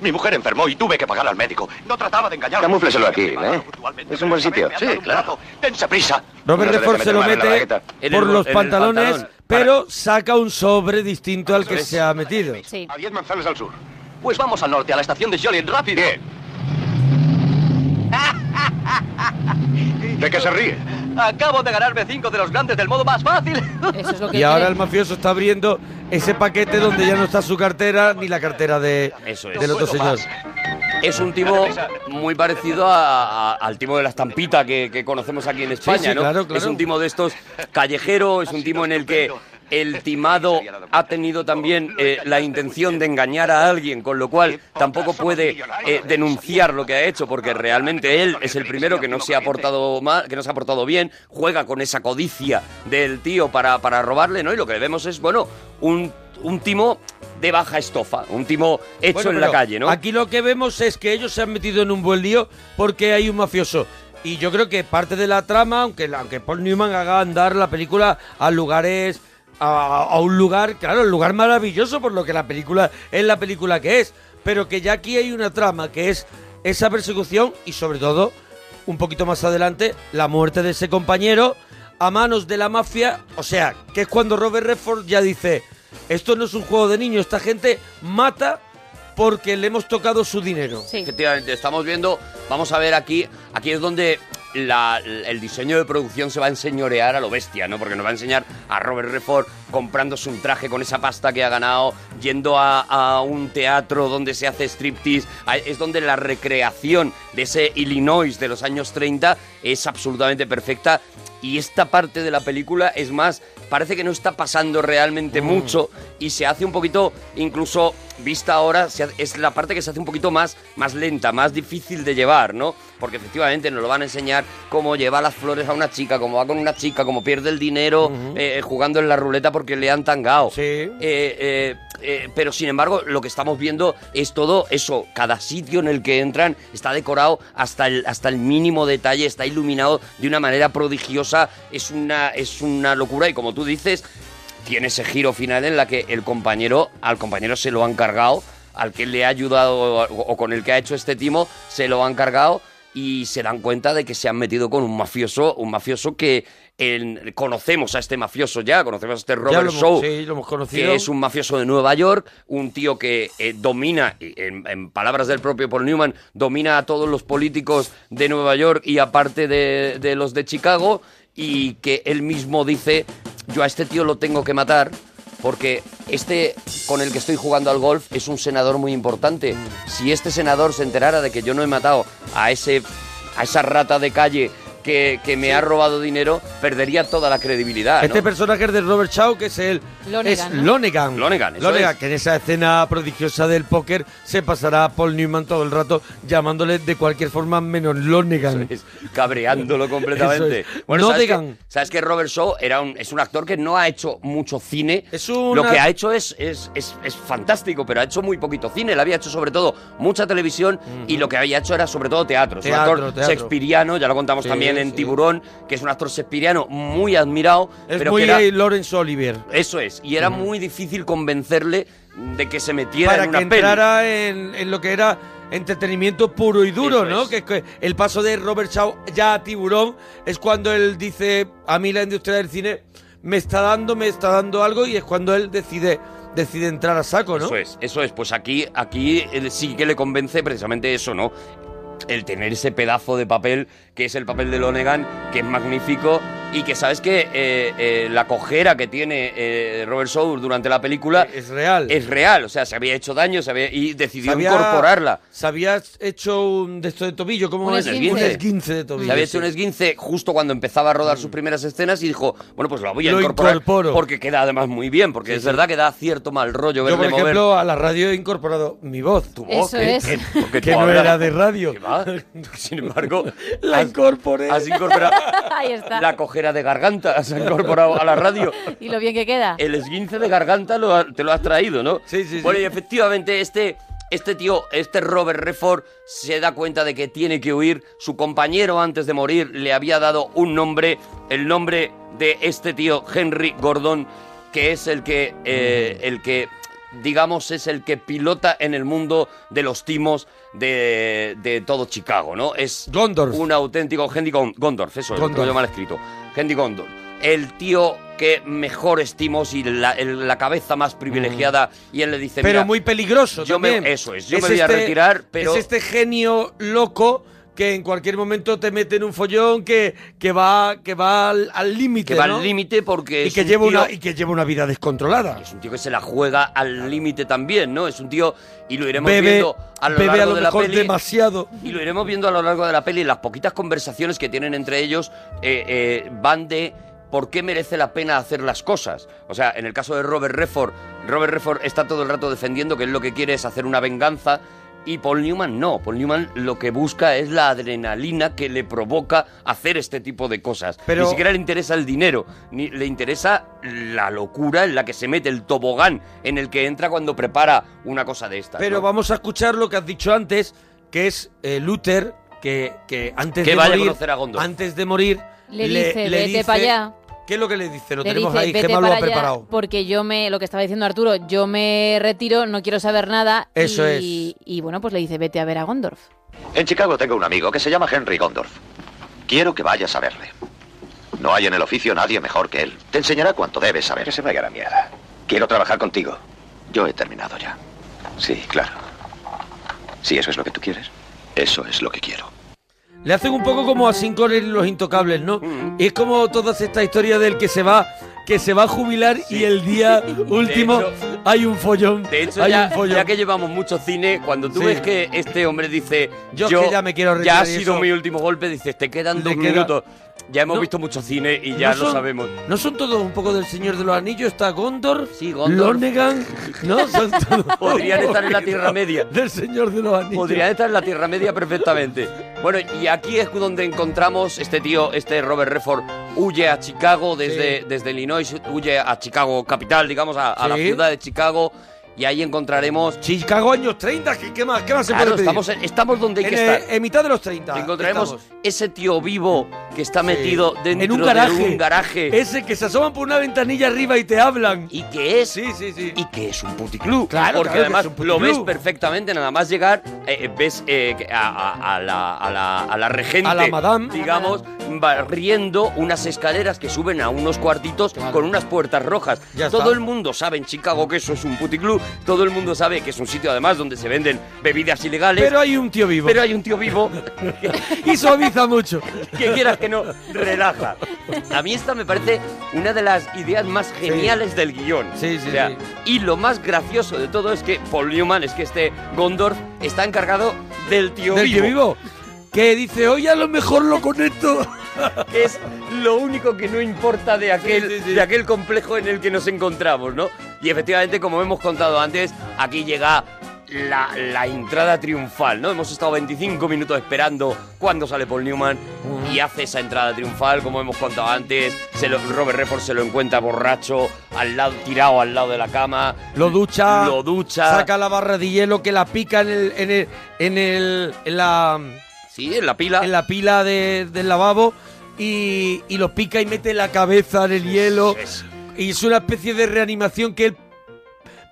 Speaker 18: Mi mujer enfermó y tuve que pagar al médico. No trataba de engañar.
Speaker 19: Camúfleselo aquí, ¿eh? Es un buen sitio. Sí, claro.
Speaker 18: Dense prisa.
Speaker 5: Robert
Speaker 19: No se
Speaker 5: Redford
Speaker 19: deje
Speaker 5: se lo
Speaker 19: meter mano en
Speaker 5: mete
Speaker 19: la
Speaker 5: por
Speaker 19: bagueta. En el-
Speaker 5: los
Speaker 19: en el
Speaker 5: pantalones,
Speaker 19: pantalón.
Speaker 5: pero saca un sobre distinto al que se ha metido.
Speaker 18: Pues, A 10 manzanas al sur. Pues vamos al norte, a la estación de Jolien, rápido.
Speaker 19: ¿De qué se ríe?
Speaker 18: Acabo de ganarme cinco de los grandes del modo más fácil.
Speaker 3: Eso es lo
Speaker 5: Y ahora el mafioso está abriendo ese paquete donde ya no está su cartera ni la cartera de,
Speaker 1: Eso es.
Speaker 5: del otro
Speaker 1: No puedo
Speaker 5: señor.
Speaker 1: Es un tipo muy parecido a- a- al timo de la estampita que, que conocemos aquí en España,
Speaker 5: sí,
Speaker 1: ¿no?
Speaker 5: claro, claro.
Speaker 1: Es un timo de estos callejero, es un timo en el que el timado ha tenido también eh, la
Speaker 5: este
Speaker 1: intención de engañar a alguien, con lo cual tampoco puede eh, denunciar lo que ha hecho, porque realmente él es el primero que no se ha portado mal, que no se ha portado bien, juega con esa codicia del tío para, para robarle, ¿no? Y lo que vemos es, bueno, un, un timo de baja estofa, un timo hecho
Speaker 5: Bueno,
Speaker 1: en la
Speaker 5: pero
Speaker 1: calle, ¿no?
Speaker 5: Aquí lo que vemos es que ellos se han metido en un buen lío porque hay un mafioso. Y yo creo que parte de la trama, aunque, la- aunque Paul Newman haga andar la película a lugares. A, a un lugar, claro, un lugar maravilloso por lo que la película es la película que es. Pero que ya aquí hay una trama que es esa persecución y sobre todo, un poquito más adelante, la muerte de ese compañero a manos de la mafia. O sea, que es cuando Robert Redford ya dice. Esto no es un juego de niños. Esta gente mata porque le hemos tocado su dinero.
Speaker 1: Efectivamente, estamos viendo, vamos a ver aquí, aquí es donde la- el diseño de producción se va a enseñorear a lo bestia, ¿no? Porque nos va a enseñar a Robert Redford comprándose un traje con esa pasta que ha ganado, yendo a, a un teatro donde se hace striptease, A- es donde la recreación de ese Illinois de los años 30 es absolutamente perfecta y esta parte de la película es más parece que no está pasando realmente
Speaker 5: Mm.
Speaker 1: mucho y se hace un poquito incluso vista ahora se hace- es la parte que se hace un poquito más más lenta más difícil de llevar no porque efectivamente nos lo van a enseñar cómo lleva las flores a una chica cómo va con una chica cómo pierde el dinero eh, jugando en la ruleta porque le han tangado Eh, eh, eh, pero sin embargo lo que estamos viendo es todo eso cada sitio en el que entran está decorado hasta el hasta el mínimo detalle está iluminado de una manera prodigiosa es una es una locura y como tú dices tiene ese giro final en la que el compañero, al compañero se lo han cargado, al que le ha ayudado o, o con el que ha hecho este timo, se lo han cargado y se dan cuenta de que se han metido con un mafioso, un mafioso que en- conocemos a este mafioso ya, conocemos a este
Speaker 5: Ya
Speaker 1: Robert
Speaker 5: lo hemos-
Speaker 1: Shaw,
Speaker 5: sí, lo hemos conocido.
Speaker 1: que es un mafioso de Nueva York, un tío que eh, domina, y en, en palabras del propio Paul Newman, domina a todos los políticos de Nueva York y aparte de, de los de Chicago, y que él mismo dice, yo a este tío lo tengo que matar. Porque este con el que estoy jugando al golf es un senador muy importante. Si este senador se enterara de que yo no he matado a ese a esa rata de calle que, que me ha robado dinero, perdería toda la credibilidad. ¿no?
Speaker 5: Este personaje es de Robert Shaw, que es el
Speaker 1: Lonegan,
Speaker 5: es
Speaker 1: ¿no?
Speaker 5: Lonegan.
Speaker 1: Lonegan, eso
Speaker 5: Lonegan,
Speaker 1: es.
Speaker 5: que en esa escena prodigiosa del póker se pasará a Paul Newman todo el rato llamándole de cualquier forma menos Lonegan.
Speaker 1: cabreándolo
Speaker 5: [laughs]
Speaker 1: completamente.
Speaker 5: Eso es.
Speaker 1: Bueno,
Speaker 5: no
Speaker 1: ¿sabes
Speaker 5: digan.
Speaker 1: que- sabes que Robert Shaw era un, es un actor que no ha hecho mucho cine.
Speaker 5: una-
Speaker 1: Lo que ha hecho es, es, es, es fantástico, pero ha hecho muy poquito cine. Él había hecho sobre todo mucha televisión y lo que había hecho era sobre todo teatro. Es
Speaker 5: Teatro,
Speaker 1: un actor
Speaker 5: teatro.
Speaker 1: shakespeariano, ya lo contamos
Speaker 5: Sí,
Speaker 1: también en
Speaker 5: sí.
Speaker 1: Tiburón, que es un actor shakespeariano muy admirado.
Speaker 5: Es
Speaker 1: pero
Speaker 5: muy
Speaker 1: que era-
Speaker 5: eh, Lawrence Olivier.
Speaker 1: eso es, y era muy difícil convencerle de que se metiera
Speaker 5: Para
Speaker 1: en
Speaker 5: que
Speaker 1: una peli.
Speaker 5: entrara en, en lo que era entretenimiento puro y duro, ¿no? Que, que el paso de Robert Shaw ya a Tiburón es cuando él dice, a mí la industria del cine me está dando, me está dando algo, y es cuando él decide, decide entrar a saco, ¿no?
Speaker 1: Eso es, eso es. Pues aquí, aquí él sí que le convence precisamente eso, ¿no? El tener ese pedazo de papel, que es el papel de Lonegan, que es magnífico y que sabes que eh, eh, la cojera que tiene eh, Robert Soul durante la película
Speaker 5: Eh, es real.
Speaker 1: Es real, o sea, se había hecho daño se había- y decidió
Speaker 5: Sabía-
Speaker 1: incorporarla.
Speaker 5: Se había hecho un de esto de tobillo, ¿cómo
Speaker 1: Un
Speaker 5: es?
Speaker 1: esguince.
Speaker 5: Un esguince de tobillo.
Speaker 1: Se había hecho
Speaker 5: sí. Mm.
Speaker 1: un esguince justo cuando empezaba a rodar sus primeras escenas y dijo, bueno, pues lo voy a
Speaker 5: Lo
Speaker 1: incorporar
Speaker 5: incorporo.
Speaker 1: porque queda además muy bien, porque
Speaker 5: Sí,
Speaker 1: es
Speaker 5: sí.
Speaker 1: verdad que da cierto mal rollo
Speaker 5: Yo,
Speaker 1: verle
Speaker 5: por
Speaker 1: mover.
Speaker 5: ejemplo, a la radio he incorporado mi voz. Tu
Speaker 1: voz, Eso que- es. que- porque
Speaker 5: [laughs]
Speaker 1: tú
Speaker 5: Que no
Speaker 1: hablas-
Speaker 5: era de radio.
Speaker 1: [laughs] Sin embargo,
Speaker 5: La incorporé.
Speaker 1: has incorporado
Speaker 3: [laughs] Ahí está.
Speaker 1: la cojera de garganta, has incorporado a la radio.
Speaker 3: Y lo bien que queda.
Speaker 1: El esguince de garganta lo ha- te lo has traído, ¿no? Sí, sí, Bueno, y efectivamente este, este tío, este Robert Redford, se da cuenta de que tiene que huir. Su compañero antes de morir le había dado un nombre, el nombre de este tío, Henry Gordon, que es el que, eh, el que digamos, es el que pilota en el mundo de los timos de, de todo Chicago, ¿no? Es
Speaker 5: Gondorf.
Speaker 1: un auténtico Henry Gon- Gondorf, eso, es, lo
Speaker 5: Gondorf.
Speaker 1: tengo yo mal escrito. Henry Gondorf, el tío que mejor estimos y la, el- la cabeza más privilegiada, y él le dice,
Speaker 5: Mm. pero
Speaker 1: "Mira,
Speaker 5: muy peligroso
Speaker 1: yo me-
Speaker 5: también. este-
Speaker 1: eso es, yo me voy a retirar, pero-
Speaker 5: Es este genio loco que en cualquier momento te mete en un follón que, que va que va al al límite,
Speaker 1: que va
Speaker 5: ¿no?
Speaker 1: al límite porque
Speaker 5: y
Speaker 1: es
Speaker 5: que
Speaker 1: un
Speaker 5: lleva
Speaker 1: tío-
Speaker 5: una y que lleva una vida descontrolada.
Speaker 1: Es un tío que se la juega al límite también, ¿no? Es un tío, y lo iremos
Speaker 5: Bebe,
Speaker 1: viendo a lo
Speaker 5: bebe
Speaker 1: largo
Speaker 5: a lo
Speaker 1: de
Speaker 5: mejor
Speaker 1: la peli.
Speaker 5: demasiado.
Speaker 1: Y lo iremos viendo a lo largo de la peli. Las poquitas conversaciones que tienen entre ellos eh, eh, van de por qué merece la pena hacer las cosas. O sea, en el caso de Robert Redford, Robert Redford está todo el rato defendiendo que él lo que quiere es hacer una venganza. Y Paul Newman no, Paul Newman lo que busca es la adrenalina que le provoca hacer este tipo de cosas.
Speaker 5: Pero-
Speaker 1: ni siquiera le interesa el dinero, ni le interesa la locura en la que se mete, el tobogán en el que entra cuando prepara una cosa de estas.
Speaker 5: Pero
Speaker 1: ¿no?
Speaker 5: vamos a escuchar lo que has dicho antes, que es eh, Luther, que, que antes
Speaker 1: Que
Speaker 5: de
Speaker 1: vaya a
Speaker 5: morir,
Speaker 1: conocer a Gondor.
Speaker 5: antes de morir,
Speaker 3: Le dice, "Vete pa' allá".
Speaker 5: ¿Qué es lo que le dice? Lo
Speaker 3: Le
Speaker 5: tenemos
Speaker 3: dice,
Speaker 5: ahí,
Speaker 3: "Vete
Speaker 5: Gemma lo
Speaker 3: para
Speaker 5: ha
Speaker 3: allá
Speaker 5: preparado.
Speaker 3: Porque yo me, lo que estaba diciendo Arturo, yo me retiro, no quiero saber nada.
Speaker 18: Eso
Speaker 3: y, y bueno, pues le dice, vete a ver a Gondorf.
Speaker 18: En Chicago tengo un amigo que se llama Henry Gondorf. Quiero que vayas a verle. No hay en el oficio nadie mejor que él. Te enseñará cuanto debes saber. Que se vaya a la mierda.
Speaker 19: Quiero trabajar contigo. Yo he terminado ya. Sí, claro. Si eso es lo que tú quieres, eso es lo que quiero.
Speaker 5: Le hacen un poco como a Cinco en los intocables, ¿no?
Speaker 1: Mm.
Speaker 5: Es como toda esta historia del que se va que se va a jubilar y el
Speaker 1: [laughs]
Speaker 5: día último
Speaker 1: hecho-
Speaker 5: hay un follón.
Speaker 1: De hecho,
Speaker 5: hay
Speaker 1: ya,
Speaker 5: un follón.
Speaker 1: ya que llevamos mucho cine, cuando tú
Speaker 5: Sí.
Speaker 1: ves que este hombre dice,
Speaker 5: Yo
Speaker 1: yo,
Speaker 5: es que ya me quiero
Speaker 1: ya
Speaker 5: retirar
Speaker 1: ha
Speaker 5: y
Speaker 1: sido
Speaker 5: eso".
Speaker 1: mi último golpe, dices, te quedan
Speaker 5: Le
Speaker 1: dos
Speaker 5: queda-
Speaker 1: minutos. Ya hemos
Speaker 5: No.
Speaker 1: visto mucho cine y ya
Speaker 5: ¿No
Speaker 1: lo
Speaker 5: son-
Speaker 1: sabemos.
Speaker 5: ¿No son todos un poco del Señor de los Anillos? Está Gondor,
Speaker 1: Gondor.
Speaker 5: Lonegan, ¿no? Son todos-
Speaker 1: [laughs] Podrían estar en la Tierra Media.
Speaker 5: Del Señor de los Anillos.
Speaker 1: Podrían estar en la Tierra Media perfectamente. Bueno, y aquí es donde encontramos este tío, este Robert Redford, huye a Chicago desde, desde Illinois, huye a Chicago capital, digamos, a, a la
Speaker 5: Sí.
Speaker 1: ciudad de Chicago. Y ahí encontraremos...
Speaker 5: Chicago años 30, ¿qué, qué más, qué más se
Speaker 1: Claro,
Speaker 5: puede pedir?
Speaker 1: estamos en- estamos donde hay
Speaker 5: En,
Speaker 1: que
Speaker 5: eh,
Speaker 1: estar.
Speaker 5: En mitad de los 30.
Speaker 1: Encontraremos
Speaker 5: estamos.
Speaker 1: ese tío vivo que está metido dentro
Speaker 5: en un garaje.
Speaker 1: de un garaje.
Speaker 5: Ese que se asoman por una ventanilla arriba y te hablan.
Speaker 1: ¿Y qué es?
Speaker 5: Sí, sí, sí.
Speaker 1: Y que es un puticlub.
Speaker 5: Claro,
Speaker 1: porque
Speaker 5: claro que
Speaker 1: además
Speaker 5: es un
Speaker 1: lo ves
Speaker 5: puticlub.
Speaker 1: perfectamente. Nada más llegar, eh, eh, ves eh, que a, a- a la, a la- a la regente,
Speaker 5: A la madame.
Speaker 1: digamos, barriendo unas escaleras que suben a unos cuartitos con unas puertas rojas.
Speaker 5: Ya
Speaker 1: todo
Speaker 5: está.
Speaker 1: el mundo sabe en Chicago que eso es un puticlub. Todo el mundo sabe que es un sitio, además, donde se venden bebidas ilegales.
Speaker 5: Pero hay un tío vivo.
Speaker 1: Pero hay un tío vivo
Speaker 5: [laughs] y suaviza mucho.
Speaker 1: [laughs] que
Speaker 5: [laughs]
Speaker 1: quieras que no, relaja. A mí esta me parece una de las ideas más geniales del guión. O sea, Y lo más gracioso de todo es que Paul Newman, es que este Gondorf, está encargado del tío
Speaker 5: Del
Speaker 1: vivo.
Speaker 5: tío vivo. Que dice, oye, a lo mejor lo conecto.
Speaker 1: Que es lo único que no importa de aquel, de aquel complejo en el que nos encontramos, ¿no? Y efectivamente, como hemos contado antes, aquí llega la, la entrada triunfal, ¿no? Hemos estado 25 minutos esperando cuando sale Paul Newman y hace esa entrada triunfal, como hemos contado antes. Se lo- Robert Redford se lo encuentra borracho, al lado, tirado al lado de la cama.
Speaker 5: Lo ducha.
Speaker 1: Lo ducha.
Speaker 5: Saca la barra de hielo que la pica en el. en el. en el. en la.
Speaker 1: Sí, en la pila.
Speaker 5: En la pila de- del lavabo. Y, y lo pica y mete la cabeza en el hielo. Y es una especie de reanimación que él.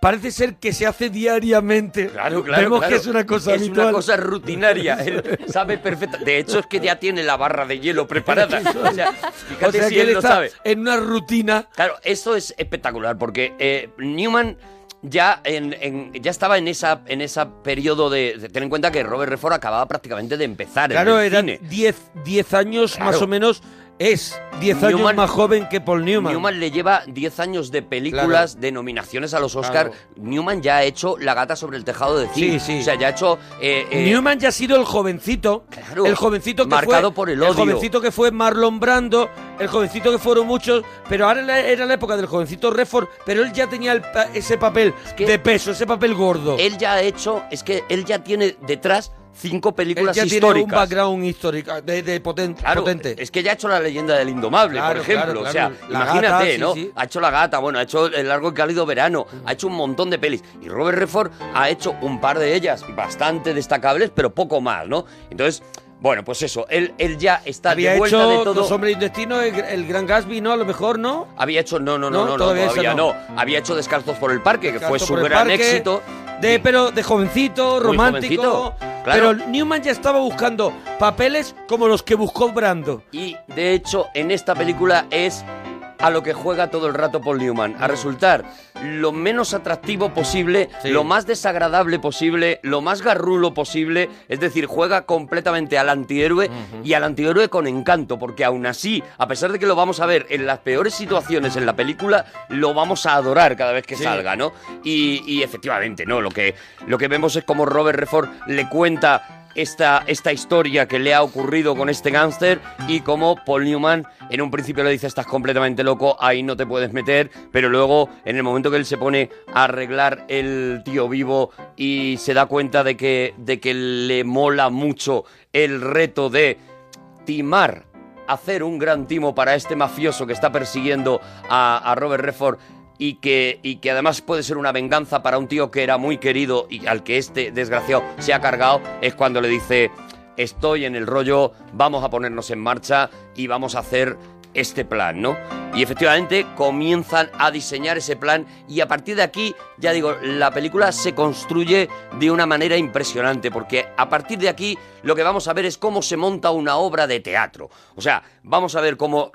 Speaker 5: Parece ser que se hace diariamente.
Speaker 1: Claro, claro,
Speaker 5: Vemos
Speaker 1: claro.
Speaker 5: que es una cosa
Speaker 1: Es
Speaker 5: habitual.
Speaker 1: una
Speaker 5: [laughs]
Speaker 1: cosa rutinaria. [laughs] Él sabe perfecta. De hecho, es que ya tiene la barra de hielo
Speaker 5: [laughs]
Speaker 1: preparada. O sea, fíjate
Speaker 5: O sea,
Speaker 1: si
Speaker 5: que
Speaker 1: él,
Speaker 5: él
Speaker 1: lo
Speaker 5: está
Speaker 1: sabe.
Speaker 5: En una rutina.
Speaker 1: Claro, esto es espectacular porque eh, Newman ya, en- en- ya estaba en esa en esa periodo de, de- Ten en cuenta que Robert Redford acababa prácticamente de empezar. en
Speaker 5: Claro,
Speaker 1: el
Speaker 5: eran
Speaker 1: cine.
Speaker 5: 10 10 años más
Speaker 1: Claro.
Speaker 5: o menos. Es 10 años
Speaker 1: Newman-
Speaker 5: más joven que Paul Newman.
Speaker 1: Newman le lleva 10 años de películas,
Speaker 5: Claro.
Speaker 1: de nominaciones a los Oscar.
Speaker 5: Claro.
Speaker 1: Newman ya ha hecho La gata sobre el tejado de zinc.
Speaker 5: Sí, sí.
Speaker 1: O sea, ya ha hecho... eh, eh,
Speaker 5: Newman ya ha sido el jovencito,
Speaker 1: Claro,
Speaker 5: el jovencito que
Speaker 1: marcado
Speaker 5: fue,
Speaker 1: por el odio.
Speaker 5: jovencito que fue Marlon Brando, el jovencito que fueron muchos, pero ahora la- era la época del jovencito Redford, pero él ya tenía el pa- ese papel de peso, ese papel gordo.
Speaker 1: Él ya ha hecho, es que él ya tiene detrás cinco películas
Speaker 5: Él ya tiene un
Speaker 1: históricas.
Speaker 5: background histórico de, de poten-
Speaker 1: Claro,
Speaker 5: potente.
Speaker 1: es que ya ha hecho la leyenda del indomable,
Speaker 5: Claro,
Speaker 1: por ejemplo.
Speaker 5: claro,
Speaker 1: o sea,
Speaker 5: claro. La
Speaker 1: imagínate,
Speaker 5: Gata, sí,
Speaker 1: ¿no?
Speaker 5: sí. Mm.
Speaker 1: Ha hecho la gata, bueno, ha hecho el largo y cálido verano, ha hecho un montón de pelis. Y Robert Redford ha hecho un par de ellas bastante destacables, pero poco más, ¿no? Entonces, bueno, pues eso, él, él ya está
Speaker 5: Había
Speaker 1: de
Speaker 5: hecho
Speaker 1: vuelta de todo.
Speaker 5: Los Hombres de Destino, el, el Gran Gatsby, ¿no? A lo mejor, ¿no?
Speaker 1: Había hecho, no, no, no,
Speaker 5: No,
Speaker 1: no, no,
Speaker 5: todavía
Speaker 1: todavía,
Speaker 5: esa no.
Speaker 1: no. Había hecho Descalzos por el Parque, que fue
Speaker 5: Descalzos
Speaker 1: su
Speaker 5: por el
Speaker 1: gran
Speaker 5: Parque,
Speaker 1: éxito.
Speaker 5: De, pero de jovencito,
Speaker 1: Muy
Speaker 5: romántico.
Speaker 1: jovencito, claro.
Speaker 5: Pero Newman ya estaba buscando papeles como los que buscó Brando.
Speaker 1: Y de hecho, en esta película es a lo que juega todo el rato Paul Newman, a resultar lo menos atractivo posible,
Speaker 5: Sí.
Speaker 1: lo más desagradable posible, lo más garrulo posible, es decir, juega completamente al antihéroe y al antihéroe con encanto, porque aún así, a pesar de que lo vamos a ver en las peores situaciones en la película, lo vamos a adorar cada vez que
Speaker 5: Sí.
Speaker 1: salga, ¿no? Y, y efectivamente, ¿no? Lo que, lo que vemos es como Robert Redford le cuenta esta, esta historia que le ha ocurrido con este gángster y como Paul Newman en un principio le dice estás completamente loco, ahí no te puedes meter, pero luego en el momento que él se pone a arreglar el tío vivo y se da cuenta de que, de que le mola mucho el reto de timar, hacer un gran timo para este mafioso que está persiguiendo a, a Robert Redford y que, y que además puede ser una venganza para un tío que era muy querido y al que este desgraciado se ha cargado, es cuando le dice, estoy en el rollo, vamos a ponernos en marcha y vamos a hacer este plan, ¿no? Y efectivamente comienzan a diseñar ese plan y a partir de aquí, ya digo, la película se construye de una manera impresionante, porque a partir de aquí lo que vamos a ver es cómo se monta una obra de teatro. O sea, vamos a ver cómo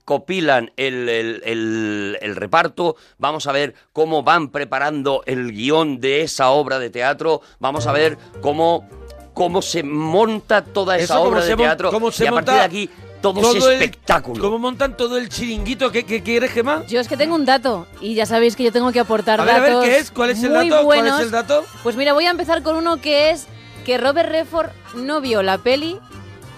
Speaker 1: recopilan el, el- el- el reparto, vamos a ver cómo van preparando el guión de esa obra de teatro, vamos a ver cómo, cómo se monta toda esa
Speaker 5: Eso, cómo
Speaker 1: obra
Speaker 5: se
Speaker 1: de
Speaker 5: mon-
Speaker 1: teatro
Speaker 5: cómo se
Speaker 1: y a partir
Speaker 5: monta
Speaker 1: de aquí todo, es
Speaker 5: todo el-
Speaker 1: espectáculo.
Speaker 5: ¿Cómo montan todo el chiringuito que, que quieres, Gemma?
Speaker 3: Yo es que tengo un dato y ya sabéis que yo tengo que aportar
Speaker 5: A ver, a ver,
Speaker 3: datos.
Speaker 5: ¿qué es? ¿Cuál es el
Speaker 3: muy
Speaker 5: dato? ¿Cuál
Speaker 3: buenos.
Speaker 5: es el dato?
Speaker 3: Pues mira, voy a empezar con uno que es que Robert Redford no vio la peli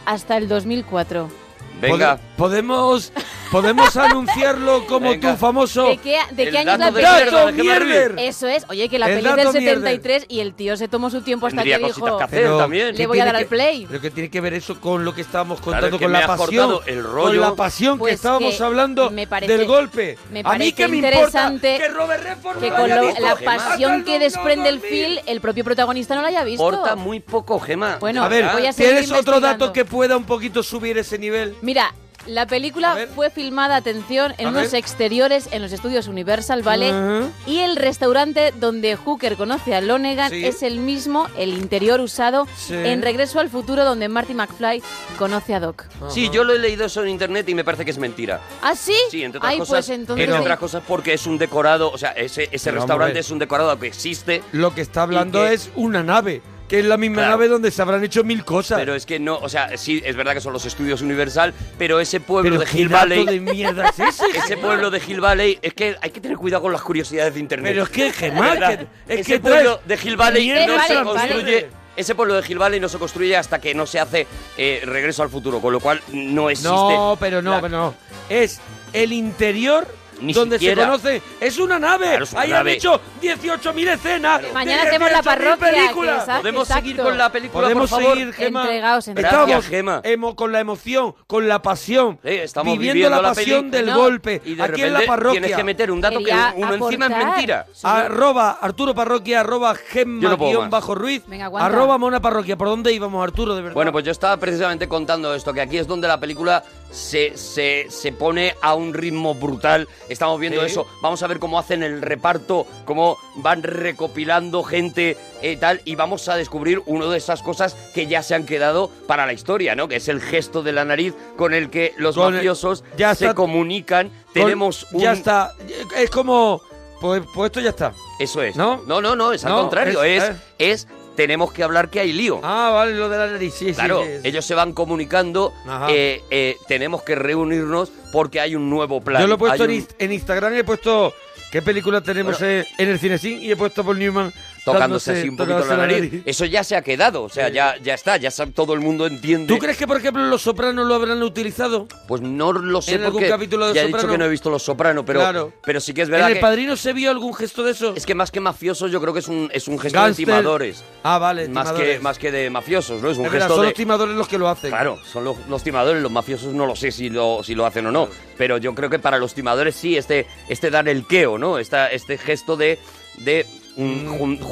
Speaker 3: hasta el 2004.
Speaker 1: Venga.
Speaker 5: podemos
Speaker 3: [laughs]
Speaker 5: podemos anunciarlo como tu famoso.
Speaker 3: ¿De qué, de
Speaker 5: El
Speaker 3: qué año es la
Speaker 5: dato de
Speaker 3: película?
Speaker 5: Gerardo, de Gemma Hervier.
Speaker 3: Eso es. Oye, que la
Speaker 5: El
Speaker 3: peli es
Speaker 5: dato
Speaker 3: del
Speaker 5: mierder.
Speaker 3: 73 y el tío se tomó su tiempo hasta
Speaker 1: Tendría
Speaker 3: que
Speaker 1: cositas
Speaker 3: Pues dijo,
Speaker 1: que hacer Pero- también.
Speaker 3: le
Speaker 1: ¿qué
Speaker 3: voy a
Speaker 1: tiene
Speaker 3: dar al
Speaker 1: que-
Speaker 3: play.
Speaker 5: Pero que tiene que ver eso con lo que estábamos
Speaker 1: Claro,
Speaker 5: contando,
Speaker 1: es que
Speaker 5: con
Speaker 1: me
Speaker 5: la
Speaker 1: has
Speaker 5: pasión.
Speaker 1: cortado el rollo.
Speaker 5: Con la pasión
Speaker 3: Pues
Speaker 5: que estábamos
Speaker 3: que
Speaker 5: hablando
Speaker 3: me parece-
Speaker 5: del golpe.
Speaker 3: Me
Speaker 5: A
Speaker 3: parece
Speaker 5: mí que me importa.
Speaker 3: interesante que,
Speaker 1: lo
Speaker 3: con
Speaker 1: haya
Speaker 3: lo-
Speaker 1: visto,
Speaker 3: la
Speaker 1: Gemma.
Speaker 3: pasión que desprende el
Speaker 1: 2000.
Speaker 3: film, el propio protagonista no la haya visto.
Speaker 1: Corta muy poco, Gema.
Speaker 3: Bueno,
Speaker 1: De
Speaker 3: A ver,
Speaker 1: verdad.
Speaker 3: voy a seguir
Speaker 5: ¿Tienes otro
Speaker 3: investigando.
Speaker 5: dato que pueda un poquito subir ese nivel?
Speaker 3: Mira, la película fue filmada, atención, en
Speaker 5: A
Speaker 3: unos
Speaker 5: ver.
Speaker 3: exteriores en los estudios Universal, ¿vale?
Speaker 5: Ujú.
Speaker 3: Y el restaurante donde Hooker conoce a Lonegan
Speaker 5: Sí.
Speaker 3: es el mismo, el interior usado
Speaker 1: Sí.
Speaker 3: en Regreso al Futuro, donde Marty McFly conoce a Doc.
Speaker 1: Sí, yo lo he leído eso en internet y me parece que es mentira.
Speaker 3: ¿Ah, sí?
Speaker 1: Sí, entre otras
Speaker 3: Ay,
Speaker 1: cosas.
Speaker 3: pues entonces
Speaker 1: entre
Speaker 3: sí.
Speaker 1: otras cosas porque es un decorado, o sea, ese, ese
Speaker 5: Pero vamos a
Speaker 1: restaurante
Speaker 5: ver.
Speaker 1: es un decorado que existe.
Speaker 5: Lo que está hablando
Speaker 1: Y que-
Speaker 5: es una nave, que es la misma
Speaker 1: Claro.
Speaker 5: nave donde se habrán hecho mil cosas.
Speaker 1: Pero es que no, o sea, sí, es verdad que son los estudios Universal, pero ese pueblo
Speaker 5: Pero
Speaker 1: de
Speaker 5: qué
Speaker 1: Hill
Speaker 5: dato
Speaker 1: Valley.
Speaker 5: de mierda es ese,
Speaker 1: ese
Speaker 5: Gemma.
Speaker 1: pueblo de Hill Valley, es que hay que tener cuidado con las curiosidades de internet.
Speaker 5: Pero es que, Gemma,
Speaker 1: De verdad,
Speaker 5: que- es
Speaker 1: ese
Speaker 5: que
Speaker 1: pueblo de
Speaker 5: traes
Speaker 1: Hill Valley
Speaker 5: mierda
Speaker 1: no se
Speaker 5: tras mierda.
Speaker 1: construye. Ese pueblo de Hill Valley no se construye hasta que no se hace eh, regreso al futuro, con lo cual no existe.
Speaker 5: No, pero no,
Speaker 1: la-
Speaker 5: pero no. Es el interior
Speaker 1: Ni
Speaker 5: donde
Speaker 1: siquiera.
Speaker 5: se conoce. Es una nave.
Speaker 1: Claro, es una
Speaker 5: Ahí
Speaker 1: nave.
Speaker 5: han hecho 18.000 escenas. de
Speaker 3: Mañana hacemos la
Speaker 5: 18.000
Speaker 3: parroquia,
Speaker 5: películas.
Speaker 3: que exacto, Podemos seguir exacto. con la película,
Speaker 5: Podemos
Speaker 3: por favor.
Speaker 5: seguir, Gema.
Speaker 3: Entregaos, entregaos.
Speaker 5: Estamos
Speaker 3: Gracias,
Speaker 5: emo- con la emoción, con la pasión.
Speaker 1: Estamos
Speaker 5: viviendo,
Speaker 1: viviendo
Speaker 5: la
Speaker 1: la
Speaker 5: pasión
Speaker 1: peli,
Speaker 5: del
Speaker 1: ¿no?
Speaker 5: golpe.
Speaker 1: Y de
Speaker 5: aquí en la
Speaker 1: repente
Speaker 5: parroquia.
Speaker 1: tienes que meter un dato que Quería uno encima es aportar. mentira.
Speaker 5: Arroba Arturo Parroquia, arroba Gemma
Speaker 1: Yo no puedo
Speaker 5: guión
Speaker 1: más.
Speaker 5: bajo Ruiz.
Speaker 3: Venga, aguanta.
Speaker 5: arroba Mona Parroquia. ¿Por dónde íbamos, Arturo, de verdad?
Speaker 1: Bueno, pues yo estaba precisamente contando esto, que aquí es donde la película se, se, se pone a un ritmo brutal. Estamos viendo
Speaker 5: Sí.
Speaker 1: eso. Vamos a ver cómo hacen el reparto, cómo van recopilando gente y tal. Y vamos a descubrir una de esas cosas que ya se han quedado para la historia, ¿no? Que es el gesto de la nariz con el que los
Speaker 5: Con el-
Speaker 1: mafiosos
Speaker 5: ya
Speaker 1: se
Speaker 5: está-
Speaker 1: comunican. Tenemos
Speaker 5: Con-
Speaker 1: un...
Speaker 5: Ya está. Es como. Pues, pues esto ya está.
Speaker 1: Eso es.
Speaker 5: ¿No?
Speaker 1: No, no, no, es al
Speaker 5: No,
Speaker 1: contrario.
Speaker 5: es-
Speaker 1: Es,
Speaker 5: eh.
Speaker 1: es, tenemos que hablar que hay lío.
Speaker 5: Ah, vale, lo de la nariz. Sí, sí,
Speaker 1: Claro,
Speaker 5: sí, sí.
Speaker 1: ellos se van comunicando,
Speaker 5: Ajá.
Speaker 1: eh, eh, tenemos que reunirnos porque hay un nuevo plan.
Speaker 5: Yo lo he puesto
Speaker 1: hay
Speaker 5: en,
Speaker 1: un-
Speaker 5: Inst- en Instagram, he puesto qué película tenemos eh, en el cinesín y he puesto Paul Newman
Speaker 1: tocándose así un poquito la
Speaker 5: tocándose
Speaker 1: nariz. Eso ya se ha quedado, o sea, ya, ya está, ya sab- todo el mundo entiende.
Speaker 5: ¿Tú crees que, por ejemplo, Los Sopranos lo habrán utilizado?
Speaker 1: Pues no lo sé
Speaker 5: ¿En algún
Speaker 1: porque
Speaker 5: capítulo de
Speaker 1: ya he
Speaker 5: Soprano?
Speaker 1: dicho que no he visto Los Soprano, pero,
Speaker 5: Claro.
Speaker 1: pero sí que es verdad
Speaker 5: ¿En El
Speaker 1: que-
Speaker 5: Padrino se vio algún gesto de eso?
Speaker 1: Es que más que mafiosos yo creo que es un, es un gesto
Speaker 5: Gánster.
Speaker 1: de timadores.
Speaker 5: Ah, vale,
Speaker 1: Más que,
Speaker 5: timadores.
Speaker 1: más que de mafiosos, ¿no? Es un
Speaker 5: Es verdad,
Speaker 1: gesto
Speaker 5: son
Speaker 1: de...
Speaker 5: los timadores los que lo hacen.
Speaker 1: Claro, son los, los timadores, los mafiosos no lo sé si lo, si lo hacen o no, pero yo creo que para los timadores sí, este, este dar el queo, ¿no? Esta, este gesto de, de mm, jun- juntémonos,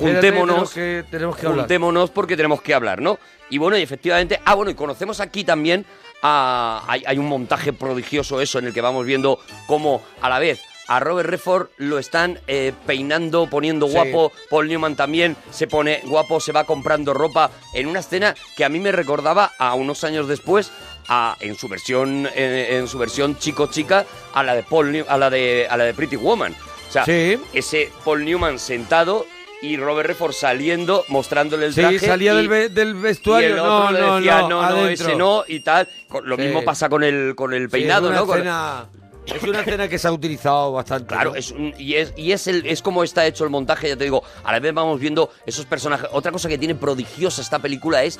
Speaker 5: Espérate, tenemos que, tenemos que hablar.
Speaker 1: juntémonos porque tenemos que hablar, ¿no? Y bueno, y efectivamente, ah, bueno, y conocemos aquí también a, hay, hay un montaje prodigioso eso en el que vamos viendo cómo a la vez a Robert Redford lo están eh, peinando, poniendo
Speaker 5: Sí.
Speaker 1: guapo, Paul Newman también se pone guapo, se va comprando ropa en una escena que a mí me recordaba a unos años después a, en su versión en, en su versión chico chica a la de Paul New- a la de a la de Pretty Woman. O sea,
Speaker 5: Sí.
Speaker 1: ese Paul Newman sentado y Robert Redford saliendo mostrándole el traje
Speaker 5: Sí, salía
Speaker 1: y-
Speaker 5: del, ve- del vestuario.
Speaker 1: y el
Speaker 5: no,
Speaker 1: otro le
Speaker 5: no,
Speaker 1: decía,
Speaker 5: no,
Speaker 1: no, no,
Speaker 5: adentro.
Speaker 1: ese no y tal. Con- Lo
Speaker 5: Sí.
Speaker 1: mismo pasa con el con el
Speaker 5: Sí,
Speaker 1: peinado,
Speaker 5: es una
Speaker 1: ¿no? Con-
Speaker 5: escena- es una escena que se ha utilizado bastante.
Speaker 1: Claro,
Speaker 5: ¿no?
Speaker 1: es un- y, es, y es, el, es como está hecho el montaje, ya te digo, a la vez vamos viendo esos personajes. Otra cosa que tiene prodigiosa esta película es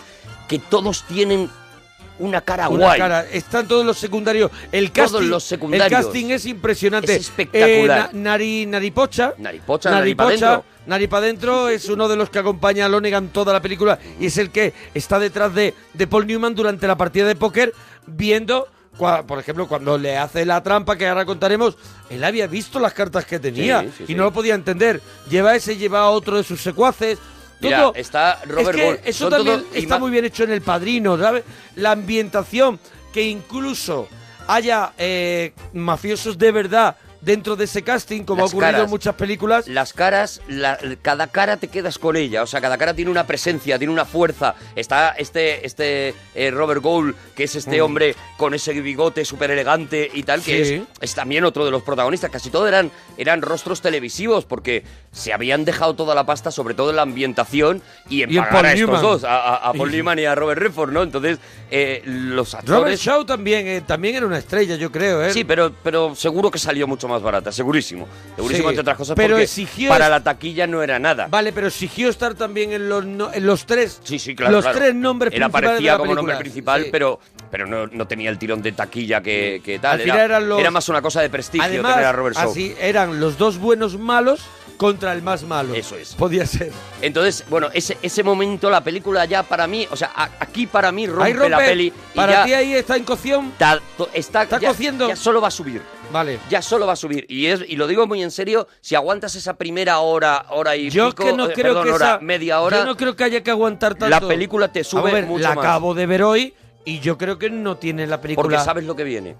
Speaker 1: que todos tienen una cara
Speaker 5: Una
Speaker 1: guay.
Speaker 5: cara. Están todos los secundarios. El
Speaker 1: Todos
Speaker 5: casting,
Speaker 1: los secundarios.
Speaker 5: El casting es impresionante.
Speaker 1: Es espectacular.
Speaker 5: Eh, na- nari, naripocha.
Speaker 1: Naripocha, Naripa dentro.
Speaker 5: Naripa dentro es uno de los que acompaña a Lonegan toda la película y es el que está detrás de, de Paul Newman durante la partida de póker viendo, cua- por ejemplo, cuando le hace la trampa que ahora contaremos, él había visto las cartas que tenía
Speaker 1: Sí, sí,
Speaker 5: y
Speaker 1: sí.
Speaker 5: no lo podía entender. Lleva ese, lleva a otro de sus secuaces.
Speaker 1: Mira,
Speaker 5: Todo-
Speaker 1: está
Speaker 5: es
Speaker 1: Robert
Speaker 5: que
Speaker 1: Ball.
Speaker 5: eso
Speaker 1: Son
Speaker 5: también
Speaker 1: todo
Speaker 5: está
Speaker 1: ima-
Speaker 5: muy bien hecho en El Padrino, ¿sabes? La ambientación que incluso haya eh, mafiosos de verdad dentro de ese casting, como ha ocurrido en muchas películas.
Speaker 1: Las caras, la- cada cara te quedas con ella. O sea, cada cara tiene una presencia, tiene una fuerza. Está este, este eh, Robert Gould, que es este
Speaker 5: Mm.
Speaker 1: hombre con ese bigote súper elegante y tal, que
Speaker 5: Sí.
Speaker 1: es, es también otro de los protagonistas. Casi todos eran, eran rostros televisivos porque se habían dejado toda la pasta, sobre todo en la ambientación y en,
Speaker 5: Y en
Speaker 1: pagar
Speaker 5: Paul
Speaker 1: a estos
Speaker 5: Newman.
Speaker 1: dos, a, a- a Paul
Speaker 5: Y-
Speaker 1: Newman y a Robert Redford, ¿no? Entonces, eh, los actores...
Speaker 5: Robert Shaw también, eh, también era una estrella, yo creo, ¿eh?
Speaker 1: Sí, pero, pero seguro que salió mucho más barata, segurísimo.
Speaker 5: Sí,
Speaker 1: Segurísimo, entre otras cosas,
Speaker 5: pero
Speaker 1: porque
Speaker 5: exigió
Speaker 1: para
Speaker 5: es-
Speaker 1: la taquilla no era nada.
Speaker 5: Vale, pero exigió estar también en los, no- en los tres.
Speaker 1: Sí, sí, claro.
Speaker 5: Los
Speaker 1: claro.
Speaker 5: tres nombres
Speaker 1: Él
Speaker 5: principales
Speaker 1: aparecía
Speaker 5: de la
Speaker 1: como
Speaker 5: película.
Speaker 1: nombre principal,
Speaker 5: Sí.
Speaker 1: pero, pero no, no tenía el tirón de taquilla que, que tal.
Speaker 5: Al final
Speaker 1: era,
Speaker 5: eran los-
Speaker 1: era más una cosa de prestigio
Speaker 5: Además,
Speaker 1: tener a Robert Shaw.
Speaker 5: así eran los dos buenos malos contra el más malo. Eso es. Podía ser.
Speaker 1: Entonces, bueno, ese, ese momento, la película ya para mí, o sea, a- aquí para mí rompe,
Speaker 5: Ahí rompe.
Speaker 1: la peli. y
Speaker 5: Para
Speaker 1: ya
Speaker 5: ti ahí está en cocción.
Speaker 1: Está, está, ya-
Speaker 5: cociendo.
Speaker 1: Ya solo va a subir.
Speaker 5: Vale.
Speaker 1: Ya solo va a subir. Y, es, y lo digo muy en serio, si aguantas esa primera hora, hora y
Speaker 5: Yo
Speaker 1: pico,
Speaker 5: que no
Speaker 1: eh,
Speaker 5: creo
Speaker 1: perdón,
Speaker 5: que
Speaker 1: hora,
Speaker 5: esa-
Speaker 1: media hora...
Speaker 5: Yo no creo que haya que aguantar tanto.
Speaker 1: La película te sube
Speaker 5: A ver,
Speaker 1: mucho
Speaker 5: la
Speaker 1: más.
Speaker 5: acabo de ver hoy y yo creo que no tiene la película.
Speaker 1: Porque sabes lo que viene.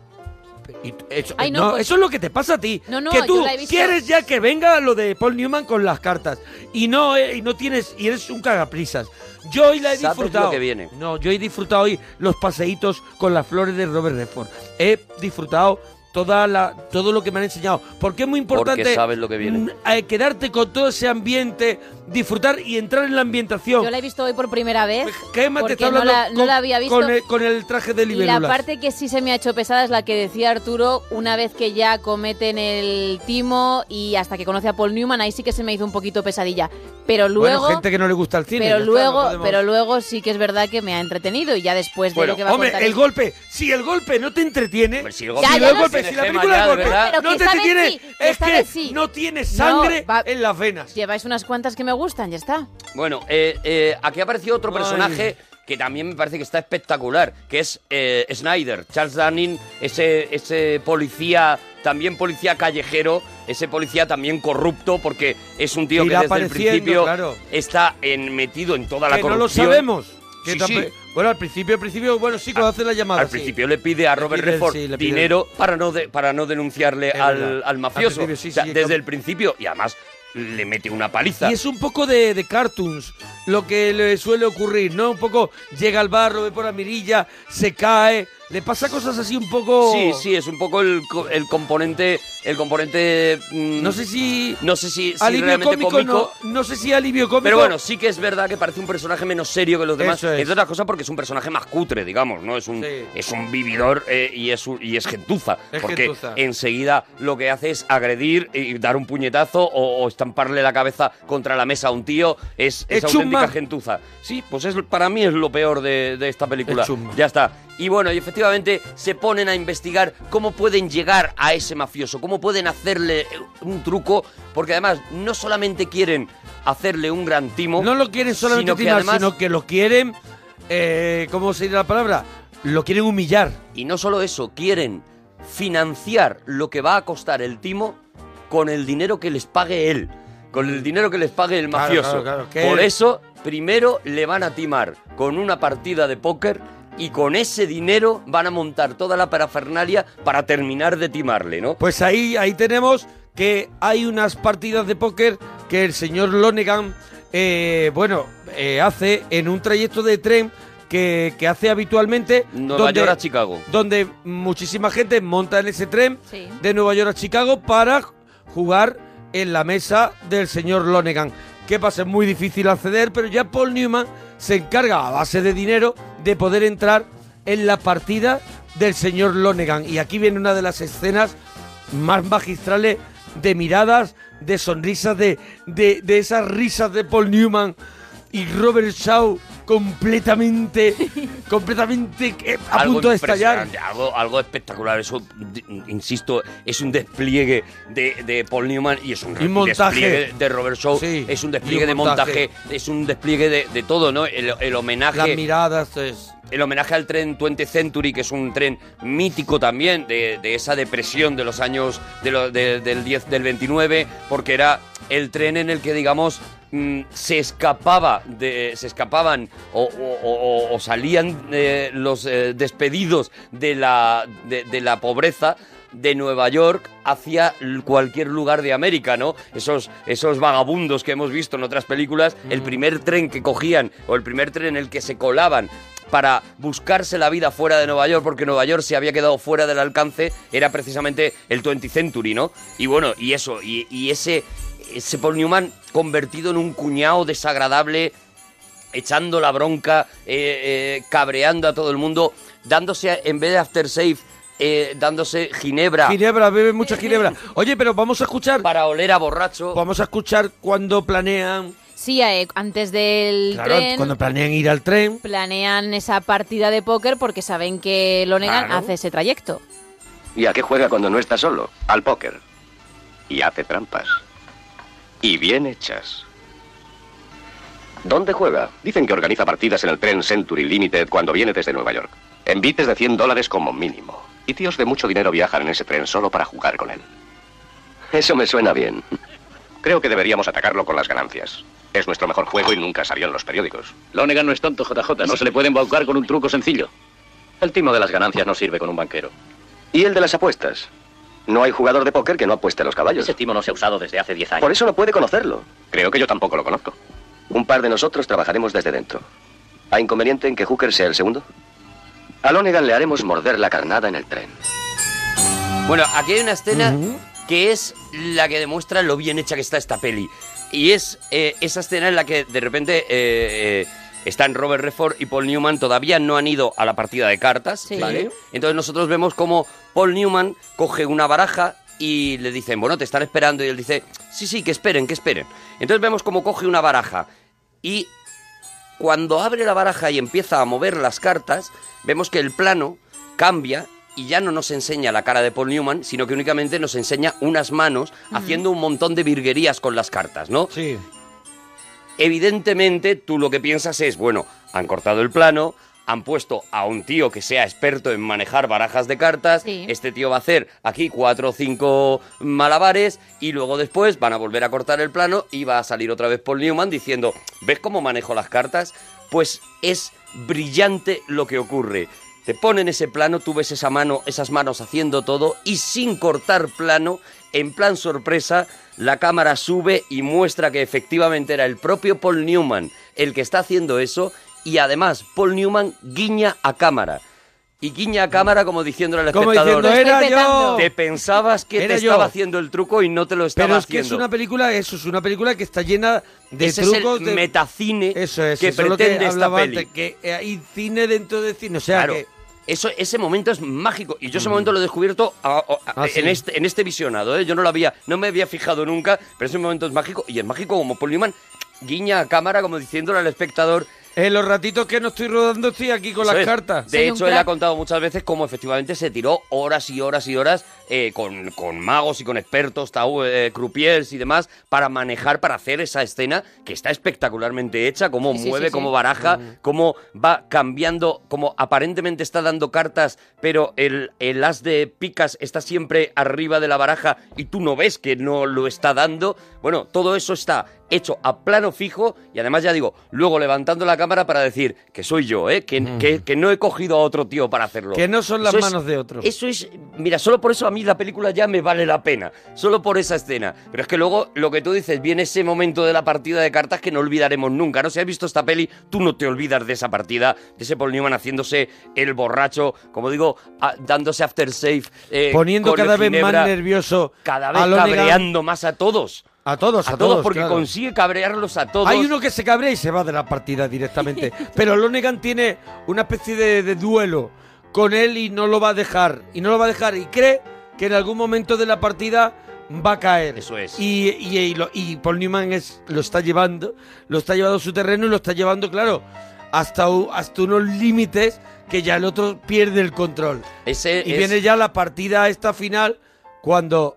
Speaker 5: Y eso,
Speaker 1: Ay, no,
Speaker 5: no,
Speaker 1: pues-
Speaker 5: eso es lo que te pasa a ti.
Speaker 1: No, no,
Speaker 5: que
Speaker 1: yo
Speaker 5: tú
Speaker 1: la he visto.
Speaker 5: quieres ya que venga lo de Paul Newman con las cartas. Y no, eh, y no tienes, y eres un cagaprisas. Yo hoy la he
Speaker 1: Sabes
Speaker 5: disfrutado.
Speaker 1: lo que viene.
Speaker 5: No, yo he disfrutado hoy los paseitos con las flores de Robert Redford. He disfrutado toda la, todo lo que me han enseñado. Porque es muy importante
Speaker 1: Porque sabes lo que viene.
Speaker 5: mm, eh, quedarte con todo ese ambiente, disfrutar y entrar en la ambientación.
Speaker 3: Yo la he visto hoy por primera vez.
Speaker 5: ¿Qué más te
Speaker 3: porque
Speaker 5: está
Speaker 3: no
Speaker 5: hablando
Speaker 3: la, no
Speaker 5: con-
Speaker 3: la había visto.
Speaker 5: Con, el, con el traje de
Speaker 3: Y la
Speaker 5: libélula.
Speaker 3: parte que sí se me ha hecho pesada es la que decía Arturo, una vez que ya cometen el timo y hasta que conoce a Paul Newman, ahí sí que se me hizo un poquito pesadilla. Pero luego,
Speaker 5: bueno, gente que no le gusta el cine.
Speaker 3: pero
Speaker 5: ya está, no
Speaker 3: luego,
Speaker 5: podemos-
Speaker 3: pero luego sí que es verdad que me ha entretenido y ya después de
Speaker 5: Bueno,
Speaker 3: lo que va
Speaker 5: hombre,
Speaker 3: a contar
Speaker 5: el golpe, si el golpe no te entretiene, si el
Speaker 3: golpe- Ya, ya lo
Speaker 5: golpe,
Speaker 3: sé.
Speaker 5: si la
Speaker 3: Gema,
Speaker 5: película
Speaker 3: ya,
Speaker 5: del
Speaker 3: de
Speaker 5: golpe
Speaker 3: verdad. Pero
Speaker 5: no
Speaker 3: que
Speaker 5: te
Speaker 3: esta vez
Speaker 5: entretiene,
Speaker 3: sí, que
Speaker 5: es
Speaker 3: esta
Speaker 5: que
Speaker 3: vez sí.
Speaker 5: no tienes sangre en las venas.
Speaker 3: Lleváis unas cuantas que me gustan, ya está.
Speaker 1: Bueno, eh, eh, aquí apareció otro
Speaker 3: Ay.
Speaker 1: personaje que también me parece que está espectacular, que es eh, Snyder, Charles Dunning, ese, ese policía, también policía callejero, ese policía también corrupto, porque es un tío
Speaker 5: Irá
Speaker 1: que desde el
Speaker 5: apareciendo,
Speaker 1: principio
Speaker 5: claro.
Speaker 1: está en- metido en toda la
Speaker 5: que no lo
Speaker 1: corrupción.
Speaker 5: sabemos. que
Speaker 1: Sí,
Speaker 5: tampe-
Speaker 1: sí.
Speaker 5: Bueno, al principio, al principio, bueno, sí, cuando hace la llamada.
Speaker 1: Al
Speaker 5: sí.
Speaker 1: principio le pide a Robert
Speaker 5: pide,
Speaker 1: Redford
Speaker 5: sí, le pide.
Speaker 1: dinero para no, de- para no denunciarle al,
Speaker 5: verdad.
Speaker 1: al mafioso.
Speaker 5: Al principio, sí,
Speaker 1: O sea,
Speaker 5: sí,
Speaker 1: desde
Speaker 5: que-
Speaker 1: el principio, y además le mete una paliza.
Speaker 5: Y es un poco de, de cartoons lo que le suele ocurrir, ¿no? Un poco llega al barro, ve por la mirilla, se cae, le pasa cosas así un poco.
Speaker 1: Sí, sí, es un poco el, co- el componente. El componente. no sé
Speaker 5: si.
Speaker 1: No sé si, si
Speaker 5: alivio
Speaker 1: realmente
Speaker 5: cómico,
Speaker 1: cómico.
Speaker 5: No, no sé si alivio cómico.
Speaker 1: Pero bueno, sí que es verdad que parece un personaje menos serio que los demás.
Speaker 5: Eso es.
Speaker 1: Entre otras cosas porque es un personaje más cutre, digamos, ¿no? Es un, es un vividor eh, y, es un- y es gentuza.
Speaker 5: Es
Speaker 1: porque
Speaker 5: gentuza.
Speaker 1: enseguida lo que hace es agredir y dar un puñetazo o, o estamparle la cabeza contra la mesa a un tío. Es,
Speaker 5: Es
Speaker 1: es
Speaker 5: chusma.
Speaker 1: auténtica gentuza. Sí, pues es, para mí es lo peor de, de esta película.
Speaker 5: Es chusma.
Speaker 1: Ya está. Y bueno, y efectivamente se ponen a investigar cómo pueden llegar a ese mafioso, cómo pueden hacerle eh, un truco, porque además no solamente quieren hacerle un gran timo,
Speaker 5: No lo quieren solamente
Speaker 1: sino que
Speaker 5: timar,
Speaker 1: además-
Speaker 5: sino que lo quieren. eh, ¿Cómo sería la palabra? Lo quieren humillar.
Speaker 1: Y no solo eso, quieren financiar lo que va a costar el timo con el dinero que les pague él, con el dinero que les pague el
Speaker 5: Claro,
Speaker 1: mafioso.
Speaker 5: claro, claro, que-
Speaker 1: Por eso, primero le van a timar con una partida de póker y con ese dinero van a montar toda la parafernalia para terminar de timarle, ¿no?
Speaker 5: Pues ahí, ahí tenemos que hay unas partidas de póker que el señor Lonegan, eh, bueno, eh, hace en un trayecto de tren que, que hace habitualmente.
Speaker 1: Nueva York a Chicago.
Speaker 5: Donde muchísima gente monta en ese tren
Speaker 1: Sí.
Speaker 5: de Nueva York a Chicago para jugar en la mesa del señor Lonegan. ¿Qué pasa? Es muy difícil acceder, pero ya Paul Newman se encarga a base de dinero de poder entrar en la partida del señor Lonegan. Y aquí viene una de las escenas más magistrales de miradas, de sonrisas, de, de, de esas risas de Paul Newman y Robert Shaw
Speaker 1: [laughs]
Speaker 5: completamente, completamente eh, a
Speaker 1: Algo
Speaker 5: punto de estallar.
Speaker 1: impresionante, Algo, algo espectacular. Eso, di- insisto, es un despliegue de, de Paul Newman y es un
Speaker 5: Y montaje.
Speaker 1: despliegue de Robert Shaw.
Speaker 5: Sí,
Speaker 1: es un
Speaker 5: y
Speaker 1: despliegue
Speaker 5: un
Speaker 1: de montaje.
Speaker 5: montaje.
Speaker 1: es un despliegue de, de todo, ¿no? El, el homenaje.
Speaker 5: Las miradas, es...
Speaker 1: El homenaje al tren 20 Century, que es un tren mítico también de, de esa depresión de los años de lo- de- del 10 del 29, porque era el tren en el que, digamos, mm, se escapaba de, se escapaban o, o- o- o salían eh, los eh, despedidos de la, de, de la pobreza de Nueva York hacia l- cualquier lugar de América, ¿no? Esos, esos vagabundos que hemos visto en otras películas, el primer tren que cogían o el primer tren en el que se colaban para buscarse la vida fuera de Nueva York, porque Nueva York se había quedado fuera del alcance, era precisamente el 20 Century, ¿no? Y bueno, y eso, y, y ese, ese Paul Newman convertido en un cuñado desagradable, echando la bronca, eh, eh, cabreando a todo el mundo, dándose, en vez de aftershave, eh, dándose ginebra.
Speaker 5: Ginebra, bebe mucha ginebra. Oye, pero vamos a escuchar.
Speaker 1: Para oler a borracho.
Speaker 5: Vamos a escuchar cuando planean.
Speaker 3: Sí, eh, antes del
Speaker 5: Claro,
Speaker 3: tren
Speaker 5: cuando planean ir al tren.
Speaker 3: planean esa partida de póker porque saben que lo negan
Speaker 19: Claro.
Speaker 3: hace ese trayecto.
Speaker 19: ¿Y a qué juega cuando no está solo? Al póker. Y hace trampas. Y bien hechas. ¿Dónde juega? Dicen que organiza partidas en el tren Century Limited cuando viene desde Nueva York. Envites de 100 dólares como mínimo. Y tíos de mucho dinero viajan en ese tren solo para jugar con él. Eso me suena bien. Creo que deberíamos atacarlo con las ganancias. Es nuestro mejor juego y nunca salió en los periódicos.
Speaker 20: Lonegan no es tonto, JJ. No se le puede embaucar con un truco sencillo. El timo de las ganancias no sirve con un banquero.
Speaker 19: ¿Y el de las apuestas? No hay jugador de póker que no apueste a los caballos.
Speaker 20: Ese timo no se ha usado desde hace 10 años.
Speaker 19: Por eso no puede conocerlo. Creo que yo tampoco lo conozco. Un par de nosotros trabajaremos desde dentro. ¿Hay inconveniente en que Hooker sea el segundo? A Lonegan le haremos morder la carnada en el tren.
Speaker 1: Bueno, aquí hay una escena que es la que demuestra lo bien hecha que está esta peli. Y es eh, esa escena en la que de repente eh, eh, están Robert Redford y Paul Newman, todavía no han ido a la partida de cartas, ¿vale? Entonces nosotros vemos como Paul Newman coge una baraja y le dicen, bueno, te están esperando. Y él dice, sí, sí, que esperen, que esperen. Entonces vemos como coge una baraja y cuando abre la baraja y empieza a mover las cartas, vemos que el plano cambia y ya no nos enseña la cara de Paul Newman, sino que únicamente nos enseña unas manos
Speaker 5: Ujú.
Speaker 1: haciendo un montón de virguerías con las cartas, ¿no? Sí. Evidentemente, tú lo que piensas es, bueno, han cortado el plano, han puesto a un tío que sea experto en manejar barajas de cartas, este tío va a hacer aquí cuatro o cinco malabares y luego después van a volver a cortar el plano y va a salir otra vez Paul Newman diciendo, ¿ves cómo manejo las cartas? Pues es brillante lo que ocurre. Te ponen ese plano, tú ves esa mano, esas manos haciendo todo y sin cortar plano, en plan sorpresa, la cámara sube y muestra que efectivamente era el propio Paul Newman el que está haciendo eso y además Paul Newman guiña a cámara. Y guiña a cámara como diciendo al
Speaker 5: Como
Speaker 1: espectador.
Speaker 5: diciendo, "Era Estoy yo".
Speaker 1: Te pensabas que
Speaker 5: Era
Speaker 1: te
Speaker 5: yo.
Speaker 1: estaba haciendo el truco y no te lo estaba
Speaker 5: Pero es que
Speaker 1: haciendo.
Speaker 5: es una película, eso es una película que está llena de
Speaker 1: Ese es el
Speaker 5: trucos. de...
Speaker 1: metacine
Speaker 5: eso es,
Speaker 1: que
Speaker 5: eso es lo
Speaker 1: pretende esta
Speaker 5: hablaba
Speaker 1: peli.
Speaker 5: antes, que eh, hay cine dentro de cine, o sea
Speaker 1: claro.
Speaker 5: que- Mm.
Speaker 1: Eso, ese momento es mágico y yo ese momento lo he descubierto a- a-
Speaker 5: Ah, sí.
Speaker 1: en, este, en este visionado. ¿eh? Yo no lo había, no me había fijado nunca, pero ese momento es mágico y es mágico como Paul Newman guiña a cámara como diciéndole al espectador.
Speaker 5: En los ratitos que no estoy rodando estoy aquí con las
Speaker 1: Eso es.
Speaker 5: cartas.
Speaker 1: De hecho, él ha contado muchas veces cómo efectivamente se tiró horas y horas y horas eh, con, con magos y con expertos, tau- eh, croupiers y demás, para manejar, para hacer esa escena que está espectacularmente hecha, cómo
Speaker 5: Sí, sí,
Speaker 1: mueve,
Speaker 5: sí,
Speaker 1: cómo
Speaker 5: sí.
Speaker 1: baraja,
Speaker 5: Ujú.
Speaker 1: cómo va cambiando, cómo aparentemente está dando cartas, pero el, el as de picas está siempre arriba de la baraja y tú no ves que no lo está dando. Bueno, todo eso está hecho a plano fijo y además ya digo, luego levantando la cámara para decir que soy yo, ¿eh? que, que- que no he cogido a otro tío para hacerlo.
Speaker 5: Mm. Que no son las
Speaker 1: Eso es-
Speaker 5: manos de otro.
Speaker 1: Eso es, mira, solo por eso a mí la película ya me vale la pena, solo por esa escena. Pero es que luego lo que tú dices, viene ese momento de la partida de cartas que no olvidaremos nunca. No si has visto esta peli, tú no te olvidas de esa partida, de ese Paul Newman haciéndose el borracho, como digo, a- dándose aftershave, eh,
Speaker 5: Poniendo
Speaker 1: con
Speaker 5: cada vez
Speaker 1: ginebra,
Speaker 5: más nervioso.
Speaker 1: cada vez
Speaker 5: a Lonegan.
Speaker 1: cabreando más a todos.
Speaker 5: A todos,
Speaker 1: A,
Speaker 5: a,
Speaker 1: todos, porque
Speaker 5: claro.
Speaker 1: consigue cabrearlos a todos.
Speaker 5: Hay uno que se cabrea y se va de la partida
Speaker 1: [laughs]
Speaker 5: directamente. Pero Lonegan tiene una especie de, de duelo con él y no lo va a dejar. Y no lo va a dejar. Y cree que en algún momento de la partida va a caer. Eso
Speaker 1: es.
Speaker 5: Y, y, y lo- y Paul Newman es, lo está llevando, lo está llevando a su terreno y lo está llevando, claro, hasta, u- hasta unos límites que ya el otro pierde el control.
Speaker 1: Ese
Speaker 5: y
Speaker 1: es-
Speaker 5: viene ya la partida esta final cuando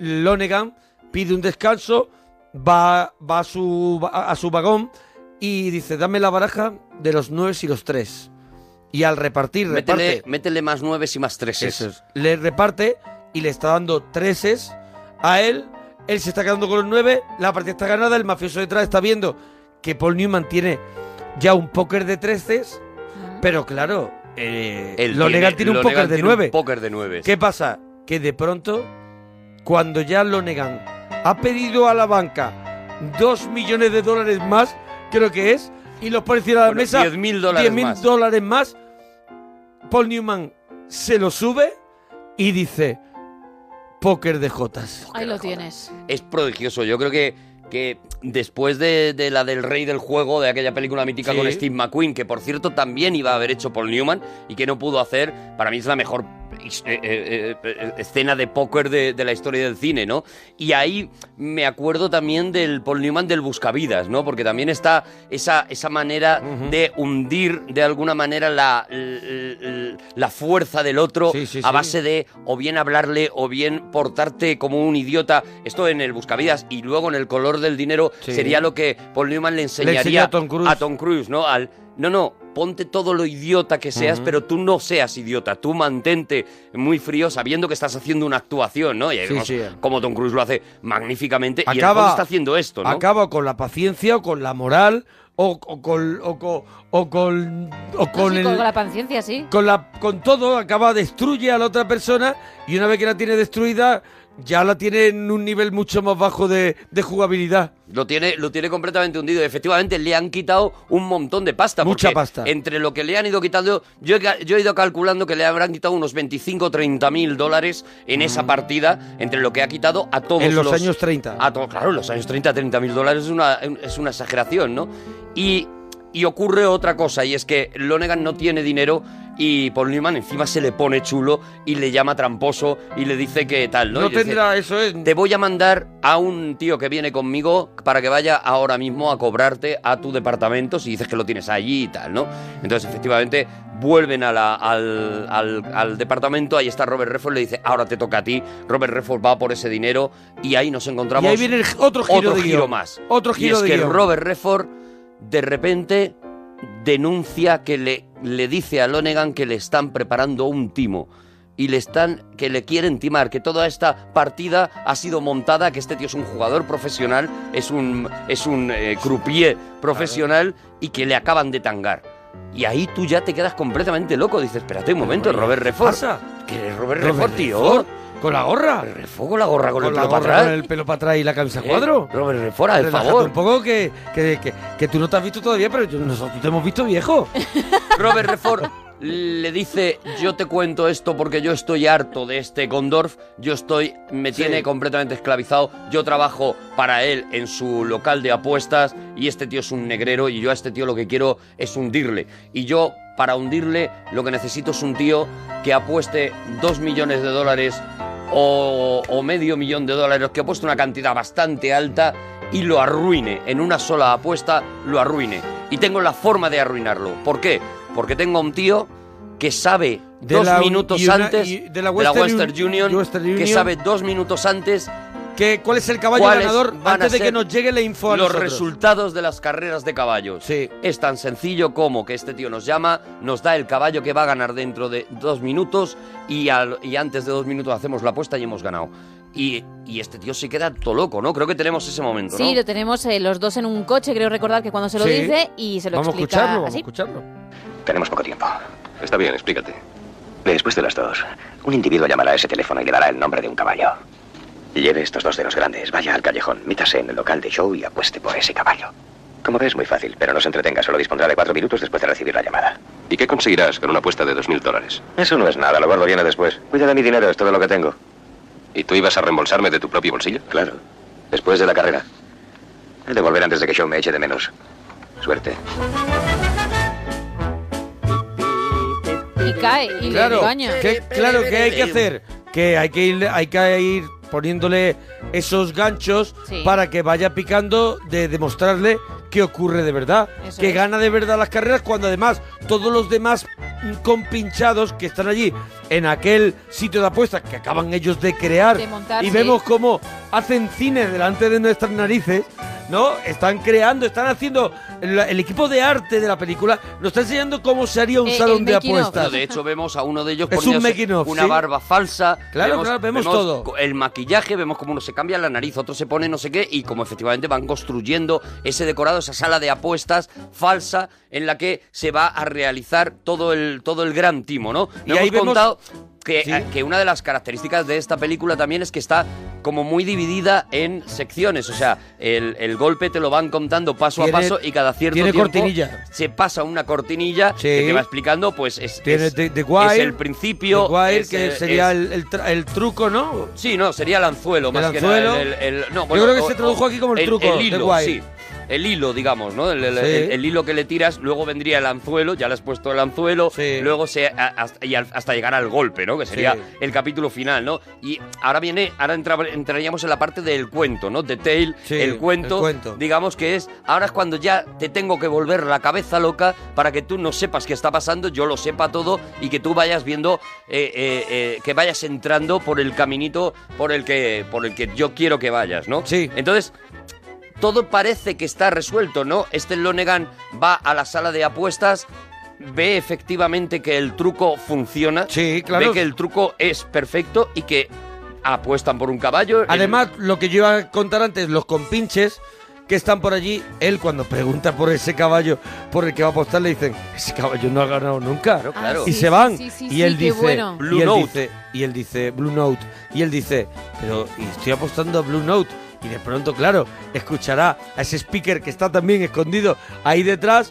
Speaker 5: Lonegan pide un descanso, va, va a, su, va a su vagón y dice, dame la baraja de los nueve y los tres. Y al repartir,
Speaker 1: métele,
Speaker 5: reparte.
Speaker 1: métele más nueves y más treses.
Speaker 5: Eso es. Le reparte y le está dando treses a él Él se está quedando con los 9, la partida está ganada, el mafioso detrás está viendo que Paul Newman tiene ya un póker de 13, pero claro, eh,
Speaker 1: Él
Speaker 5: Lonegan tiene un póker
Speaker 1: Lonegan
Speaker 5: de
Speaker 1: tiene un
Speaker 5: 9.
Speaker 1: póker de nueve.
Speaker 5: ¿Qué pasa? Que de pronto, cuando ya Lonegan ha pedido a la banca 2 millones de dólares más, creo que es, y los policías a la
Speaker 1: Bueno,
Speaker 5: mesa
Speaker 1: 10.000 dólares
Speaker 5: 10.000
Speaker 1: más.
Speaker 5: dólares más, Paul Newman se lo sube y dice, póker de Jotas.
Speaker 3: Ahí lo tienes.
Speaker 1: es prodigioso. Yo creo que, que después de, de la del Rey del Juego, de aquella película mítica
Speaker 5: Sí.
Speaker 1: con Steve McQueen, que por cierto también iba a haber hecho Paul Newman y que no pudo hacer, para mí es la mejor eh, eh, eh, escena de póker de, de la historia del cine, ¿no? Y ahí me acuerdo también del Paul Newman del Buscavidas, ¿no? Porque también está esa, esa manera de hundir de alguna manera la, l- l- la fuerza del otro a
Speaker 5: sí.
Speaker 1: base de o bien hablarle o bien portarte como un idiota. Esto en el Buscavidas y luego en el color del dinero
Speaker 5: Sí.
Speaker 1: sería lo que Paul Newman le enseñaría
Speaker 5: enseñó a Tom Cruise.
Speaker 1: a Tom Cruise, ¿no? Al no, no, ponte todo lo idiota que seas,
Speaker 5: Ujú.
Speaker 1: pero tú no seas idiota, tú mantente muy frío sabiendo que estás haciendo una actuación, ¿no? Y ahí
Speaker 5: Sí,
Speaker 1: vemos
Speaker 5: sí.
Speaker 1: como Tom Cruise lo hace magníficamente y el
Speaker 5: Acaba-
Speaker 1: Paul está haciendo esto, ¿no?
Speaker 5: Acaba con la paciencia o con la moral o, o con o con o con o con
Speaker 3: Sí,
Speaker 5: el-
Speaker 3: con la paciencia, sí.
Speaker 5: con la- con todo acaba destruye a la otra persona y una vez que la tiene destruida ya la tiene en un nivel mucho más bajo de, de jugabilidad.
Speaker 1: Lo tiene, lo tiene completamente hundido. Efectivamente, le han quitado un montón de pasta.
Speaker 5: Mucha
Speaker 1: porque
Speaker 5: pasta.
Speaker 1: Entre lo que le han ido quitando, yo he, ca- yo he ido calculando que le habrán quitado unos 25 o 30 mil dólares en esa partida, entre lo que ha quitado a todos
Speaker 5: Mm. En los años 30.
Speaker 1: A to- claro, en los años 30, 30 mil dólares es una, es una exageración, ¿no? Y, y ocurre otra cosa, y es que Lonegan no tiene dinero y Paul Newman encima se le pone chulo y le llama tramposo y le dice que tal, ¿no?
Speaker 5: No
Speaker 1: Y dice,
Speaker 5: tendrá, eso es.
Speaker 1: Te voy a mandar a un tío que viene conmigo para que vaya ahora mismo a cobrarte a tu departamento si dices que lo tienes allí y tal, ¿no? Entonces, efectivamente, vuelven a la- al, al- al departamento, ahí está Robert Redford, le dice, ahora te toca a ti, Robert Redford va por ese dinero y ahí nos encontramos...
Speaker 5: Y ahí viene el- otro giro de guión.
Speaker 1: más.
Speaker 5: Otro
Speaker 1: Y
Speaker 5: giro
Speaker 1: es
Speaker 5: de
Speaker 1: que
Speaker 5: guión.
Speaker 1: Robert Redford, de repente, denuncia que le, le dice a Lonegan que le están preparando un timo y le están que le quieren timar, que toda esta partida ha sido montada, que este tío es un jugador profesional, es un es un eh, croupier profesional y que le acaban de tangar. Y ahí tú ya te quedas completamente loco, dices, espérate un momento,
Speaker 5: Pero,
Speaker 1: Robert
Speaker 5: ¿qué
Speaker 1: Refor.
Speaker 5: pasa?
Speaker 1: ¿Que es Robert,
Speaker 5: Robert
Speaker 1: Refor, tío?
Speaker 5: Redford, con la gorra.
Speaker 1: Robert Redford con la gorra, con, el
Speaker 5: la
Speaker 1: pelo
Speaker 5: gorra,
Speaker 1: para atrás.
Speaker 5: con el pelo para atrás y la camisa a
Speaker 1: Eh,
Speaker 5: cuadro.
Speaker 1: Robert Redford, haz el
Speaker 5: Relájate
Speaker 1: favor.
Speaker 5: un poco que, que, que- que tú no te has visto todavía, pero yo- nosotros te hemos visto
Speaker 1: [laughs]
Speaker 5: viejo.
Speaker 1: Robert Redford le dice, yo te cuento esto porque yo estoy harto de este Gondorf, yo estoy, me tiene completamente esclavizado, yo trabajo para él en su local de apuestas y este tío es un negrero y yo a este tío lo que quiero es hundirle. Y yo, para hundirle, lo que necesito es un tío que apueste dos millones de dólares o, o medio millón de dólares, que ha puesto una cantidad bastante alta y lo arruine, en una sola apuesta lo arruine. Y tengo la forma de arruinarlo. ¿Por qué? Porque tengo a un tío que sabe
Speaker 5: De
Speaker 1: dos
Speaker 5: la-
Speaker 1: minutos
Speaker 5: y una-
Speaker 1: antes
Speaker 5: y de la Western Un-
Speaker 1: Union,
Speaker 5: Western
Speaker 1: que
Speaker 5: Union.
Speaker 1: sabe dos minutos antes
Speaker 5: que cuál es el caballo
Speaker 1: cuáles
Speaker 5: ganador
Speaker 1: van a
Speaker 5: antes de que
Speaker 1: ser
Speaker 5: nos llegue la info a
Speaker 1: los
Speaker 5: nosotros.
Speaker 1: resultados de las carreras de caballos. Es tan sencillo como que este tío nos llama, nos da el caballo que va a ganar dentro de dos minutos y, al- y antes de dos minutos hacemos la apuesta y hemos ganado. Y, y este tío se queda todo loco, ¿no? Creo que tenemos ese momento,
Speaker 3: Sí,
Speaker 1: ¿no?
Speaker 3: lo tenemos eh, los dos en un coche, creo recordar que cuando se lo
Speaker 1: Sí.
Speaker 3: dice y se lo
Speaker 1: Vamos a
Speaker 3: explica
Speaker 1: escucharlo, vamos a
Speaker 3: así.
Speaker 5: escucharlo.
Speaker 19: Tenemos poco tiempo. Está bien, explícate. Después de las dos, un individuo llamará a ese teléfono y le dará el nombre de un caballo. Lleve estos dos dedos grandes, vaya al callejón, mítase en el local de show y apueste por ese caballo. Como ves, muy fácil, pero no se entretenga, solo dispondrá de cuatro minutos después de recibir la llamada.
Speaker 18: ¿Y qué conseguirás con una apuesta de 2.000 dólares?
Speaker 19: Eso no es nada, lo gordo viene después. Cuida de mi dinero, es todo lo que tengo.
Speaker 18: ¿Y tú ibas a reembolsarme de tu propio bolsillo?
Speaker 19: Claro. Después de la carrera. He de volver antes de que yo me eche de menos. Suerte.
Speaker 3: Y cae y le
Speaker 5: Claro,
Speaker 3: engaña.
Speaker 5: que, claro que hay que hacer que hay que ir, hay que ir poniéndole esos ganchos
Speaker 3: Sí.
Speaker 5: para que vaya picando de demostrarle que ocurre de verdad,
Speaker 3: Eso
Speaker 5: que
Speaker 3: es.
Speaker 5: gana de verdad las carreras cuando además todos los demás mm, compinchados que están allí en aquel sitio de apuestas que acaban ellos de crear
Speaker 3: De montar,
Speaker 5: y
Speaker 3: sí.
Speaker 5: vemos cómo hacen cine delante de nuestras narices ¿no? Están creando, están haciendo. la- El equipo de arte de la película nos está enseñando cómo se haría un
Speaker 3: Eh,
Speaker 5: salón de apuestas.
Speaker 1: Bueno, de hecho, vemos a uno de ellos
Speaker 5: Es un
Speaker 1: poniéndose
Speaker 5: making of,
Speaker 1: una
Speaker 5: ¿sí?
Speaker 1: barba falsa.
Speaker 5: Claro, claro, vemos todo.
Speaker 1: co- El maquillaje, vemos cómo uno se cambia la nariz, otro se pone no sé qué, y como efectivamente van construyendo ese decorado, esa sala de apuestas falsa en la que se va a realizar todo el, todo el gran timo, ¿no?
Speaker 5: Y
Speaker 1: No
Speaker 5: ahí
Speaker 1: hemos
Speaker 5: vemos-
Speaker 1: contado que, a- que una de las características de esta película también es que está como muy dividida en secciones, o sea, el, el golpe te lo van contando paso a
Speaker 5: Tiene-
Speaker 1: paso y cada cierto
Speaker 5: tiene
Speaker 1: tiempo
Speaker 5: cortinilla.
Speaker 1: se pasa una cortinilla
Speaker 5: Sí.
Speaker 1: que te va explicando, pues es,
Speaker 5: Tiene
Speaker 1: es-
Speaker 5: The- The Wire,
Speaker 1: es el principio.
Speaker 5: The Wire,
Speaker 1: es,
Speaker 5: que
Speaker 1: eh,
Speaker 5: sería
Speaker 1: es-
Speaker 5: el, el tra- el truco, ¿no?
Speaker 1: Sí, no, sería el anzuelo,
Speaker 5: El
Speaker 1: más que
Speaker 5: anzuelo.
Speaker 1: nada. el- el- el- no,
Speaker 5: Yo
Speaker 1: bueno,
Speaker 5: creo que
Speaker 1: o-
Speaker 5: se tradujo
Speaker 1: o-
Speaker 5: aquí como el
Speaker 1: el
Speaker 5: truco,
Speaker 1: El
Speaker 5: The
Speaker 1: hilo,
Speaker 5: Wire.
Speaker 1: sí. El hilo, digamos, ¿no? El, el-
Speaker 5: Sí.
Speaker 1: el- el hilo que le tiras, luego vendría el anzuelo, ya le has puesto el anzuelo, luego se, a- hasta, y al- hasta llegar al golpe, ¿no? Que sería
Speaker 5: Sí.
Speaker 1: el capítulo final, ¿no? Y ahora viene, ahora entra- entraríamos en la parte del cuento, ¿no? The tale,
Speaker 5: Sí,
Speaker 1: el, cuento,
Speaker 5: el cuento.
Speaker 1: digamos que es, ahora es cuando ya te tengo que volver la cabeza loca para que tú no sepas qué está pasando, yo lo sepa todo y que tú vayas viendo, eh, eh, eh, que vayas entrando por el caminito por el que, por el que yo quiero que vayas, ¿no? Sí. Entonces, todo parece que está resuelto, ¿no? Este Lonegan va a la sala de apuestas, ve efectivamente que el truco funciona,
Speaker 5: claro.
Speaker 1: ve que el truco es perfecto y que apuestan por un caballo. el-
Speaker 5: Además, lo que yo iba a contar antes, los compinches que están por allí, él cuando pregunta por ese caballo por el que va a apostar, le dicen, ese caballo no ha ganado nunca.
Speaker 1: claro.
Speaker 5: Y
Speaker 1: Ah, sí,
Speaker 5: se van.
Speaker 1: sí, sí, sí,
Speaker 5: y él
Speaker 1: qué
Speaker 5: dice,
Speaker 1: bueno. Blue
Speaker 5: y él
Speaker 1: Note.
Speaker 5: dice, y él dice, Blue Note. Y él dice, pero y estoy apostando a Blue Note. Y de pronto, claro, escuchará a ese speaker que está también escondido ahí detrás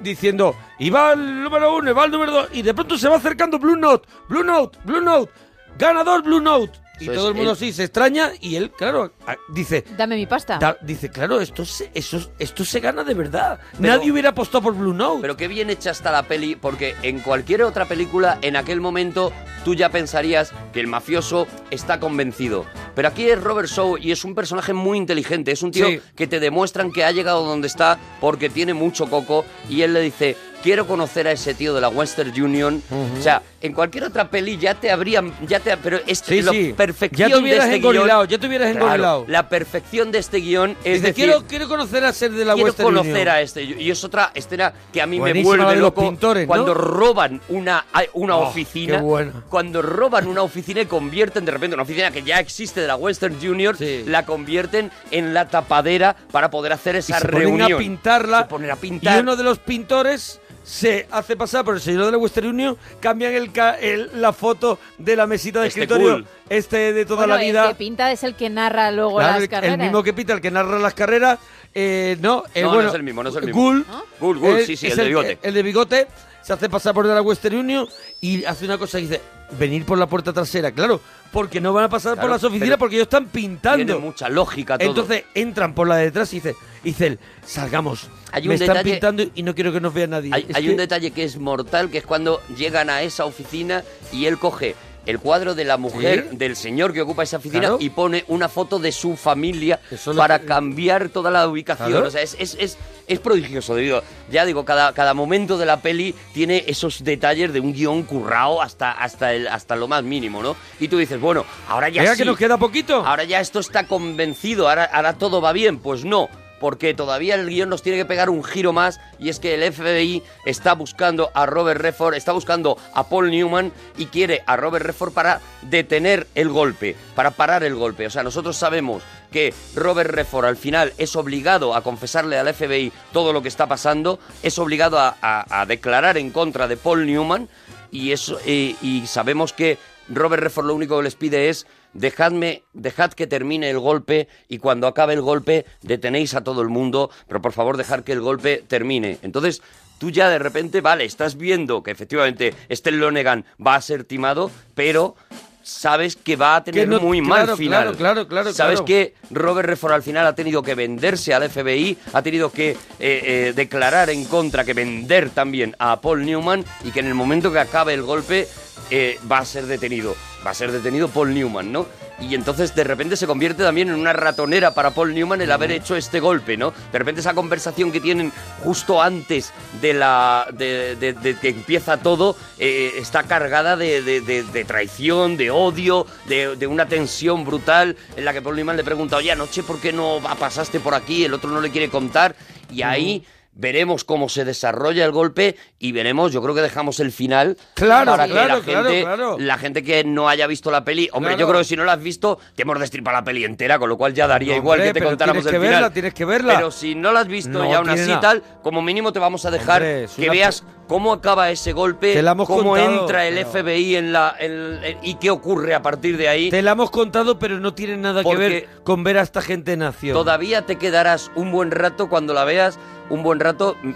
Speaker 5: diciendo, y va el número uno, y va el número dos, y de pronto se va acercando Blue Note, Blue Note, Blue Note, ganador Blue Note. Y
Speaker 1: Eso es,
Speaker 5: todo el mundo
Speaker 1: él-
Speaker 5: sí se extraña y él, claro, a- dice,
Speaker 3: Dame mi pasta.
Speaker 5: da- dice, claro, esto se, eso- esto se gana de verdad.
Speaker 1: Pero-
Speaker 5: Nadie hubiera apostado por Blue Note.
Speaker 1: Pero qué bien hecha está la peli, porque en cualquier otra película, en aquel momento, tú ya pensarías que el mafioso está convencido. Pero aquí es Robert Shaw y es un personaje muy inteligente. Es un tío
Speaker 5: Sí.
Speaker 1: que te demuestran que ha llegado donde está porque tiene mucho coco. Y él le dice, quiero conocer a ese tío de la Western Union. O sea, en cualquier otra peli ya te habrían... Ya te, pero es
Speaker 5: Sí,
Speaker 1: lo-
Speaker 5: sí.
Speaker 1: perfección
Speaker 5: Ya te hubieras
Speaker 1: de este
Speaker 5: engorilado,
Speaker 1: guión-
Speaker 5: ya te hubieras
Speaker 1: Claro,
Speaker 5: engorilado.
Speaker 1: La perfección de este guión es
Speaker 5: Dice,
Speaker 1: decir...
Speaker 5: quiero, quiero conocer a ser de la
Speaker 1: Quiero
Speaker 5: Western
Speaker 1: conocer
Speaker 5: Union".
Speaker 1: a este. Y es otra escena que a mí
Speaker 5: Buenísima
Speaker 1: me
Speaker 5: la
Speaker 1: vuelve
Speaker 5: de los
Speaker 1: loco.
Speaker 5: pintores, ¿no?
Speaker 1: Cuando roban una, a- una
Speaker 5: Oh,
Speaker 1: oficina.
Speaker 5: qué buena.
Speaker 1: Cuando roban una oficina y convierten de repente una oficina que ya existe de la Western Junior, la convierten en la tapadera para poder hacer esa
Speaker 5: se ponen
Speaker 1: reunión.
Speaker 5: a pintarla.
Speaker 1: Se ponen a pintar.
Speaker 5: Y uno de los pintores se hace pasar por el señor de la Western Union, cambian el, ca- el- la foto de la mesita de
Speaker 1: Este
Speaker 5: escritorio,
Speaker 1: cool.
Speaker 5: este de toda
Speaker 3: Bueno,
Speaker 5: la vida.
Speaker 3: El que pinta es el que narra luego
Speaker 5: Claro,
Speaker 3: las
Speaker 5: el, el
Speaker 3: carreras.
Speaker 5: mismo que pinta, el que narra las carreras. eh, no, eh,
Speaker 1: No, no
Speaker 5: bueno,
Speaker 1: es el mismo, no es el mismo.
Speaker 5: Gull,
Speaker 1: ¿Ah? Gull, Gull,
Speaker 5: eh,
Speaker 1: sí, sí,
Speaker 5: es
Speaker 1: el de bigote.
Speaker 5: que- El de bigote se hace pasar por de la Western Union y hace una cosa y dice, venir por la puerta trasera, claro, porque no van a pasar
Speaker 1: Claro,
Speaker 5: por las oficinas
Speaker 1: pero
Speaker 5: porque ellos están pintando.
Speaker 1: Tiene mucha lógica todo.
Speaker 5: Entonces entran por la de detrás y dice, Icel, salgamos.
Speaker 1: Hay
Speaker 5: Me
Speaker 1: un
Speaker 5: están
Speaker 1: detalle-
Speaker 5: pintando y no quiero que nos vea nadie.
Speaker 1: Hay,
Speaker 5: Es
Speaker 1: hay
Speaker 5: que-
Speaker 1: un detalle que es mortal, que es cuando llegan a esa oficina y él coge el cuadro de la mujer
Speaker 5: Sí.
Speaker 1: del señor que ocupa esa oficina
Speaker 5: Claro.
Speaker 1: y pone una foto de su familia
Speaker 5: Eso lo-
Speaker 1: para cambiar toda la ubicación.
Speaker 5: Claro.
Speaker 1: O sea, es, es, es, es prodigioso, digo. Ya digo, cada, cada momento de la peli tiene esos detalles de un guión currao hasta, hasta, el, hasta lo más mínimo, ¿no? Y tú dices, bueno, ahora ya
Speaker 5: Venga,
Speaker 1: sí.
Speaker 5: que nos queda poquito.
Speaker 1: Ahora ya esto está convencido, ahora, ahora todo va bien. Pues no, porque todavía el guión nos tiene que pegar un giro más y es que el FBI está buscando a Robert Redford, está buscando a Paul Newman y quiere a Robert Redford para detener el golpe, para parar el golpe. O sea, nosotros sabemos que Robert Redford al final es obligado a confesarle al FBI todo lo que está pasando, es obligado a, a- a declarar en contra de Paul Newman y, eso, y- y sabemos que Robert Redford lo único que les pide es dejadme, dejad que termine el golpe y cuando acabe el golpe detenéis a todo el mundo, pero por favor dejad que el golpe termine. Entonces tú ya de repente, vale, estás viendo que efectivamente este Lonegan va a ser timado, pero sabes que va a tener
Speaker 5: Que no-
Speaker 1: muy
Speaker 5: claro,
Speaker 1: mal final.
Speaker 5: claro, claro, claro,
Speaker 1: Sabes
Speaker 5: claro.
Speaker 1: que Robert Redford al final ha tenido que venderse al FBI, ha tenido que eh, eh, declarar en contra, que vender también a Paul Newman y que en el momento que acabe el golpe eh, va a ser detenido. Va a ser detenido Paul Newman, ¿no? Y entonces de repente se convierte también en una ratonera para Paul Newman el haber hecho este golpe, ¿no? De repente esa conversación que tienen justo antes de la de, de- de que empieza todo eh, está cargada de, de- de- de traición, de odio, de, de una tensión brutal en la que Paul Newman le pregunta, oye, anoche ¿por qué no pasaste por aquí? El otro no le quiere contar y ahí... Veremos cómo se desarrolla el golpe y veremos, yo creo que dejamos el final
Speaker 5: Claro,
Speaker 1: para que
Speaker 5: claro,
Speaker 1: la
Speaker 5: claro,
Speaker 1: gente
Speaker 5: claro.
Speaker 1: la gente que no haya visto la peli, hombre,
Speaker 5: Claro.
Speaker 1: yo creo que si no la has visto, te hemos destripado la peli entera, con lo cual ya daría
Speaker 5: No,
Speaker 1: igual
Speaker 5: hombre,
Speaker 1: que te
Speaker 5: pero
Speaker 1: contáramos
Speaker 5: tienes que
Speaker 1: el
Speaker 5: verla,
Speaker 1: final.
Speaker 5: tienes que verla.
Speaker 1: Pero si no la has visto
Speaker 5: No
Speaker 1: y aún
Speaker 5: tiene
Speaker 1: así
Speaker 5: nada.
Speaker 1: tal, como mínimo te vamos a dejar
Speaker 5: Hombre, es
Speaker 1: que
Speaker 5: una
Speaker 1: veas cómo acaba ese golpe,
Speaker 5: Te la hemos
Speaker 1: cómo
Speaker 5: contado,
Speaker 1: entra el
Speaker 5: pero-
Speaker 1: FBI en la en- en- y qué ocurre a partir de ahí.
Speaker 5: Te la hemos contado, pero no tiene nada que
Speaker 1: Porque-
Speaker 5: ver con ver a esta gente en acción.
Speaker 1: Todavía te quedarás un buen rato cuando la veas, un buen rato mm,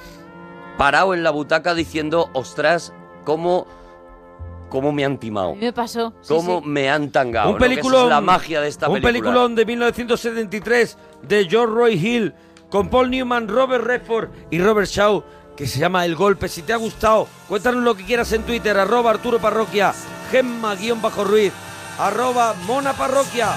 Speaker 1: parado en la butaca diciendo, ostras, cómo, cómo me han timado.
Speaker 3: A mí me pasó. sí,
Speaker 1: Cómo
Speaker 3: sí.
Speaker 1: me han tangado.
Speaker 5: un
Speaker 1: ¿no? Que esa
Speaker 5: peliculón,
Speaker 1: es la magia de esta
Speaker 5: un
Speaker 1: película.
Speaker 5: peliculón de 1973 de George Roy Hill con Paul Newman, Robert Redford y Robert Shaw que se llama El Golpe. Si te ha gustado, cuéntanos lo que quieras en Twitter, arroba Arturo Parroquia, Gemma-Ruiz, arroba Mona Parroquia.